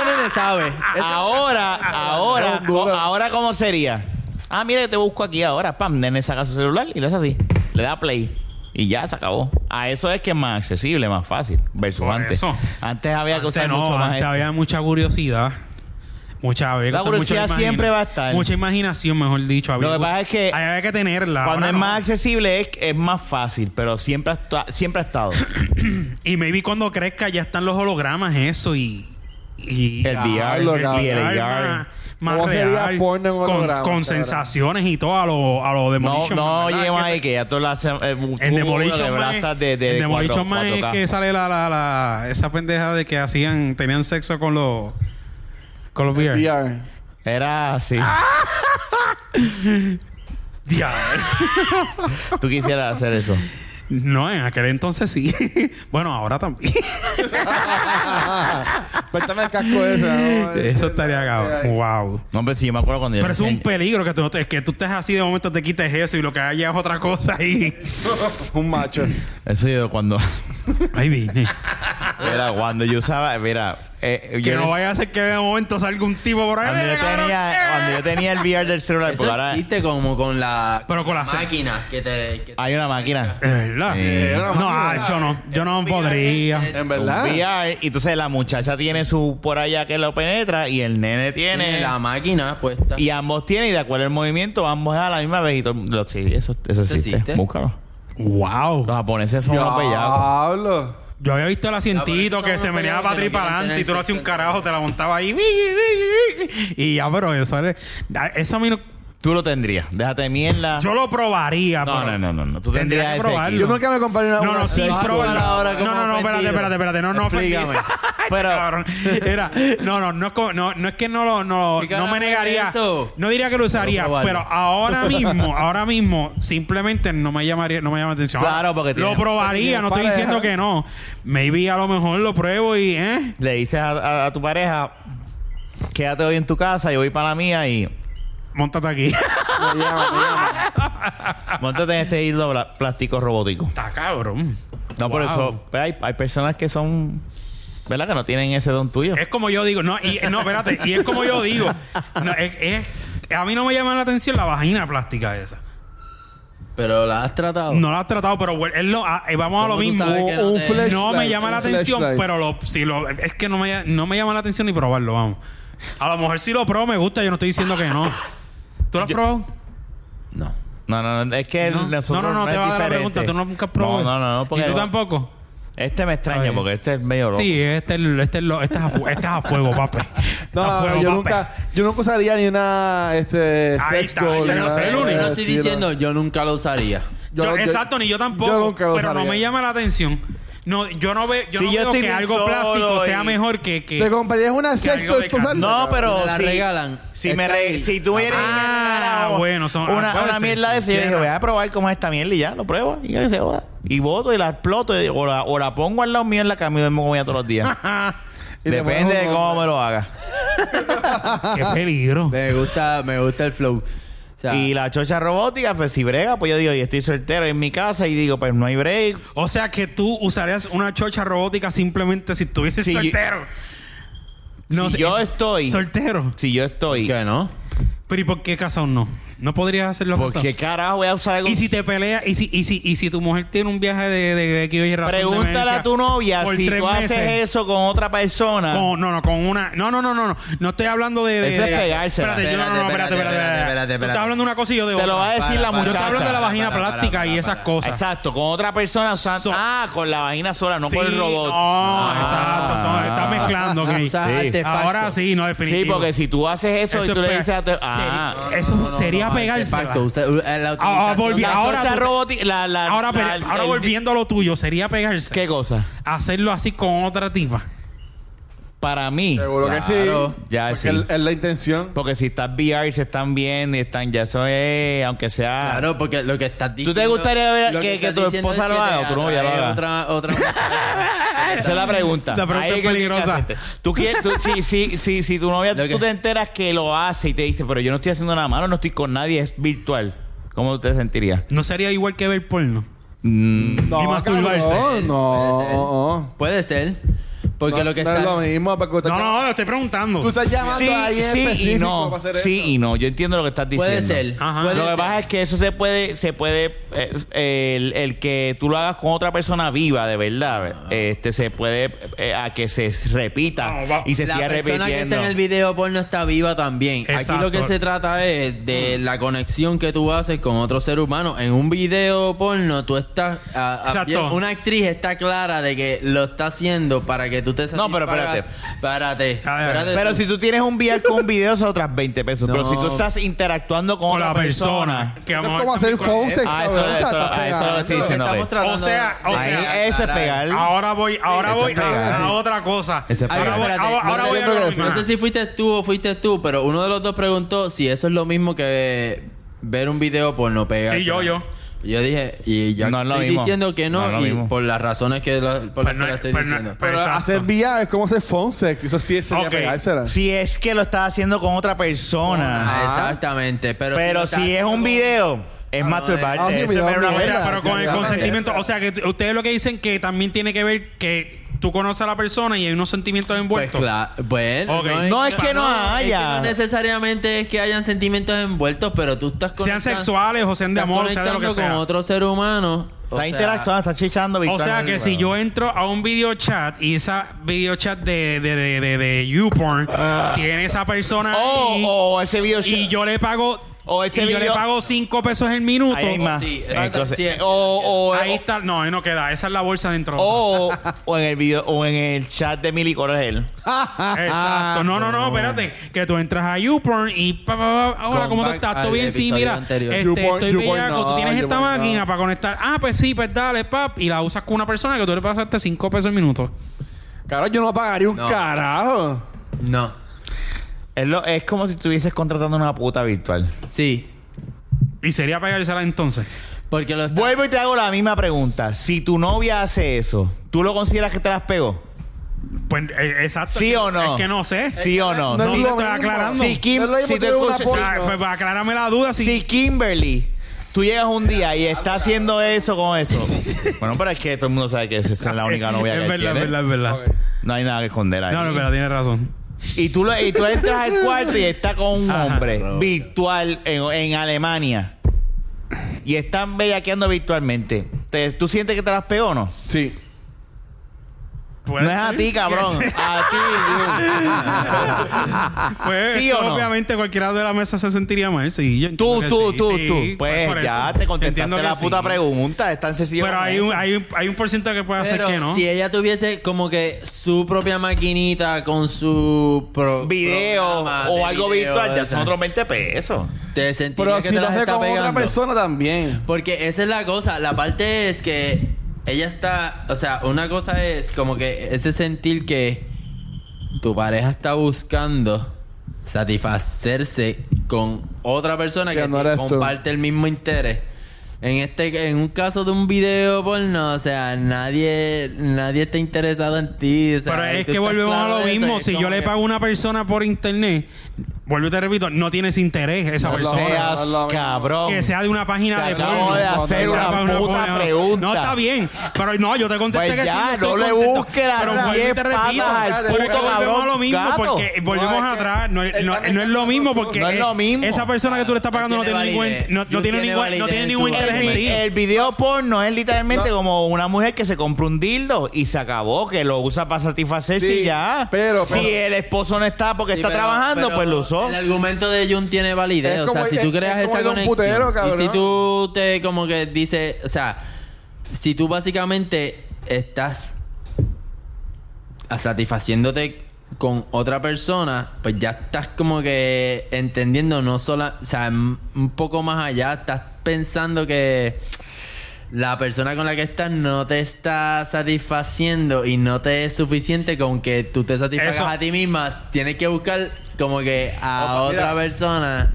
Speaker 5: Ese nene sabe. Ese-
Speaker 3: ahora, ahora,
Speaker 4: No,
Speaker 3: co-
Speaker 4: dura.
Speaker 3: ahora, ¿cómo sería? Ah, mira, yo te busco aquí ahora. Pam, nene saca su celular y le hace así. Le da play. Y ya se acabó. A eso es que es más accesible, más fácil. Versus
Speaker 2: Por
Speaker 3: antes.
Speaker 2: eso.
Speaker 3: Antes había que usar
Speaker 2: Antes no,
Speaker 3: mucho más. e-
Speaker 2: antes
Speaker 3: esto.
Speaker 2: había mucha curiosidad. Mucha había que
Speaker 3: La
Speaker 2: usar mucha
Speaker 3: curiosidad
Speaker 2: imagina-
Speaker 3: siempre va a estar.
Speaker 2: Mucha imaginación, mejor dicho. Había
Speaker 3: Lo que pasa es que
Speaker 2: había que tenerla.
Speaker 3: Cuando
Speaker 2: ahora
Speaker 3: es
Speaker 2: no.
Speaker 3: más accesible es, es más fácil, pero siempre ha, esta- siempre ha estado.
Speaker 2: Y maybe cuando crezca ya están los hologramas, eso y. y
Speaker 3: El
Speaker 2: Ah,
Speaker 3: VR
Speaker 4: Diablo,
Speaker 3: y el
Speaker 4: cabrón.
Speaker 2: VR
Speaker 3: AR.
Speaker 2: Más, más
Speaker 4: ¿Cómo sería
Speaker 2: real,
Speaker 4: porno en
Speaker 2: con,
Speaker 4: holograma,
Speaker 2: con
Speaker 4: cabrón?
Speaker 2: sensaciones y todo a lo, a lo
Speaker 3: No,
Speaker 2: Demolition
Speaker 3: no
Speaker 2: Man, ¿verdad?
Speaker 3: lleva
Speaker 2: Que-
Speaker 3: ahí que ya todas las... El,
Speaker 2: En Demolition Man, es-
Speaker 3: eh, de, de
Speaker 2: en Demolition
Speaker 3: 4K,
Speaker 2: Man es
Speaker 3: 4K.
Speaker 2: que sale la, la, la- esa pendeja de que hacían, tenían sexo con los con los VR.
Speaker 4: VR.
Speaker 3: Era así.
Speaker 2: Ah. Diablo.
Speaker 3: Tú quisieras hacer eso.
Speaker 2: No, en aquel entonces sí. bueno, ahora también.
Speaker 4: Préstame el casco ese. ¿no?
Speaker 2: Eso estaría cabrón. Wow.
Speaker 3: No, hombre, si yo me acuerdo cuando yo...
Speaker 2: Pero es un
Speaker 3: enseñ-
Speaker 2: peligro que tú, no te- que tú estés así de momento te quites eso y lo que haya es otra cosa ahí.
Speaker 4: Un macho.
Speaker 3: Eso yo cuando...
Speaker 2: Ahí vine.
Speaker 3: Era cuando yo usaba... Mira, eh,
Speaker 2: Que
Speaker 3: yo...
Speaker 2: no vaya a ser que de momento salga un tipo por ahí.
Speaker 3: cuando,
Speaker 2: "Mira,
Speaker 3: yo
Speaker 2: cabrón,
Speaker 3: tenía,
Speaker 2: ¿qué?".
Speaker 3: cuando yo tenía el VR del celular,
Speaker 5: Eso
Speaker 3: porque ahora
Speaker 5: existe como con la
Speaker 2: Pero con la C.
Speaker 5: máquina que te. que te-
Speaker 3: hay una máquina.
Speaker 2: Es verdad.
Speaker 3: Eh,
Speaker 2: no, ah, yo no. Yo no podría.
Speaker 4: En
Speaker 3: un
Speaker 4: verdad.
Speaker 3: VR, y entonces la muchacha tiene su por allá que lo penetra y el nene
Speaker 5: Tiene
Speaker 3: tiene
Speaker 5: la máquina puesta.
Speaker 3: Y ambos tienen, y de acuerdo al movimiento, ambos a la misma vez. Y todo, lo- sí, eso, eso existe.
Speaker 5: existe?
Speaker 3: Búscalo.
Speaker 2: Wow.
Speaker 3: Los japoneses son unos pellacos.
Speaker 4: Diablo.
Speaker 2: Yo había visto el asientito
Speaker 5: No, pero
Speaker 2: que
Speaker 5: eso
Speaker 2: se
Speaker 5: no
Speaker 2: venía
Speaker 5: creo
Speaker 2: para atrás
Speaker 5: que
Speaker 2: y
Speaker 5: no
Speaker 2: para
Speaker 5: quieran
Speaker 2: adelante y tú
Speaker 5: tener
Speaker 2: lo hacías un
Speaker 5: sexo.
Speaker 2: carajo, te la montabas ahí. Y ya, pero eso era- Eso a mí no-
Speaker 3: Tú lo tendrías. Déjate de mierda.
Speaker 2: Yo lo probaría,
Speaker 3: no, no,
Speaker 2: pero-
Speaker 3: no, no, no. Tú
Speaker 2: Tendría
Speaker 3: tendrías
Speaker 2: que
Speaker 3: ese
Speaker 2: probarlo.
Speaker 3: equipo.
Speaker 4: Yo nunca me compré una
Speaker 2: No,
Speaker 4: una
Speaker 2: no, sí,
Speaker 4: sexo.
Speaker 2: pero-
Speaker 5: hablar ahora como
Speaker 2: No, no, no, espérate,
Speaker 5: ofendido.
Speaker 2: espérate, espérate. No, no, ofendido.
Speaker 5: Explícame.
Speaker 2: Ay,
Speaker 3: Pero-
Speaker 2: cabrón. Era, no, no, no, es como- no, no es que no lo, no,
Speaker 5: ¿Qué
Speaker 2: no
Speaker 5: carajo
Speaker 2: me
Speaker 5: es
Speaker 2: negaría.
Speaker 5: eso?
Speaker 2: No diría que lo usaría,
Speaker 5: Pero
Speaker 2: pero
Speaker 5: probarlo.
Speaker 2: ahora mismo, ahora mismo, simplemente no me llamaría, no me llama la atención.
Speaker 3: Claro, porque
Speaker 2: lo
Speaker 3: tiene-
Speaker 2: probaría,
Speaker 4: tiene
Speaker 2: no estoy
Speaker 4: pareja.
Speaker 2: diciendo que no. Maybe a lo mejor lo pruebo y, ¿eh?
Speaker 3: Le dices a, a- a tu pareja, quédate hoy en tu casa, yo voy para la mía y
Speaker 2: Montate aquí.
Speaker 4: Me llama, me llama.
Speaker 3: montate en este hilo pla- plástico robótico.
Speaker 2: Está cabrón.
Speaker 3: No, por
Speaker 2: Wow.
Speaker 3: eso pues, hay, hay personas que son, ¿verdad? Que no tienen ese don tuyo.
Speaker 2: Es como yo digo, no, y, no, espérate, y es como yo digo. No, es- es- a mí no me llama la atención la vagina plástica esa.
Speaker 5: Pero la has tratado.
Speaker 2: No la has tratado, pero vuel- es lo- a- eh, vamos a lo
Speaker 5: ¿Cómo tú
Speaker 2: mismo.
Speaker 5: sabes que no
Speaker 4: Un
Speaker 5: te-
Speaker 4: flash-
Speaker 2: No me
Speaker 4: Flashlight,
Speaker 2: llama la
Speaker 4: un
Speaker 2: atención,
Speaker 4: flashlight.
Speaker 2: pero lo, si lo, es que no me, no me llama la atención ni probarlo, vamos. A lo mejor si lo pruebo me gusta, yo no estoy diciendo que no. ¿Tú lo has probado?
Speaker 5: No.
Speaker 3: No, no, no. Es que
Speaker 2: No, no,
Speaker 3: nosotros
Speaker 2: no, no, te
Speaker 3: es
Speaker 2: va a dar la
Speaker 3: diferente.
Speaker 2: pregunta. Tú nunca has probado.
Speaker 3: No,
Speaker 2: eso?
Speaker 3: no, no. Porque
Speaker 2: ¿Y tú tampoco?
Speaker 3: Este me
Speaker 2: Está
Speaker 3: extraña
Speaker 2: bien.
Speaker 3: porque este es medio loco.
Speaker 2: Sí, este, es el- este, es lo- este, es a, fu- este es a fuego, papi. Este
Speaker 4: No,
Speaker 2: es a
Speaker 4: no,
Speaker 2: fuego,
Speaker 4: yo
Speaker 2: papi.
Speaker 4: nunca, yo nunca usaría ni una este
Speaker 2: Ahí
Speaker 4: sex
Speaker 2: está,
Speaker 4: doll,
Speaker 2: ya
Speaker 4: ni
Speaker 2: no
Speaker 4: nada
Speaker 2: soy el
Speaker 4: de
Speaker 2: único.
Speaker 5: Yo
Speaker 4: ese
Speaker 5: no estoy
Speaker 4: estilo.
Speaker 5: diciendo, yo nunca lo usaría.
Speaker 4: Yo-
Speaker 2: Yo-
Speaker 4: yo-
Speaker 2: exacto, ni yo tampoco.
Speaker 4: yo nunca lo
Speaker 2: pero no
Speaker 4: usaría.
Speaker 2: me llama la atención. No, yo no, ve, yo
Speaker 3: Si
Speaker 2: no
Speaker 3: yo
Speaker 2: veo
Speaker 3: estoy
Speaker 2: que
Speaker 3: bien
Speaker 2: algo
Speaker 3: solo
Speaker 2: plástico
Speaker 3: y-
Speaker 2: sea mejor que. que-
Speaker 4: ¿Te comprarías una sex
Speaker 2: algo
Speaker 4: doll
Speaker 2: de
Speaker 4: tú usarla?
Speaker 3: No, pero.
Speaker 5: Me la
Speaker 3: si-
Speaker 5: regalan.
Speaker 3: Si, me
Speaker 5: Está
Speaker 3: re-
Speaker 5: ahí.
Speaker 3: si tú vienes. y me
Speaker 2: Ah,
Speaker 3: regalas
Speaker 2: bueno, son- ah,
Speaker 3: Una,
Speaker 2: puede
Speaker 3: una
Speaker 2: ser,
Speaker 3: mierda de
Speaker 2: sí,
Speaker 3: esa. Yo dije,
Speaker 2: tienes
Speaker 3: voy a probar cómo es esta mierda y ya, lo pruebo. Y ya que se joda. Y voto y la exploto. y- o, la, o la pongo al lado mío en la cama y duermo con ella todos los días.
Speaker 4: Y le
Speaker 3: Depende
Speaker 4: pones
Speaker 3: de
Speaker 4: un
Speaker 3: cómo me
Speaker 4: nombre.
Speaker 3: lo haga.
Speaker 2: Qué peligro.
Speaker 5: Me gusta, me gusta el flow. O sea,
Speaker 3: Y la chocha robótica, pues si brega, pues yo digo, y estoy soltero en mi casa y digo, pues no hay break.
Speaker 2: O sea que tú usarías una chocha robótica simplemente si estuvieses
Speaker 3: Si yo-
Speaker 2: soltero.
Speaker 3: si yo estoy.
Speaker 2: Soltero.
Speaker 3: Si yo estoy.
Speaker 5: que no.
Speaker 2: Pero ¿y por qué casado no? No podrías hacerlo
Speaker 3: ¿Por
Speaker 2: cosa.
Speaker 3: qué carajo voy a usar algo?
Speaker 2: Y si te peleas, y si, y si, y si tu mujer tiene un viaje de, de, de que hoy razón de
Speaker 3: Pregúntale
Speaker 2: emergencia
Speaker 3: a tu novia
Speaker 2: por
Speaker 3: si
Speaker 2: tres
Speaker 3: tú haces
Speaker 2: meses.
Speaker 3: eso con otra persona.
Speaker 2: Con- no, no, con una. No, no, no, no, no. No estoy hablando de. de
Speaker 3: Eso es
Speaker 2: de-
Speaker 3: pegársela.
Speaker 2: Espérate, yo no, no, no, espérate, espérate, espérate.
Speaker 5: espérate,
Speaker 2: Tú
Speaker 5: espérate.
Speaker 2: estás hablando de una cosa y yo de
Speaker 3: Te
Speaker 2: otra.
Speaker 3: lo va a decir la
Speaker 2: Yo
Speaker 3: muchacha.
Speaker 2: estoy hablando de la vagina
Speaker 5: Para, para,
Speaker 2: plástica
Speaker 5: para,
Speaker 2: y esas
Speaker 5: para.
Speaker 2: cosas.
Speaker 3: Exacto, con otra persona. o sea,
Speaker 2: So-
Speaker 3: ah, con la vagina sola, no
Speaker 2: Sí,
Speaker 3: con el robot.
Speaker 2: No,
Speaker 3: Ah.
Speaker 2: exacto. son- está mezclando. ok.
Speaker 5: Ah, O sea,
Speaker 3: Sí.
Speaker 5: artefacto.
Speaker 2: Ahora sí, no,
Speaker 3: Sí,
Speaker 2: definitivo.
Speaker 3: porque si tú haces eso,
Speaker 2: Eso
Speaker 3: y tú
Speaker 2: es
Speaker 3: le
Speaker 2: pe-
Speaker 3: dices a tu...
Speaker 2: serio.
Speaker 3: Ah.
Speaker 2: Eso sería pegársela.
Speaker 5: Exacto. eh,
Speaker 2: Ah, ah, volví-
Speaker 3: La
Speaker 2: ahora
Speaker 3: chocha
Speaker 2: tú-
Speaker 3: roboti- la- la-
Speaker 2: Ahora,
Speaker 3: la-
Speaker 2: pe- ahora
Speaker 3: el-
Speaker 2: volviendo a lo tuyo, sería pegarse.
Speaker 3: ¿Qué cosa?
Speaker 2: Hacerlo así con otra tipa.
Speaker 3: Para mí...
Speaker 4: Seguro que
Speaker 5: Claro.
Speaker 4: sí.
Speaker 3: Ya,
Speaker 4: Porque
Speaker 3: sí.
Speaker 4: el- es la intención.
Speaker 3: Porque si estás VR, se están viendo y están... Ya eso es... Aunque sea...
Speaker 5: Claro, porque lo que estás diciendo.
Speaker 3: gustaría ver
Speaker 5: lo
Speaker 3: que- que
Speaker 5: estás
Speaker 3: tu
Speaker 5: diciendo
Speaker 3: esposa
Speaker 5: es
Speaker 3: lo
Speaker 5: que
Speaker 3: haga
Speaker 5: te
Speaker 3: o tu novia lo
Speaker 5: atrae
Speaker 3: haga?
Speaker 5: Otra, otra mujer.
Speaker 3: Esa es la pregunta.
Speaker 2: Esa pregunta
Speaker 3: Ahí
Speaker 2: es
Speaker 3: que tienes que
Speaker 2: peligrosa.
Speaker 3: hacerte. Tú quieres, tú- si, si, si, si tu novia,
Speaker 5: Lo que-
Speaker 3: tú te enteras que lo hace y te dice, pero yo no estoy haciendo nada malo, no estoy con nadie, es virtual. ¿Cómo tú te sentirías?
Speaker 2: No sería igual que ver porno.
Speaker 4: No,
Speaker 2: Y masturbarse.
Speaker 4: cabrón, No,
Speaker 5: Puede ser.
Speaker 4: oh, oh.
Speaker 5: Puede ser. Porque
Speaker 4: No,
Speaker 5: lo que
Speaker 4: no
Speaker 5: está.
Speaker 4: es lo mismo, porque usted-
Speaker 2: No, no, lo estoy preguntando.
Speaker 4: Tú estás llamando
Speaker 3: Sí,
Speaker 4: a alguien
Speaker 3: sí y
Speaker 4: específico
Speaker 3: no.
Speaker 4: para hacer
Speaker 3: Sí
Speaker 4: eso.
Speaker 3: y no. Yo entiendo lo que estás diciendo.
Speaker 5: Puede ser.
Speaker 2: Ajá.
Speaker 5: puede
Speaker 3: Lo que
Speaker 5: ser.
Speaker 3: pasa es que eso se puede, se puede, eh, el, el que tú lo hagas con otra persona viva, de verdad, este se puede eh, a que se repita
Speaker 2: No, va-
Speaker 3: y se
Speaker 5: la
Speaker 3: siga
Speaker 5: persona que
Speaker 3: repitiendo.
Speaker 5: está en el video porno está viva también. Aquí
Speaker 2: Exacto.
Speaker 5: lo que se trata es de la conexión que tú haces con otro ser humano. En un video porno tú estás... a- a-
Speaker 2: Exacto.
Speaker 5: Una actriz está clara de que lo está haciendo para que tú te
Speaker 3: No, pero
Speaker 5: satisfagas.
Speaker 3: espérate.
Speaker 5: Espérate.
Speaker 2: A ver,
Speaker 5: espérate.
Speaker 3: Pero si tú tienes un VR con un video, son otras 20 pesos. Pero
Speaker 5: No.
Speaker 3: si tú estás interactuando con,
Speaker 2: con
Speaker 3: otra
Speaker 2: la persona.
Speaker 3: persona.
Speaker 2: Que
Speaker 4: Eso
Speaker 2: vamos
Speaker 4: es
Speaker 2: a-
Speaker 4: como hacer phone sex,
Speaker 3: Ah, eso-
Speaker 4: cabrón. O sea,
Speaker 3: eso-
Speaker 4: estás
Speaker 3: ah, eso lo
Speaker 4: pegando.
Speaker 3: estoy diciendo.
Speaker 5: Estamos
Speaker 3: ve.
Speaker 5: tratando
Speaker 2: O sea,
Speaker 5: de-
Speaker 2: o
Speaker 3: Ahí
Speaker 2: sea,
Speaker 3: eso es
Speaker 5: Caray.
Speaker 3: pegar.
Speaker 2: Ahora voy, ahora
Speaker 3: eso
Speaker 2: voy
Speaker 3: es pegar,
Speaker 2: a,
Speaker 3: sí.
Speaker 2: a otra cosa.
Speaker 3: Eso es
Speaker 5: Ay,
Speaker 2: Ahora,
Speaker 3: pegar.
Speaker 2: voy-
Speaker 5: espérate,
Speaker 2: ahora-
Speaker 5: no
Speaker 2: ahora
Speaker 5: sé-
Speaker 2: voy a
Speaker 4: no
Speaker 2: ver
Speaker 4: sé
Speaker 2: una.
Speaker 5: No sé si fuiste tú o fuiste tú, pero uno de los dos preguntó si eso es lo mismo que ver un video porno pegado.
Speaker 2: Sí, yo, yo.
Speaker 5: Yo dije, y yo
Speaker 3: No es lo
Speaker 5: estoy
Speaker 3: mismo.
Speaker 5: diciendo que no,
Speaker 3: No es lo
Speaker 5: y
Speaker 3: mismo.
Speaker 5: por las razones que la- por las
Speaker 2: Pues
Speaker 5: que
Speaker 2: no
Speaker 5: la
Speaker 2: es-
Speaker 5: estoy
Speaker 2: pues no-
Speaker 5: diciendo.
Speaker 2: pues
Speaker 4: Pero
Speaker 2: exacto.
Speaker 4: hacer VR es como hacer phone sex. Eso sí es sería
Speaker 2: Ok.
Speaker 4: pegársela.
Speaker 3: Si es que lo estás haciendo con otra persona.
Speaker 5: Ah, exactamente, pero,
Speaker 3: Pero
Speaker 5: lo
Speaker 3: si,
Speaker 5: estás
Speaker 3: es un
Speaker 2: Pues
Speaker 5: haciendo
Speaker 3: video, es masturbarte.
Speaker 4: ah, sí,
Speaker 3: Eso
Speaker 4: me
Speaker 3: es
Speaker 4: dio
Speaker 3: una
Speaker 2: O sea,
Speaker 4: mierda.
Speaker 3: mierda.
Speaker 2: pero con el
Speaker 4: Ya,
Speaker 2: consentimiento, o sea, que t- ustedes lo que dicen que también tiene que ver que tú conoces a la persona y hay unos sentimientos
Speaker 5: Pues
Speaker 2: envueltos.
Speaker 5: claro, bueno,
Speaker 2: Ok.
Speaker 3: No es que no haya.
Speaker 5: es que no necesariamente es que hayan sentimientos envueltos, pero tú estás
Speaker 2: Sean
Speaker 5: conecta-
Speaker 2: sexuales o sean de
Speaker 5: estás
Speaker 2: amor, o sea de lo que
Speaker 5: conectando
Speaker 2: sea.
Speaker 5: con otro ser humano. o
Speaker 3: Está
Speaker 5: sea,
Speaker 3: interactuando, está chichando
Speaker 2: O sea
Speaker 3: virtualmente,
Speaker 2: que si
Speaker 3: pero-
Speaker 2: yo entro a un video chat y esa video chat de, de, de, de, de YouPorn
Speaker 3: Ah.
Speaker 2: tiene esa persona
Speaker 3: O
Speaker 2: ahí,
Speaker 3: o Oh, ese video.
Speaker 2: y yo le pago
Speaker 3: O ese
Speaker 2: y yo le
Speaker 3: video-
Speaker 2: pago cinco pesos el minuto.
Speaker 3: Ahí hay más. Oh,
Speaker 5: Sí, eh,
Speaker 3: Entonces,
Speaker 5: sí, eh,
Speaker 3: o, o,
Speaker 2: Ahí está, no, ahí no queda, esa es la bolsa dentro.
Speaker 3: o, o en el video o en el chat de Milly Corregel.
Speaker 5: Ah,
Speaker 2: Exacto. No, no, no, espérate. Que tú entras a YouPorn y pa, pa, pa, hola,
Speaker 5: Con
Speaker 2: ¿cómo tú
Speaker 5: back
Speaker 2: estás?
Speaker 5: al
Speaker 2: ¿Todo bien? Sí,
Speaker 5: episodio
Speaker 2: mira.
Speaker 5: anterior.
Speaker 2: Este,
Speaker 4: YouPorn-
Speaker 2: estoy
Speaker 4: YouPorn
Speaker 2: bellaco. tú
Speaker 4: no,
Speaker 2: tienes esta
Speaker 4: YouPorn no.
Speaker 2: máquina para conectar. Ah, pues sí, pues dale, pap. Y la usas con una persona que tú le pasaste 5 pesos el minuto.
Speaker 4: Claro, yo no pagaría un
Speaker 5: No.
Speaker 4: carajo.
Speaker 5: No.
Speaker 3: Es, lo- es como si estuvieses contratando una puta virtual.
Speaker 5: Sí.
Speaker 2: Y sería pegársela entonces.
Speaker 5: Porque lo estás-
Speaker 3: Vuelvo y te hago la misma pregunta. Si tu novia hace eso, ¿tú lo consideras que te las pegó?
Speaker 2: Pues, eh, exacto.
Speaker 3: ¿Sí
Speaker 2: Es que-
Speaker 3: o no?
Speaker 2: Es que no
Speaker 5: Eh,
Speaker 2: sé.
Speaker 3: ¿Sí o no?
Speaker 2: No,
Speaker 4: No es
Speaker 2: se
Speaker 4: lo
Speaker 2: está
Speaker 4: mismo.
Speaker 2: aclarando.
Speaker 3: Si, Kim-
Speaker 4: No es lo mismo
Speaker 3: si tú
Speaker 4: tener una
Speaker 2: O
Speaker 3: escuchas-
Speaker 2: sea,
Speaker 4: porno.
Speaker 2: pues, pues, aclárame la duda. Si,
Speaker 3: si Kimberly, tú llegas un día y está haciendo eso con eso. bueno, pero es que todo el mundo sabe que esa es la única novia
Speaker 2: es
Speaker 3: que él
Speaker 2: verdad,
Speaker 3: tiene.
Speaker 2: es verdad, es verdad.
Speaker 4: Ok.
Speaker 3: No hay nada que esconder ahí.
Speaker 2: No, no, pero tienes razón.
Speaker 3: Y tú, lo- y tú entras al cuarto y está con un
Speaker 2: Ajá.
Speaker 3: hombre virtual en, en Alemania. Y están bellaqueando virtualmente. Te- ¿Tú sientes que te las pegó o no?
Speaker 2: pues.
Speaker 4: Sí.
Speaker 2: Puede
Speaker 3: No es a
Speaker 2: ser
Speaker 3: ti,
Speaker 2: Pues que
Speaker 3: cabrón.
Speaker 2: sea-
Speaker 3: A
Speaker 2: Pues
Speaker 3: ¿Sí o no?
Speaker 2: obviamente cualquiera de la mesa se sentiría mal. Sí, yo
Speaker 3: ti. Tú,
Speaker 2: entiendo que
Speaker 3: tú,
Speaker 2: sí,
Speaker 3: tú,
Speaker 2: sí.
Speaker 3: tú.
Speaker 2: Pues,
Speaker 3: Pues
Speaker 2: por
Speaker 3: ya
Speaker 2: eso.
Speaker 3: te
Speaker 2: Entiendo
Speaker 3: contestaste
Speaker 2: que
Speaker 3: la
Speaker 2: sí.
Speaker 3: puta pregunta. Es tan sencillo.
Speaker 2: Pero
Speaker 3: como
Speaker 2: hay
Speaker 3: eso.
Speaker 2: un, hay, un, hay un por ciento que puede hacer
Speaker 5: Pero
Speaker 2: que no.
Speaker 5: si ella tuviese como que su propia maquinita con su pro-
Speaker 3: video
Speaker 5: programa de
Speaker 3: o algo
Speaker 5: video,
Speaker 3: virtual. Ya
Speaker 5: o
Speaker 3: son
Speaker 5: sea,
Speaker 3: otros 20 pesos.
Speaker 5: Te sentirías
Speaker 4: Pero
Speaker 5: que
Speaker 4: si
Speaker 5: te
Speaker 4: lo
Speaker 5: las
Speaker 4: hace
Speaker 5: está
Speaker 4: con otra
Speaker 5: pegando.
Speaker 4: persona también.
Speaker 5: Porque esa es la cosa. La parte es que ella está. O sea, una cosa es como que ese sentir que tu pareja está buscando satisfacerse con otra persona
Speaker 4: Que
Speaker 5: que,
Speaker 4: no
Speaker 5: te-
Speaker 4: eres tú.
Speaker 5: comparte el mismo interés. En este, en un caso de un video porno, o sea, nadie, nadie está interesado en ti. o sea,
Speaker 2: Pero
Speaker 5: y
Speaker 2: es que
Speaker 5: tú estás
Speaker 2: volvemos a
Speaker 5: claro
Speaker 2: lo
Speaker 5: de eso,
Speaker 2: mismo.
Speaker 5: es
Speaker 2: Si yo
Speaker 5: como
Speaker 2: le
Speaker 5: que-
Speaker 2: pago a una persona por internet, vuelvo y te repito, no tienes interés esa
Speaker 4: No,
Speaker 2: persona.
Speaker 4: Seas
Speaker 3: cabrón.
Speaker 2: Que sea de una página
Speaker 3: Te
Speaker 2: de
Speaker 3: acabo
Speaker 2: porno.
Speaker 3: de hacer
Speaker 2: Que sea
Speaker 3: una
Speaker 2: para
Speaker 3: puta
Speaker 2: porno.
Speaker 3: pregunta.
Speaker 2: No, está bien. Pero no, yo te contesté
Speaker 3: Pues
Speaker 2: que
Speaker 3: ya,
Speaker 2: sí. yo estoy
Speaker 3: no le
Speaker 2: contento.
Speaker 3: busques las
Speaker 2: Pero vuelvo y te
Speaker 3: diez patas
Speaker 2: repito.
Speaker 4: al
Speaker 2: Pero es que
Speaker 4: puto
Speaker 2: volvemos a
Speaker 3: cabrón
Speaker 2: lo mismo.
Speaker 3: gato.
Speaker 2: Porque volvemos
Speaker 4: No, es que
Speaker 2: atrás. No,
Speaker 4: está
Speaker 2: no- no es lo
Speaker 4: metiendo
Speaker 2: mismo.
Speaker 4: tus
Speaker 2: Porque
Speaker 3: No es lo mismo.
Speaker 2: esa persona que tú le estás pagando no
Speaker 5: Yo
Speaker 2: tiene
Speaker 5: tiene
Speaker 2: ningún,
Speaker 5: validez.
Speaker 2: no, no
Speaker 5: Yo
Speaker 2: tiene
Speaker 5: tiene
Speaker 2: ningún, no
Speaker 5: validez
Speaker 2: tiene
Speaker 5: en
Speaker 2: ningún
Speaker 5: su-
Speaker 2: interés
Speaker 3: El,
Speaker 2: en
Speaker 3: vi-
Speaker 2: ti.
Speaker 3: el video porno es literalmente
Speaker 4: No.
Speaker 3: como una mujer que se compra un dildo y se acabó, que lo usa para satisfacerse
Speaker 4: Sí,
Speaker 3: y ya.
Speaker 4: pero-
Speaker 3: si
Speaker 4: pero-
Speaker 3: el esposo no está porque
Speaker 5: Sí,
Speaker 3: está
Speaker 5: pero-
Speaker 3: trabajando,
Speaker 5: pero
Speaker 3: pues lo usó.
Speaker 5: El argumento de Jun tiene validez.
Speaker 4: Es
Speaker 5: o sea,
Speaker 4: como-
Speaker 5: si
Speaker 4: es-
Speaker 5: tú creas
Speaker 4: es como
Speaker 5: esa
Speaker 4: ir a un
Speaker 5: conexión.
Speaker 4: putero,
Speaker 5: y si
Speaker 4: cabrón.
Speaker 5: tú te como que dices, o sea, si tú básicamente estás satisfaciéndote con otra persona, pues ya estás como que entendiendo no sola, o sea, m- un poco más allá, estás pensando que la persona con la que estás no te está satisfaciendo y no te es suficiente con que tú te satisfagas
Speaker 2: Eso.
Speaker 5: a ti misma. Tienes que buscar como que a
Speaker 4: Opa, mira.
Speaker 5: otra persona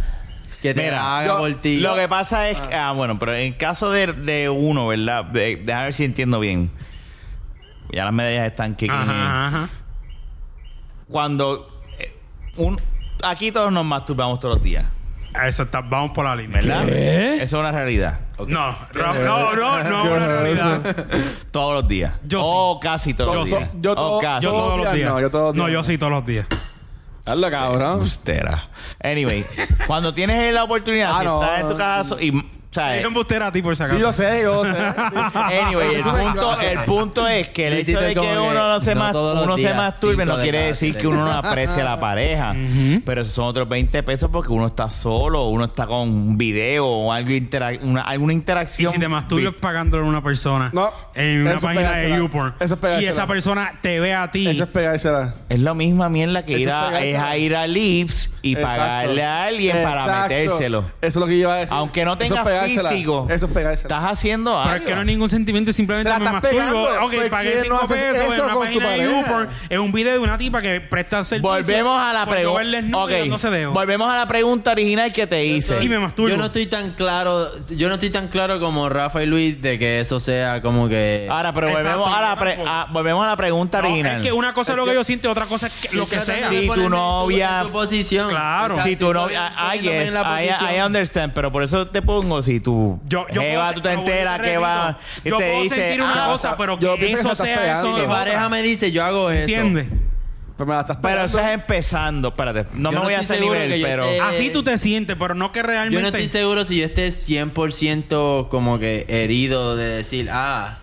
Speaker 5: que te
Speaker 3: Mira,
Speaker 5: la haga
Speaker 4: yo-
Speaker 5: por ti.
Speaker 3: Lo que pasa es. Ah, bueno, pero en caso de, de uno, ¿verdad? De, déjame ver si entiendo bien. Ya las medallas están que
Speaker 2: Ajá, ajá.
Speaker 3: Cuando. eh, un, aquí todos nos masturbamos todos los días,
Speaker 2: Eso está, vamos por la línea.
Speaker 3: ¿verdad? Eso es una realidad.
Speaker 2: No, no, no, no, no,
Speaker 4: Yo
Speaker 2: una
Speaker 4: no
Speaker 2: realidad.
Speaker 3: Todos los días.
Speaker 2: Yo
Speaker 3: o casi todos
Speaker 2: Yo
Speaker 3: los
Speaker 2: sí.
Speaker 3: días.
Speaker 4: Yo
Speaker 3: O
Speaker 4: todo-
Speaker 3: casi.
Speaker 2: Yo
Speaker 4: Todos
Speaker 2: todos
Speaker 4: los
Speaker 2: los
Speaker 4: días
Speaker 2: días.
Speaker 4: no, yo todos los
Speaker 2: No,
Speaker 4: días
Speaker 2: yo sí todos los días.
Speaker 4: Hazlo, cabrón.
Speaker 3: Embustera. Anyway, cuando tienes la oportunidad,
Speaker 4: Ah,
Speaker 3: si
Speaker 4: no.
Speaker 3: estás en tu casa y. ¿sabes?
Speaker 2: Es embustera a ti por si
Speaker 4: Sí, yo
Speaker 2: acaso.
Speaker 4: sé, yo sé. Sí.
Speaker 3: Anyway, el
Speaker 4: Eso me
Speaker 3: punto,
Speaker 4: encanta.
Speaker 3: el punto es que el
Speaker 5: Luisito,
Speaker 3: hecho de
Speaker 5: es
Speaker 3: que
Speaker 5: como que
Speaker 3: uno no se,
Speaker 5: no
Speaker 3: mas-
Speaker 5: todos los
Speaker 3: uno se
Speaker 5: días,
Speaker 3: masturbe
Speaker 5: cinco
Speaker 3: no
Speaker 5: de
Speaker 3: quiere
Speaker 5: cada
Speaker 3: decir
Speaker 5: siete.
Speaker 3: que uno no aprecie a la pareja. Pero esos son otros 20 pesos porque uno está solo, uno está con un video o algo interac- una, alguna
Speaker 2: Y
Speaker 3: interacción.
Speaker 2: si te masturbas pagándole a una persona
Speaker 4: No,
Speaker 2: en una
Speaker 4: eso es
Speaker 2: página de
Speaker 4: pegársela.
Speaker 2: YouPorn
Speaker 4: Eso es
Speaker 2: y
Speaker 4: pegársela.
Speaker 2: esa persona te ve a ti,
Speaker 4: Eso es pegársela.
Speaker 3: Es la misma mierda que
Speaker 4: Eso
Speaker 3: ir
Speaker 4: es
Speaker 3: a,
Speaker 4: pegarse
Speaker 3: es
Speaker 4: la-
Speaker 3: a ir a Lips y
Speaker 4: Exacto.
Speaker 3: pagarle a alguien para
Speaker 4: Exacto.
Speaker 3: metérselo.
Speaker 4: Eso es lo que yo iba a decir.
Speaker 3: Aunque no
Speaker 4: Eso es
Speaker 3: tengas
Speaker 4: pegársela.
Speaker 3: físico,
Speaker 4: Eso es pegársela.
Speaker 3: estás haciendo algo.
Speaker 2: pero es que no hay ningún sentimiento, simplemente
Speaker 4: Se la
Speaker 2: me
Speaker 4: estás
Speaker 2: masturbo.
Speaker 4: pegando,
Speaker 2: ok,
Speaker 4: pues,
Speaker 2: pagué
Speaker 4: ¿quién
Speaker 2: 5
Speaker 4: no hace
Speaker 2: pesos
Speaker 4: eso
Speaker 2: en una
Speaker 4: con tu
Speaker 2: página de
Speaker 4: pareja?
Speaker 2: YouPorn. Es un video de una tipa que presta servicio.
Speaker 3: Volvemos a la
Speaker 2: por no verles
Speaker 3: pregunta.
Speaker 2: nudo y dándose dedo.
Speaker 3: Volvemos a la pregunta original que te hice.
Speaker 2: Y me masturbo.
Speaker 5: Yo no estoy tan claro, yo no estoy tan claro como Rafa y Luis de que eso sea como que
Speaker 3: Ahora, pero
Speaker 2: Exacto,
Speaker 3: volvemos a, la
Speaker 2: yo
Speaker 3: pre-
Speaker 2: tampoco.
Speaker 3: a- volvemos a la pregunta
Speaker 2: No,
Speaker 3: original.
Speaker 2: es que una cosa es lo que yo siento y otra cosa es que- lo que
Speaker 5: Trata
Speaker 2: sea.
Speaker 5: de
Speaker 3: Sí, tu
Speaker 5: ponerme en
Speaker 3: novia-
Speaker 5: en tu posición.
Speaker 2: Claro.
Speaker 5: O sea,
Speaker 3: Si tú no, ah, I,
Speaker 5: estoy
Speaker 3: I
Speaker 5: poniéndome
Speaker 3: guess,
Speaker 5: en la
Speaker 3: I, I
Speaker 5: posición.
Speaker 3: understand, pero por eso te pongo si tú
Speaker 2: Yo, yo
Speaker 3: jeva,
Speaker 2: puedo
Speaker 3: tú te
Speaker 2: se- pero vuelvo y
Speaker 3: enteras que
Speaker 2: repito,
Speaker 3: va y
Speaker 2: Yo
Speaker 3: te
Speaker 2: puedo
Speaker 3: dice,
Speaker 2: sentir una
Speaker 3: ah,
Speaker 2: cosa, pero
Speaker 4: yo
Speaker 2: que
Speaker 4: pienso que
Speaker 2: eso
Speaker 4: estás
Speaker 2: sea
Speaker 4: pegando.
Speaker 2: eso.
Speaker 5: Mi
Speaker 2: es otra.
Speaker 5: pareja me dice, yo hago eso.
Speaker 2: ¿Entiendes?
Speaker 4: Pero Pues me la estás
Speaker 3: pero
Speaker 4: pegando.
Speaker 3: eso es empezando, espérate, no
Speaker 5: Yo
Speaker 3: me
Speaker 5: no
Speaker 3: voy a
Speaker 5: estoy
Speaker 3: ese
Speaker 5: seguro que
Speaker 3: nivel,
Speaker 5: yo
Speaker 3: pero
Speaker 5: esté-
Speaker 2: Así tú te sientes, pero no que realmente.
Speaker 5: Yo no estoy seguro si yo esté 100% como que herido de decir, ah.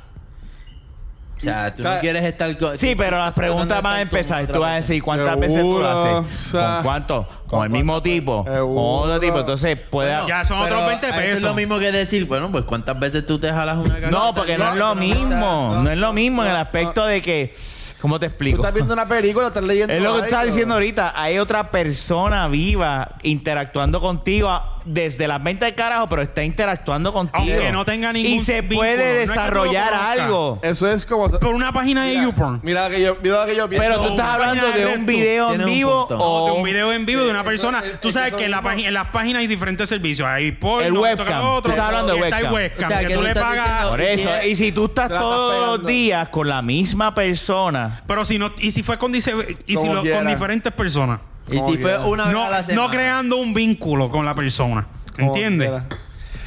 Speaker 5: O sea, tú
Speaker 4: O sea,
Speaker 5: no quieres estar con.
Speaker 3: Sí,
Speaker 5: tú
Speaker 3: pero las
Speaker 5: estás tratando de
Speaker 3: preguntas van a
Speaker 5: estar con
Speaker 3: empezar.
Speaker 5: otra
Speaker 3: Tú vas a
Speaker 5: persona.
Speaker 3: decir cuántas veces tú lo
Speaker 4: Seguro,
Speaker 3: haces.
Speaker 4: o sea,
Speaker 3: ¿Con cuánto? Con
Speaker 4: ¿con
Speaker 3: el mismo
Speaker 4: cuánto?
Speaker 3: tipo.
Speaker 4: Seguro.
Speaker 3: Con otro tipo. Entonces puede.
Speaker 5: No,
Speaker 2: Ya son
Speaker 5: pero
Speaker 2: otros 20
Speaker 5: eso Es
Speaker 2: pesos.
Speaker 5: lo mismo que decir, bueno, pues cuántas veces tú te jalas una cagada.
Speaker 3: No, porque no es lo mismo. No es lo mismo en el aspecto de que. ¿Cómo te
Speaker 4: Tú
Speaker 3: explico?
Speaker 4: estás viendo una película, estás leyendo
Speaker 3: Es lo que tú estás
Speaker 4: algo.
Speaker 3: diciendo ahorita. Hay otra persona viva interactuando contigo a- desde las ventas del carajo, pero está interactuando contigo.
Speaker 2: Aunque no tenga ningún
Speaker 3: Y se
Speaker 2: vínculo.
Speaker 3: puede
Speaker 2: No es que tú lo
Speaker 3: desarrollar
Speaker 2: conozcas.
Speaker 3: algo.
Speaker 4: Eso es como...
Speaker 2: Por una página de YouPorn.
Speaker 4: Mira lo que yo, mira lo que yo pienso.
Speaker 3: Pero tú estás
Speaker 2: una
Speaker 3: hablando
Speaker 2: página de
Speaker 3: de
Speaker 2: Red
Speaker 3: un
Speaker 2: Tube
Speaker 3: video
Speaker 5: tiene
Speaker 3: en
Speaker 5: un
Speaker 3: vivo
Speaker 5: punto.
Speaker 2: O de
Speaker 3: o
Speaker 2: un video en vivo de una
Speaker 4: Eso-
Speaker 2: persona.
Speaker 4: es-
Speaker 2: Tú
Speaker 4: es
Speaker 2: sabes
Speaker 4: eso
Speaker 2: que en, la
Speaker 4: mismo.
Speaker 2: página- en las páginas hay diferentes servicios. Hay porno,
Speaker 3: El
Speaker 2: esto,
Speaker 3: webcam.
Speaker 2: que lo otro.
Speaker 3: Tú estás hablando de
Speaker 2: Y está el
Speaker 3: webcam.
Speaker 2: webcam,
Speaker 5: O sea,
Speaker 2: que
Speaker 5: que
Speaker 2: tú
Speaker 5: no
Speaker 2: le
Speaker 5: estás
Speaker 2: pagas.
Speaker 5: diciendo-
Speaker 3: Por eso,
Speaker 5: tiene-
Speaker 3: y si tú estás
Speaker 4: Se la estás
Speaker 3: todos los
Speaker 4: pegando.
Speaker 3: días con la misma persona,
Speaker 2: Pero si no, y si fue con, dice- y si
Speaker 4: Como
Speaker 2: lo-
Speaker 4: quiera.
Speaker 2: con diferentes personas.
Speaker 5: Y si fue una vez
Speaker 2: No,
Speaker 5: a la semana.
Speaker 2: no creando un vínculo con la persona.
Speaker 4: Como
Speaker 2: ¿Entiendes?
Speaker 4: quiera.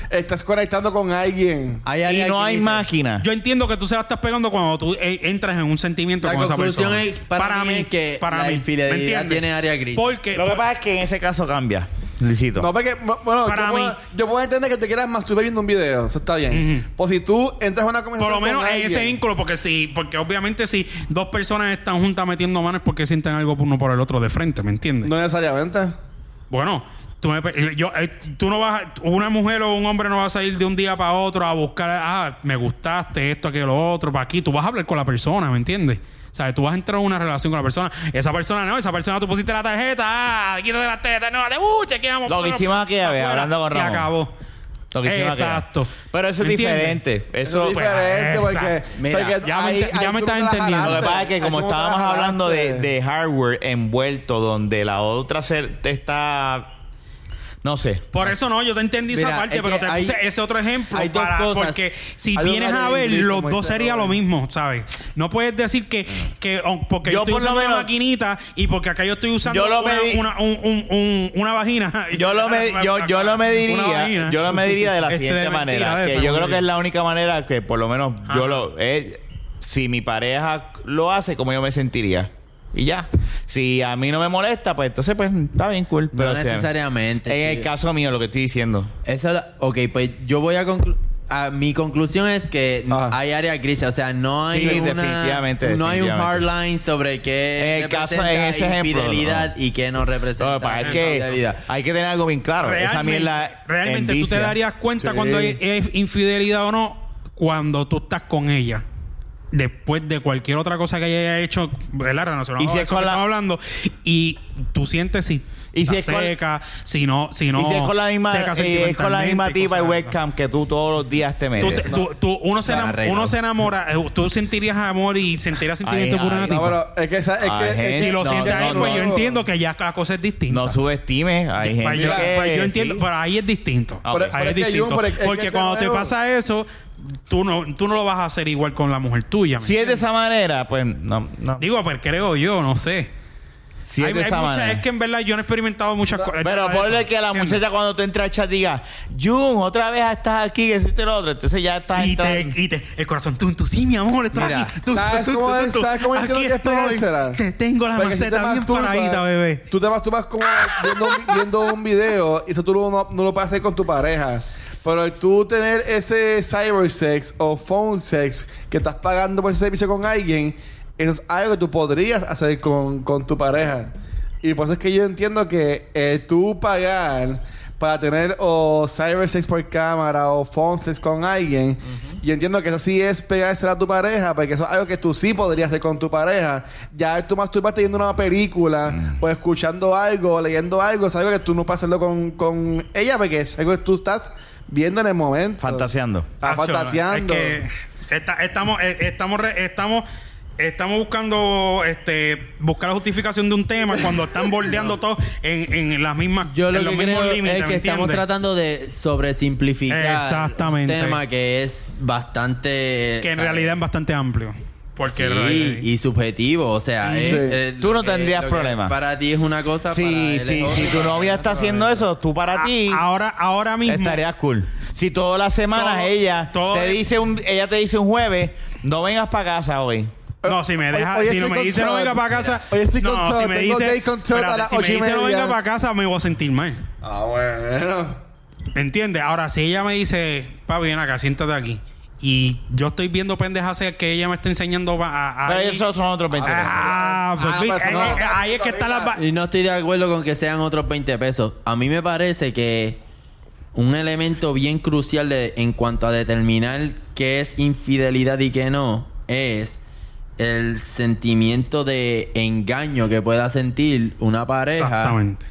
Speaker 4: Estás conectando con alguien.
Speaker 3: y
Speaker 5: alguien
Speaker 3: no
Speaker 5: que
Speaker 3: hay
Speaker 5: dice,
Speaker 3: máquina.
Speaker 2: Yo entiendo que tú se la estás pegando cuando tú eh, entras en un sentimiento
Speaker 5: La
Speaker 2: con esa
Speaker 5: conclusión
Speaker 2: persona.
Speaker 5: es- para mí es que la
Speaker 2: ¿me
Speaker 5: infidelidad
Speaker 2: entiendes?
Speaker 5: tiene área gris.
Speaker 2: Porque
Speaker 3: Lo que pasa es que en ese caso cambia. Licito.
Speaker 4: No, porque, m- bueno,
Speaker 2: Para
Speaker 4: yo,
Speaker 2: mí.
Speaker 4: Puedo, yo puedo entender que te quieras masturbar viendo un video. Eso está bien.
Speaker 2: Ujú.
Speaker 4: Pues si tú entras a una
Speaker 2: por
Speaker 4: conversación
Speaker 2: lo menos
Speaker 4: con
Speaker 2: en ese
Speaker 4: alguien-
Speaker 2: vínculo, porque si, porque obviamente si dos personas están juntas metiendo manos es porque sienten algo uno por el otro de frente, ¿me entiendes?
Speaker 4: No necesariamente.
Speaker 2: Bueno, tú, me pe- yo, eh, tú no vas, a- una mujer o un hombre no va a salir de un día para otro a buscar, ah, me gustaste esto, aquello, lo otro, para aquí. Tú vas a hablar con la persona, ¿me entiendes? O sea, tú vas a entrar en una relación con la persona. Esa persona no, esa persona tú pusiste la tarjeta, ah, quítate la teta, no, te uh, chequeamos.
Speaker 3: Lo que
Speaker 2: bueno,
Speaker 3: hicimos
Speaker 2: pss,
Speaker 3: aquella vez,
Speaker 2: afuera,
Speaker 3: hablando con
Speaker 2: Se
Speaker 3: Ramón.
Speaker 2: acabó.
Speaker 3: Lo que hicimos aquella.
Speaker 2: Exacto.
Speaker 3: Pero eso es
Speaker 2: ¿Me entiendes?
Speaker 3: diferente. Eso,
Speaker 4: Eso es diferente
Speaker 2: pues,
Speaker 4: porque,
Speaker 2: exacto.
Speaker 5: Mira,
Speaker 4: porque
Speaker 2: ya me ent- ya me
Speaker 4: tú
Speaker 2: estás
Speaker 4: no la
Speaker 2: entendiendo.
Speaker 4: jalaste.
Speaker 3: Lo que pasa es que como
Speaker 4: Ahí tú no la
Speaker 3: estábamos hablando de,
Speaker 4: jalaste.
Speaker 3: de hardware envuelto donde la otra se- te está No sé.
Speaker 2: Por eso no, yo te entendí esa
Speaker 5: Mira,
Speaker 2: parte,
Speaker 5: es
Speaker 2: pero
Speaker 5: que
Speaker 2: te
Speaker 5: hay-
Speaker 2: puse ese otro ejemplo
Speaker 5: hay dos
Speaker 2: para-
Speaker 5: cosas.
Speaker 2: porque si
Speaker 4: Hay
Speaker 2: vienes
Speaker 4: una
Speaker 2: a ver,
Speaker 4: ley,
Speaker 2: los
Speaker 4: como
Speaker 2: dos
Speaker 4: dice
Speaker 2: sería lo
Speaker 4: Robert.
Speaker 2: mismo, ¿sabes? No puedes decir que, que oh, porque yo,
Speaker 3: Yo
Speaker 2: estoy
Speaker 3: por lo
Speaker 2: usando una
Speaker 3: menos-
Speaker 2: maquinita y porque acá yo estoy usando
Speaker 3: Yo lo
Speaker 2: una,
Speaker 3: medí-
Speaker 2: una- un- un- un- una vagina.
Speaker 3: Yo lo, me, yo, yo lo mediría, yo lo mediría de la
Speaker 2: Este,
Speaker 3: siguiente
Speaker 2: mentira
Speaker 3: manera.
Speaker 2: de
Speaker 3: Que
Speaker 2: esa,
Speaker 3: yo creo
Speaker 2: mentira.
Speaker 3: que es la única manera que por lo menos
Speaker 2: Ajá.
Speaker 3: yo lo... eh, si mi pareja lo hace, como yo me sentiría. Y ya. Si a mí no me molesta, pues entonces pues está bien cool. Pero
Speaker 5: No
Speaker 3: o sea,
Speaker 5: necesariamente.
Speaker 3: En el
Speaker 5: sí.
Speaker 3: caso mío, lo que estoy diciendo.
Speaker 5: Esa la- ok, pues yo voy a conclu- a- mi conclusión es que n-
Speaker 4: Ajá.
Speaker 5: hay área gris, o sea, no hay
Speaker 3: Ah. Sí,
Speaker 5: una-
Speaker 3: definitivamente,
Speaker 5: no hay un hard
Speaker 3: definitivamente.
Speaker 5: line sobre qué
Speaker 3: En el caso- en
Speaker 5: representa
Speaker 3: ese ejemplo,
Speaker 5: infidelidad y qué no representa
Speaker 3: No, para, es que
Speaker 5: infidelidad.
Speaker 3: hay que tener algo bien claro. Esa
Speaker 2: Realmente,
Speaker 3: mierda
Speaker 2: realmente tú te
Speaker 3: envicia.
Speaker 2: darías cuenta
Speaker 4: Sí.
Speaker 2: cuando hay- es infidelidad o no cuando tú estás con ella. Después de cualquier otra cosa que haya hecho, ¿verdad? Relacionado
Speaker 3: Y si
Speaker 2: a
Speaker 3: es
Speaker 2: eso
Speaker 3: con
Speaker 2: que
Speaker 3: la-
Speaker 2: estamos hablando. Y tú sientes si.
Speaker 3: Y si
Speaker 2: está
Speaker 3: es con-
Speaker 2: seca, si no, si no.
Speaker 3: y si es con la misma,
Speaker 2: seca
Speaker 3: eh, es con la
Speaker 2: sentimentalmente
Speaker 3: misma
Speaker 2: y
Speaker 3: tipa y
Speaker 2: cosas
Speaker 3: webcam que tú todos los días te
Speaker 2: Tú,
Speaker 3: metes.
Speaker 2: te- tú- tú- uno, se
Speaker 5: Para
Speaker 2: enam-
Speaker 5: arreglar.
Speaker 2: uno se enamora, eh, tú sentirías amor y sentirías sentimiento
Speaker 3: Ay,
Speaker 2: por una
Speaker 3: ay,
Speaker 2: tipa.
Speaker 4: No, pero es que esa, es
Speaker 3: Ay,
Speaker 4: que
Speaker 3: gente,
Speaker 2: si lo
Speaker 3: no,
Speaker 2: sientes
Speaker 3: no,
Speaker 2: ahí,
Speaker 3: no,
Speaker 2: pues yo
Speaker 4: no.
Speaker 2: entiendo que ya la cosa es distinta.
Speaker 3: No subestimes. Hay gente
Speaker 2: Pues yo,
Speaker 3: que-
Speaker 2: pues yo entiendo,
Speaker 3: sí.
Speaker 2: pero ahí es distinto.
Speaker 3: Ah, ok.
Speaker 2: Ahí
Speaker 4: Pero
Speaker 2: es
Speaker 4: es que hay
Speaker 2: distinto.
Speaker 4: un- pero es que
Speaker 2: Porque
Speaker 4: de
Speaker 2: cuando te
Speaker 4: nuevo-
Speaker 2: pasa eso, tú no, tú no lo vas a hacer igual con la mujer tuya. ¿me
Speaker 3: Si es de
Speaker 2: entiendes?
Speaker 3: esa manera, pues no. no.
Speaker 2: Digo, pues creo yo, no sé.
Speaker 3: Si
Speaker 2: Hay-
Speaker 3: es de
Speaker 2: hay
Speaker 3: esa
Speaker 2: muchas-
Speaker 3: manera.
Speaker 2: es que en verdad yo no he experimentado muchas cosas.
Speaker 3: Pero
Speaker 2: nada de
Speaker 3: ponle
Speaker 2: eso,
Speaker 3: que a la
Speaker 2: ¿entiendes?
Speaker 3: muchacha cuando tú entras al chat diga, Jun, otra vez estás aquí, que hiciste lo otro. Entonces ya estás
Speaker 2: Y te,
Speaker 3: entrando.
Speaker 2: y te, el corazón, tú, tú, sí, mi amor, estoy
Speaker 5: Mira,
Speaker 2: aquí. Tú,
Speaker 4: ¿Sabes
Speaker 2: tú, tú,
Speaker 4: cómo
Speaker 2: tú,
Speaker 4: es?
Speaker 2: tú,
Speaker 4: ¿Sabes cómo
Speaker 2: aquí
Speaker 4: entiendo que es
Speaker 2: estoy.
Speaker 4: pegársela?
Speaker 2: Te tengo la
Speaker 4: Porque si te
Speaker 2: maceta bien
Speaker 4: masturbas,
Speaker 2: paradita, bebé.
Speaker 4: Tú te masturbas como viendo, un- viendo un video y eso tú no, no lo puedes hacer con tu pareja. Pero tú tener ese cyber sex o phone sex que estás pagando por ese servicio con alguien, eso es algo que tú podrías hacer con, con tu pareja. Y por eso es que yo entiendo que eh, tú pagar para tener o cyber sex por cámara o phone sex con alguien. Y entiendo que eso sí es pegársela a tu pareja, porque eso es algo que tú sí podrías hacer con tu pareja. Ya tú masturbaste viendo una película, o escuchando algo, o leyendo algo, es algo que tú no puedes hacerlo con, con ella, porque es algo que tú estás viendo en el momento.
Speaker 3: Fantaseando.
Speaker 4: Estás
Speaker 2: Tacho,
Speaker 4: fantaseando.
Speaker 2: es que esta- estamos, eh, estamos, re- estamos, estamos buscando este, buscar la justificación de un tema cuando están bordeando todo en, en las mismas
Speaker 5: Yo lo
Speaker 2: en
Speaker 5: que
Speaker 2: los
Speaker 5: creo
Speaker 2: mismos
Speaker 5: es
Speaker 2: límites,
Speaker 5: que
Speaker 2: ¿me
Speaker 5: estamos
Speaker 2: entiendes?
Speaker 5: tratando de sobresimplificar
Speaker 2: Exactamente.
Speaker 5: un tema que es bastante...
Speaker 2: que en
Speaker 5: ¿sabes?
Speaker 2: realidad es bastante amplio. Porque en
Speaker 5: Sí,
Speaker 2: realidad-
Speaker 5: y subjetivo, o sea... es-
Speaker 4: Sí.
Speaker 5: es-
Speaker 3: Mm. Tú no
Speaker 5: lo que-
Speaker 3: tendrías
Speaker 5: lo que
Speaker 3: problema.
Speaker 5: Para ti es una cosa, para
Speaker 3: Sí,
Speaker 5: él
Speaker 3: sí,
Speaker 5: es
Speaker 3: si
Speaker 2: ¿eh?
Speaker 5: otra.
Speaker 3: tu novia está haciendo eso, tú para
Speaker 2: A-
Speaker 3: ti
Speaker 2: ahora, ahora mismo.
Speaker 3: estarías cool. Si todas las semanas
Speaker 2: Todo-
Speaker 3: ella
Speaker 2: todo-
Speaker 3: te dice un, ella te dice un jueves, no vengas para casa hoy.
Speaker 2: No, si me
Speaker 4: Hoy-
Speaker 2: deja,
Speaker 4: hoy
Speaker 2: si
Speaker 4: estoy
Speaker 2: no me
Speaker 4: con
Speaker 2: dice no
Speaker 4: Todd.
Speaker 2: venga para casa.
Speaker 4: Hoy estoy
Speaker 2: no,
Speaker 4: con Todd,
Speaker 2: si me
Speaker 4: tengo
Speaker 2: dice,
Speaker 4: date con Todd a
Speaker 2: espérate,
Speaker 4: las
Speaker 2: si me
Speaker 4: ocho y
Speaker 2: dice no
Speaker 4: media".
Speaker 2: venga para casa, me voy a sentir mal.
Speaker 4: Ah, bueno.
Speaker 2: ¿Entiendes? Ahora, si ella me dice, papi, ven acá, siéntate aquí. Y yo estoy viendo pendejas que ella me está enseñando pa- a. a-
Speaker 3: Pero
Speaker 2: ahí-
Speaker 3: esos son otros 20 pesos.
Speaker 2: Ah, pues,
Speaker 4: Ah,
Speaker 2: vi-
Speaker 4: pues,
Speaker 2: eh,
Speaker 4: no.
Speaker 2: eh, ahí es que está la. ba-
Speaker 5: Y no estoy de acuerdo con que sean otros 20 pesos. A mí me parece que un elemento bien crucial de- en cuanto a determinar qué es infidelidad y qué no es el sentimiento de engaño que pueda sentir una pareja
Speaker 2: Exactamente.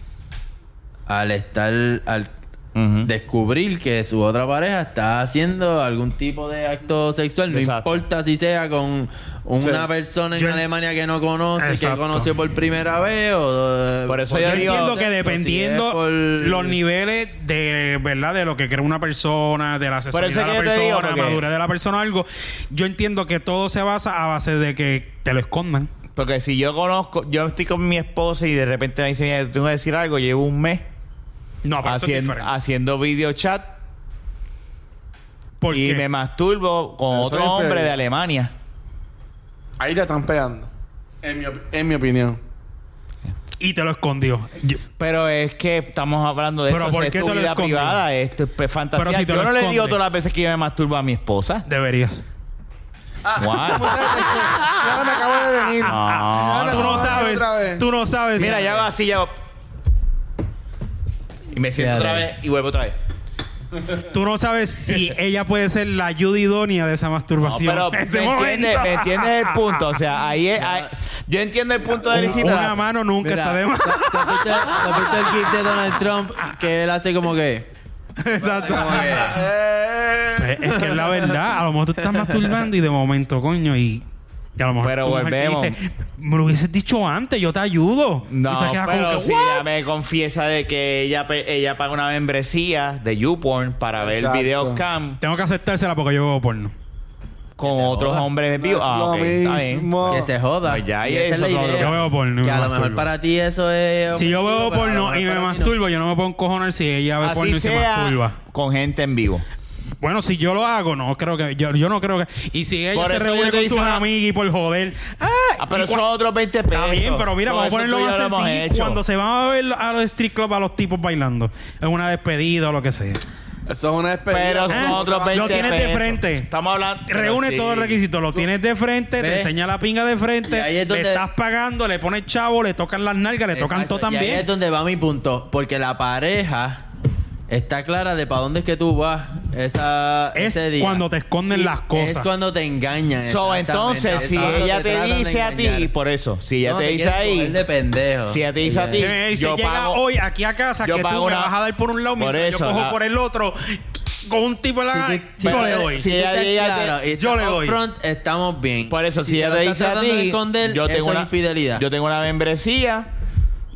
Speaker 5: al estar al
Speaker 3: Ujú.
Speaker 5: descubrir que su otra pareja está haciendo algún tipo de acto sexual, no
Speaker 3: Exacto.
Speaker 5: importa si sea con una persona en
Speaker 2: Yo-
Speaker 5: Alemania que no conoce,
Speaker 2: Exacto.
Speaker 5: que conoció por primera vez o
Speaker 3: Por eso
Speaker 5: o-
Speaker 3: yo
Speaker 2: Pues Yo
Speaker 3: digo-
Speaker 2: entiendo
Speaker 5: o
Speaker 2: que
Speaker 5: si es
Speaker 2: dependiendo
Speaker 5: por-
Speaker 2: los niveles de verdad de lo que cree una persona, de la
Speaker 3: eso
Speaker 2: asesoría de la
Speaker 3: que yo te digo,
Speaker 2: persona,
Speaker 3: porque-
Speaker 2: madurez de la persona, algo, yo entiendo que todo se basa a base de que te lo escondan.
Speaker 3: Porque si yo conozco, yo estoy con mi esposa y de repente me dice, mira, yo tengo que decir algo, llevo un mes
Speaker 2: No, pero Ah, pues eso es
Speaker 3: haciendo, Ah,
Speaker 2: diferente.
Speaker 3: haciendo video chat
Speaker 2: ¿Por
Speaker 3: y
Speaker 2: qué?
Speaker 3: me masturbo con
Speaker 4: Eso
Speaker 3: otro
Speaker 4: es
Speaker 3: hombre
Speaker 4: infidelidad.
Speaker 3: de Alemania.
Speaker 4: Ahí te están pegando. En mi, op- en mi opinión.
Speaker 2: Y te lo escondió. Yo-
Speaker 3: Pero es que estamos hablando de
Speaker 2: Pero
Speaker 3: eso,
Speaker 2: ¿por
Speaker 3: es
Speaker 2: qué
Speaker 3: tu
Speaker 2: te lo
Speaker 3: vida
Speaker 2: escondes?
Speaker 3: privada, es tu pues, fantasía.
Speaker 2: Pero si te
Speaker 3: yo
Speaker 2: lo
Speaker 3: no le digo
Speaker 2: escondes.
Speaker 3: todas las veces que yo me masturbo a mi esposa.
Speaker 2: deberías. Ah.
Speaker 3: Guau.
Speaker 4: Ya me acabo de venir.
Speaker 3: No,
Speaker 4: Ya me
Speaker 2: tú
Speaker 4: acabo
Speaker 2: no
Speaker 4: de venir Ah, otra
Speaker 2: sabes.
Speaker 4: vez.
Speaker 2: Tú no sabes.
Speaker 3: Mira, yo hago así, yo hago- Y me siento
Speaker 5: Fíjate.
Speaker 3: otra vez y vuelvo otra vez.
Speaker 2: Tú no sabes si ella puede ser la ayuda idónea de esa
Speaker 3: No,
Speaker 2: masturbación.
Speaker 3: pero
Speaker 2: En ese
Speaker 3: ¿me entiendes
Speaker 2: momento.
Speaker 3: me entiende el punto. O sea, ahí es... ahí- yo entiendo el punto de Lisita.
Speaker 2: Una mano nunca
Speaker 5: Mira,
Speaker 2: está de más.
Speaker 5: ¿te- te fuiste- te fuiste el clip de Donald Trump que él hace como que
Speaker 2: Exacto. Pues,
Speaker 5: como que
Speaker 4: Eh,
Speaker 2: Es, es que es la verdad. A lo mejor tú estás masturbando y de momento, coño, y Y a lo mejor
Speaker 3: Pero
Speaker 2: tu mujer te
Speaker 3: volvemos.
Speaker 2: dice, me lo hubieses dicho antes, yo te ayudo.
Speaker 3: No,
Speaker 2: y te quedas como
Speaker 3: pero
Speaker 2: que,
Speaker 3: si
Speaker 2: "What?".
Speaker 3: ella me confiesa de que ella, pe- ella paga una membresía de YouPorn para
Speaker 4: Exacto.
Speaker 3: ver videos cam
Speaker 2: Tengo que aceptársela porque yo veo porno.
Speaker 3: con otros
Speaker 5: joda.
Speaker 3: hombres vivos.
Speaker 4: es
Speaker 3: Ah,
Speaker 4: lo
Speaker 3: ok, está bien.
Speaker 4: mismo.
Speaker 5: Que se joda.
Speaker 3: Pues ya,
Speaker 5: Y
Speaker 3: y
Speaker 5: esa es
Speaker 3: eso
Speaker 5: la
Speaker 3: es lo que
Speaker 5: idea.
Speaker 2: yo veo porno y me
Speaker 5: Que a lo
Speaker 2: masturbo.
Speaker 5: mejor para ti eso es.
Speaker 2: Si yo veo
Speaker 5: ofensivo, pero a lo
Speaker 2: porno
Speaker 5: mejor
Speaker 2: y me
Speaker 5: para ti no.
Speaker 2: masturbo, yo no me puedo encojonar si ella ve porno
Speaker 3: Así
Speaker 2: y se masturba.
Speaker 3: sea con gente en vivo.
Speaker 2: Bueno, si yo lo hago, no creo que. Yo, yo no creo que. Y si ella
Speaker 3: Por
Speaker 2: se
Speaker 3: eso
Speaker 2: reúne
Speaker 3: yo te
Speaker 2: con
Speaker 3: hice
Speaker 2: sus
Speaker 3: una-
Speaker 2: amigas y por joder. ¡Ah!
Speaker 3: Ah, pero
Speaker 2: y
Speaker 3: son
Speaker 2: cua-
Speaker 3: otros 20 pesos.
Speaker 2: Está bien, pero mira,
Speaker 3: Todo
Speaker 2: vamos a
Speaker 3: eso
Speaker 2: ponerlo
Speaker 3: tú y
Speaker 2: más
Speaker 3: yo lo hemos
Speaker 2: sencillo.
Speaker 3: hecho.
Speaker 2: Cuando se van a ver a los street club, a los tipos bailando, es una despedida o lo que sea.
Speaker 4: Eso es una
Speaker 3: Pero
Speaker 4: despedida.
Speaker 3: son
Speaker 2: Ah,
Speaker 3: otros
Speaker 2: lo
Speaker 3: 20
Speaker 2: tienes de
Speaker 3: pesos.
Speaker 2: frente.
Speaker 3: Estamos hablando.
Speaker 2: Reúne
Speaker 3: pero sí.
Speaker 2: todos los requisitos. Lo tienes de frente,
Speaker 5: ¿Ves?
Speaker 2: te enseña la pinga de frente,
Speaker 5: Y ahí es donde-
Speaker 2: le estás pagando, le pones chavo, le tocan las nalgas, le tocan
Speaker 5: Exacto.
Speaker 2: todo
Speaker 5: Y ahí es
Speaker 2: también.
Speaker 5: donde va mi punto. Porque la pareja está clara de para dónde es que tú vas esa,
Speaker 2: Es
Speaker 5: ese día.
Speaker 2: cuando te esconden las cosas.
Speaker 5: Es cuando te engañan.
Speaker 3: So,
Speaker 5: exactamente.
Speaker 3: entonces, si
Speaker 5: Es cuando
Speaker 3: ella te
Speaker 5: tratan de
Speaker 3: dice a
Speaker 5: engañar.
Speaker 3: ti, por eso, si ella
Speaker 5: No,
Speaker 3: te dice
Speaker 5: quieren coger
Speaker 3: ahí,
Speaker 5: de pendejo.
Speaker 3: si ella te dice a ti,
Speaker 2: Y me dice,
Speaker 3: yo
Speaker 2: llega
Speaker 3: pago-
Speaker 2: hoy aquí a casa
Speaker 3: yo
Speaker 2: que tú
Speaker 3: pago
Speaker 2: me
Speaker 3: una-
Speaker 2: vas a dar por un lado,
Speaker 3: Por
Speaker 2: mientras
Speaker 3: eso,
Speaker 2: yo cojo
Speaker 3: la-
Speaker 2: por el otro, con un tipo en la gana,
Speaker 5: Si
Speaker 2: yo
Speaker 5: tú-
Speaker 2: le doy.
Speaker 5: Si tú
Speaker 3: ella
Speaker 5: estás
Speaker 3: llega-
Speaker 5: claro, y
Speaker 2: yo le
Speaker 5: estamos
Speaker 2: doy.
Speaker 5: front, estamos bien.
Speaker 3: Por eso, si,
Speaker 5: te
Speaker 3: ella te
Speaker 5: estás
Speaker 3: dice a
Speaker 5: tratando de
Speaker 3: ti,
Speaker 5: esconder,
Speaker 3: yo
Speaker 5: eso
Speaker 3: tengo
Speaker 5: es
Speaker 3: una
Speaker 5: infidelidad.
Speaker 3: Yo tengo una membresía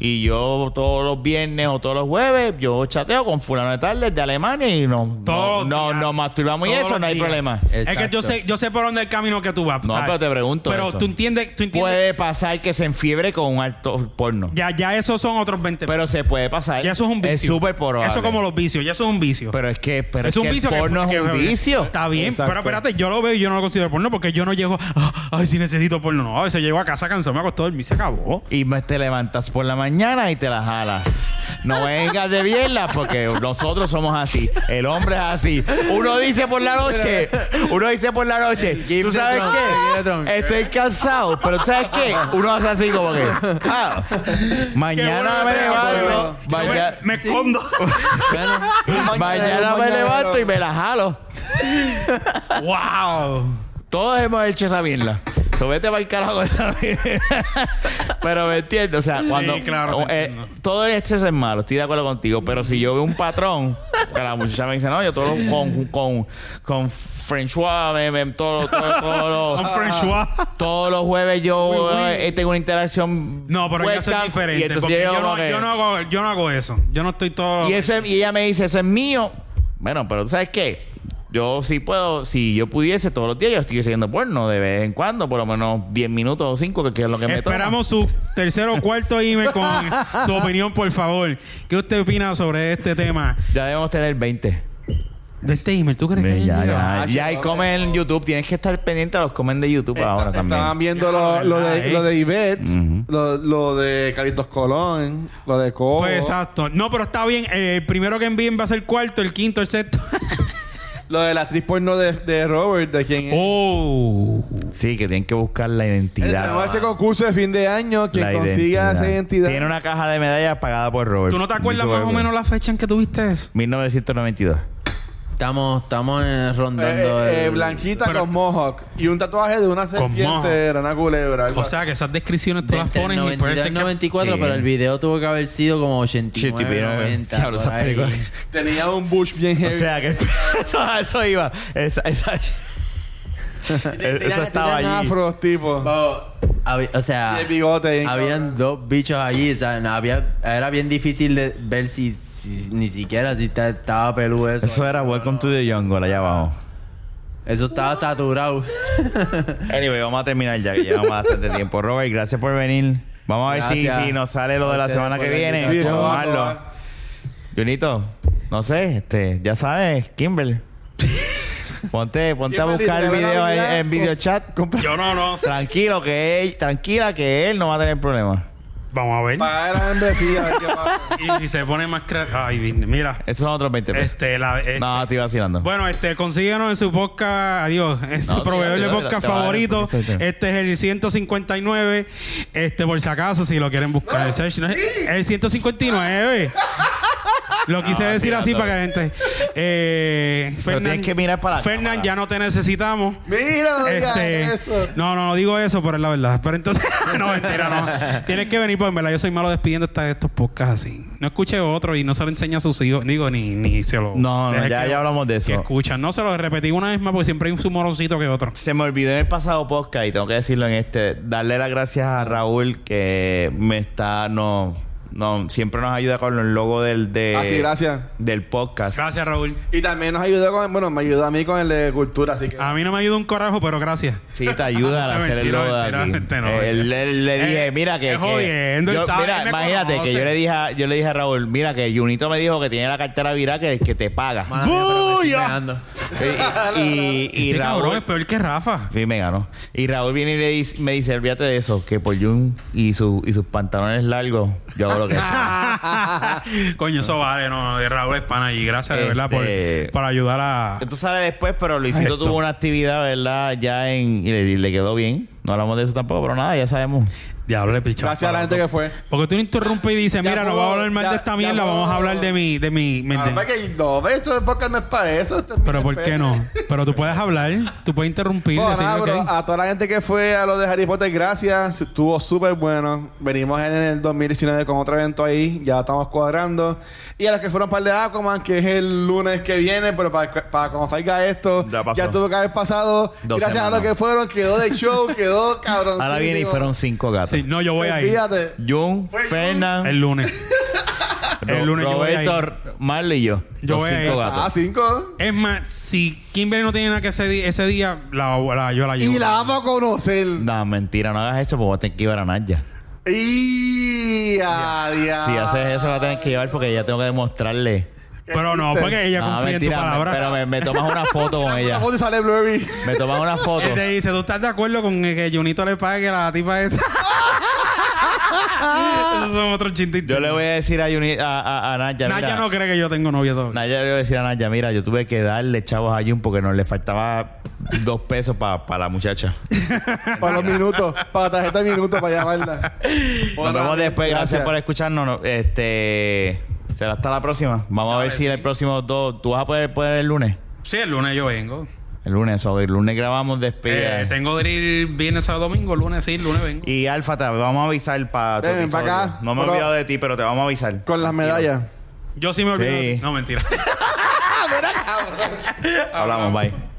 Speaker 3: y yo todos los viernes o todos los jueves yo chateo con fulano de tal desde Alemania y no
Speaker 2: Todos
Speaker 3: no, no,
Speaker 2: los días.
Speaker 3: nos masturbamos y
Speaker 2: Todos
Speaker 3: eso
Speaker 2: los
Speaker 3: no hay
Speaker 2: días.
Speaker 3: problema.
Speaker 2: Es que yo
Speaker 5: Exacto.
Speaker 2: sé, yo sé por dónde es el camino que tú vas.
Speaker 3: No, pero te pregunto
Speaker 2: Pero
Speaker 3: eso.
Speaker 2: tú entiendes, tú entiendes.
Speaker 3: Puede pasar que se enfiebre con un alto porno,
Speaker 2: Ya, ya esos son otros 20
Speaker 3: pero se puede pasar.
Speaker 2: Ya eso es un vicio.
Speaker 3: Es súper probable.
Speaker 2: Eso como los vicios, ya eso es un vicio.
Speaker 3: Pero es que, pero
Speaker 2: es un vicio que-
Speaker 3: el porno
Speaker 2: que-
Speaker 3: es un vicio.
Speaker 2: Está bien,
Speaker 4: Exacto.
Speaker 2: pero espérate, yo lo veo y yo no lo considero porno porque yo no llego, "Ah, ay, si necesito porno. No, a veces llego a casa cansado, me acostó a dormir, se acabó.
Speaker 3: Y me- te levantas por la mañana y te la jalas. No vengas de mierda porque nosotros somos así. El hombre es así. Uno dice por la noche. Uno dice por la noche. ¿Tú
Speaker 5: de
Speaker 3: sabes
Speaker 5: Trump, el Gif de Trump.
Speaker 3: qué? Estoy cansado. Pero ¿tú ¿sabes qué? Uno hace así como que. Ah, mañana
Speaker 2: bueno
Speaker 3: me
Speaker 2: que te
Speaker 3: levanto.
Speaker 4: acuerdo.
Speaker 3: maña-
Speaker 2: me escondo.
Speaker 5: Bueno,
Speaker 3: Mañana me
Speaker 4: Mañana.
Speaker 3: levanto y me la jalo.
Speaker 2: wow.
Speaker 3: Todos hemos hecho esa mierda. Sobete para el carajo con esa mierda. Pero me entiendes, o sea, cuando.
Speaker 2: claro, te
Speaker 3: o, eh,
Speaker 2: entiendo.
Speaker 3: todo este es malo, estoy de acuerdo contigo. Pero si yo veo un patrón, que la muchacha me dice, no, yo todo lo- con, con, con Frenchois, me, me- todo, todo, todo
Speaker 2: Un
Speaker 3: lo-
Speaker 2: French wash.
Speaker 3: todos los jueves yo eh, tengo una interacción.
Speaker 2: No, pero eso
Speaker 3: webcam,
Speaker 2: es
Speaker 3: y
Speaker 2: diferente.
Speaker 3: entonces
Speaker 2: Porque yo,
Speaker 3: como
Speaker 2: no,
Speaker 3: que-
Speaker 2: yo no hago, yo no hago eso. Yo no estoy todo.
Speaker 3: y, eso es- y ella me dice, eso es mío. Bueno, pero ¿tú ¿sabes qué? Yo sí puedo, si yo pudiese todos los días, yo estoy siguiendo porno de vez en cuando, por lo menos 10 minutos o 5, que es lo que me toca.
Speaker 2: Esperamos su tercer o cuarto email con su opinión, por favor. ¿Qué usted opina sobre este tema?
Speaker 3: Ya debemos tener 20.
Speaker 2: De este email, ¿tú crees que
Speaker 3: Ya,
Speaker 2: haya llegado?
Speaker 3: ya,
Speaker 4: Ah,
Speaker 3: ya. Y comen en YouTube, tienes que estar pendiente a los comen de YouTube ahora también.
Speaker 4: Estaban viendo lo, lo de, lo
Speaker 2: Eh.
Speaker 4: de Ivette, lo, lo de Carlitos Colón, lo de Cobo.
Speaker 2: Pues exacto. No, pero está bien. Eh, El primero que envíen va a ser el cuarto, el quinto, el sexto.
Speaker 4: Lo de la actriz porno de, de Robert, de quien es.
Speaker 2: Oh.
Speaker 3: Sí, que tienen que buscar la
Speaker 4: Eh,
Speaker 3: identidad.
Speaker 4: Tenemos ese concurso de fin de año. Quien
Speaker 3: La
Speaker 4: consiga esa identidad.
Speaker 3: Tiene una caja de medallas pagada por Robert.
Speaker 2: ¿Tú no te acuerdas más
Speaker 3: Robert
Speaker 2: o
Speaker 3: Boyd.
Speaker 2: menos la fecha en que tuviste eso?
Speaker 3: 1992.
Speaker 5: estamos, estamos eh, rondando.
Speaker 4: Eh, eh,
Speaker 5: el-
Speaker 4: blanquita
Speaker 2: Pero-
Speaker 4: con mohawk y un tatuaje de una
Speaker 2: mohawk.
Speaker 4: serpiente, era una culebra. algo
Speaker 2: O sea, que esas descripciones tú
Speaker 5: de
Speaker 2: las
Speaker 5: entre
Speaker 2: pones
Speaker 5: el
Speaker 2: y puede
Speaker 5: 92 y
Speaker 2: ser que...
Speaker 5: 94,
Speaker 3: Sí.
Speaker 5: pero el video tuvo que haber sido como
Speaker 3: Sí,
Speaker 5: 89,
Speaker 3: tipo, yo-
Speaker 5: 90.
Speaker 3: diablo,
Speaker 5: por
Speaker 3: esas
Speaker 5: ahí.
Speaker 3: películas.
Speaker 4: así. tenía un bush bien
Speaker 3: O
Speaker 4: heavy.
Speaker 3: sea, que eso, a eso iba. Esa, esa- E-,
Speaker 4: Tenían-
Speaker 3: eso estaba
Speaker 4: tenían
Speaker 3: allí. Ah,
Speaker 4: afros, tipo.
Speaker 5: Bo- habi- o sea,
Speaker 4: Y el bigote. bien
Speaker 5: habían dos bichos allí, o sea, no había, era bien difícil de ver si, si- ni siquiera si te- estaba peludo eso.
Speaker 3: Eso
Speaker 5: Eso,
Speaker 3: era Welcome to the Jungle allá abajo.
Speaker 5: estaba saturado.
Speaker 3: Anyway, vamos a terminar ya, que llevamos bastante tiempo. Robert, gracias por venir. Vamos a ver si,
Speaker 5: Gracias.
Speaker 3: si nos sale lo de la
Speaker 5: Ustedes
Speaker 3: semana
Speaker 5: por
Speaker 3: que
Speaker 5: la
Speaker 3: viene.
Speaker 5: invitación.
Speaker 4: Sí, eso va,
Speaker 3: Sumarlo.
Speaker 4: eso va.
Speaker 3: Junito, no sé, este, ya sabes, Kimber. Ponte, ponte a
Speaker 4: Kimberly,
Speaker 3: buscar el
Speaker 4: te
Speaker 3: video
Speaker 4: va a
Speaker 3: en,
Speaker 4: olvidar.
Speaker 3: en videochat.
Speaker 2: Yo no, no.
Speaker 3: Tranquilo que él, tranquila que él no va a tener problemas.
Speaker 2: Vamos a ver.
Speaker 4: Pagar la membresía. a ver qué pasa.
Speaker 2: Y si se pone más... cra- Ay, Virne, mira.
Speaker 3: Esos son otros 20 pesos.
Speaker 2: Este, la... este-
Speaker 3: No, estoy vacilando.
Speaker 2: Bueno, este, consíguenos en su podcast, adiós, en su
Speaker 3: No,
Speaker 2: proveedor
Speaker 3: tira,
Speaker 2: de
Speaker 3: tira,
Speaker 2: podcast
Speaker 3: te va a dar
Speaker 2: favorito.
Speaker 3: el precio.
Speaker 2: Este es el 159, este, por si acaso, si lo quieren buscar.
Speaker 4: Ah,
Speaker 2: El, search, no es- el 159. Lo quise decir
Speaker 3: tira,
Speaker 2: así
Speaker 3: tira.
Speaker 2: para que la gente. Eh,
Speaker 3: Ah, Pero
Speaker 2: Fernan-
Speaker 3: tienes que mirar para la
Speaker 2: Fernan,
Speaker 3: cámara.
Speaker 2: ya no te necesitamos.
Speaker 4: Mira, no digas
Speaker 2: Este,
Speaker 4: eso.
Speaker 2: no, no, no digo eso, pero es la verdad. Pero entonces, no, mentira, no. Tienes que venir, pues en verdad, yo soy malo despidiendo esta- estos podcasts así. no escuche otro y no se lo enseña a sus hijos. Digo, ni, ni se lo.
Speaker 3: No, no,
Speaker 2: deje
Speaker 3: ya,
Speaker 2: que-
Speaker 3: ya hablamos de
Speaker 2: Que
Speaker 3: eso.
Speaker 2: escuchan. No se lo repetí una vez más porque siempre hay un sumoroncito que otro.
Speaker 3: Se me olvidó en el pasado podcast y tengo que decirlo en este. Darle las gracias a Raúl que me está. No, no, siempre nos ayuda con el logo del. De,
Speaker 4: Ah, sí, gracias.
Speaker 3: Del podcast.
Speaker 2: Gracias, Raúl.
Speaker 4: Y también nos ayudó con, bueno, me ayudó a mí con el de cultura, así que.
Speaker 3: Ah,
Speaker 2: A mí no me ayuda un corajo, pero gracias.
Speaker 3: Sí, te ayuda a hacer el
Speaker 2: Mentira,
Speaker 3: logo de
Speaker 2: mentira,
Speaker 3: aquí.
Speaker 2: mentira, no,
Speaker 3: Eh,
Speaker 2: mentira.
Speaker 3: le, le dije,
Speaker 2: Eh,
Speaker 3: mira que...
Speaker 2: es
Speaker 3: que-
Speaker 2: jodiendo, él
Speaker 3: yo-
Speaker 2: sabe,
Speaker 3: mira,
Speaker 2: él me
Speaker 3: imagínate
Speaker 2: conoce.
Speaker 3: que yo le, dije a, yo le dije a Raúl, mira que Junito me dijo que tiene la cartera virada que, que te paga.
Speaker 5: Mala mía, Ah, pero me estoy
Speaker 2: ¡Buya!
Speaker 5: pegando.
Speaker 3: Y, y, y
Speaker 2: este cabrón
Speaker 3: Raúl...
Speaker 2: es peor que Rafa.
Speaker 3: Sí, me ganó. Y Raúl viene y le dice- me dice, olvídate de eso, que por Jun y, su, y sus pantalones largos, yo hago lo que sea.
Speaker 2: Coño, eso vale, no, de Raúl es pana y gracias de verdad por,
Speaker 3: Este-
Speaker 2: por ayudar a.
Speaker 3: Esto sale después, pero Luisito
Speaker 2: Esto.
Speaker 3: tuvo una actividad, ¿verdad? Ya en... Y le, y le quedó bien. No hablamos de eso tampoco, pero nada, ya sabemos.
Speaker 2: Diablo le pichó.
Speaker 4: Gracias a la gente que fue.
Speaker 2: Porque tú no interrumpes y dices,
Speaker 4: Ya
Speaker 2: mira, no
Speaker 4: puedo-
Speaker 2: vamos a hablar mal
Speaker 4: ya-
Speaker 2: de esta
Speaker 4: ya
Speaker 2: mierda,
Speaker 4: puedo-
Speaker 2: vamos a hablar de mi. De mi ¿me
Speaker 4: Ah,
Speaker 2: entiendes?
Speaker 4: para que no, ve, esto del podcast no es para eso. esto es mi
Speaker 2: pero ¿por qué
Speaker 4: respeto.
Speaker 2: no? Pero tú puedes hablar, tú puedes interrumpir,
Speaker 4: Bueno, ah,
Speaker 2: decir,
Speaker 4: nada,
Speaker 2: ok.
Speaker 4: pero a toda la gente que fue a lo de Harry Potter, gracias. Estuvo súper bueno. Venimos en el 2019 con otro evento ahí. Ya estamos cuadrando. Y a los que fueron para el de Aquaman, que es el lunes que viene, pero para, para cuando salga esto,
Speaker 3: Ya
Speaker 4: ya,
Speaker 3: pasó.
Speaker 4: tuvo que haber pasado.
Speaker 3: Dos
Speaker 4: gracias a
Speaker 3: semanas.
Speaker 4: los que fueron, quedó de show, quedó cabrón.
Speaker 3: Ahora viene y fueron cinco gatos.
Speaker 2: Sí, no, yo voy a ir.
Speaker 4: Fíjate.
Speaker 3: Jun, Fernan,
Speaker 2: El lunes.
Speaker 3: Ro-
Speaker 2: el lunes yo voy a ir.
Speaker 3: Roberto, Marley y yo.
Speaker 2: Yo
Speaker 3: Los
Speaker 2: voy a
Speaker 3: cinco
Speaker 2: ir.
Speaker 3: gatos.
Speaker 4: Ah, cinco.
Speaker 2: Es más, si Kimberly no tiene nada que hacer di- ese día, la, la- yo la llevo.
Speaker 4: Y la vamos a conocer.
Speaker 3: No, mentira, no hagas eso porque voy a tener que llevar a Naya.
Speaker 4: Y a diablo.
Speaker 3: Si haces eso, la tienes que llevar porque ya tengo que demostrarle.
Speaker 2: Pero no, porque ella
Speaker 3: No,
Speaker 2: confía en tu
Speaker 3: mentira, me-
Speaker 2: palabra.
Speaker 3: pero me, me tomas una foto con
Speaker 4: La
Speaker 3: ella.
Speaker 4: foto y sale blurry.
Speaker 3: Me tomas una foto.
Speaker 2: Él te Este dice, ¿tú estás de acuerdo con que Junito le pague a la tipa esa? Esos son otros chintitos.
Speaker 3: Yo le voy a decir a, Juni- a, a- a Naya.
Speaker 2: Naya
Speaker 3: mira,
Speaker 2: no cree que yo tengo novia todavía.
Speaker 3: Naya le voy a decir a Naya, mira, yo tuve que darle chavos a Jun porque nos le faltaba dos pesos para la muchacha.
Speaker 4: Para los minutos, para la tarjeta de minutos, para llamarla.
Speaker 3: Nos vemos después. Gracias, por escucharnos. No, Este, será hasta la próxima. Vamos a ver si el próximo dos. ¿Tú vas a poder, poder el lunes?
Speaker 2: Sí, el lunes yo vengo.
Speaker 3: El lunes, o el lunes grabamos
Speaker 2: Eh,
Speaker 3: despedida.
Speaker 2: tengo drill viernes, sábado, domingo. Lunes sí, lunes vengo.
Speaker 3: Y Alfa, te vamos a avisar para tu
Speaker 4: Ven, pa'
Speaker 3: episodio.
Speaker 4: acá.
Speaker 3: No me he
Speaker 4: Pero-
Speaker 3: olvidado de ti, pero te vamos a avisar.
Speaker 4: Con las medallas.
Speaker 2: Yo sí me olvido.
Speaker 3: Sí.
Speaker 2: No, mentira.
Speaker 3: Hablamos, bye.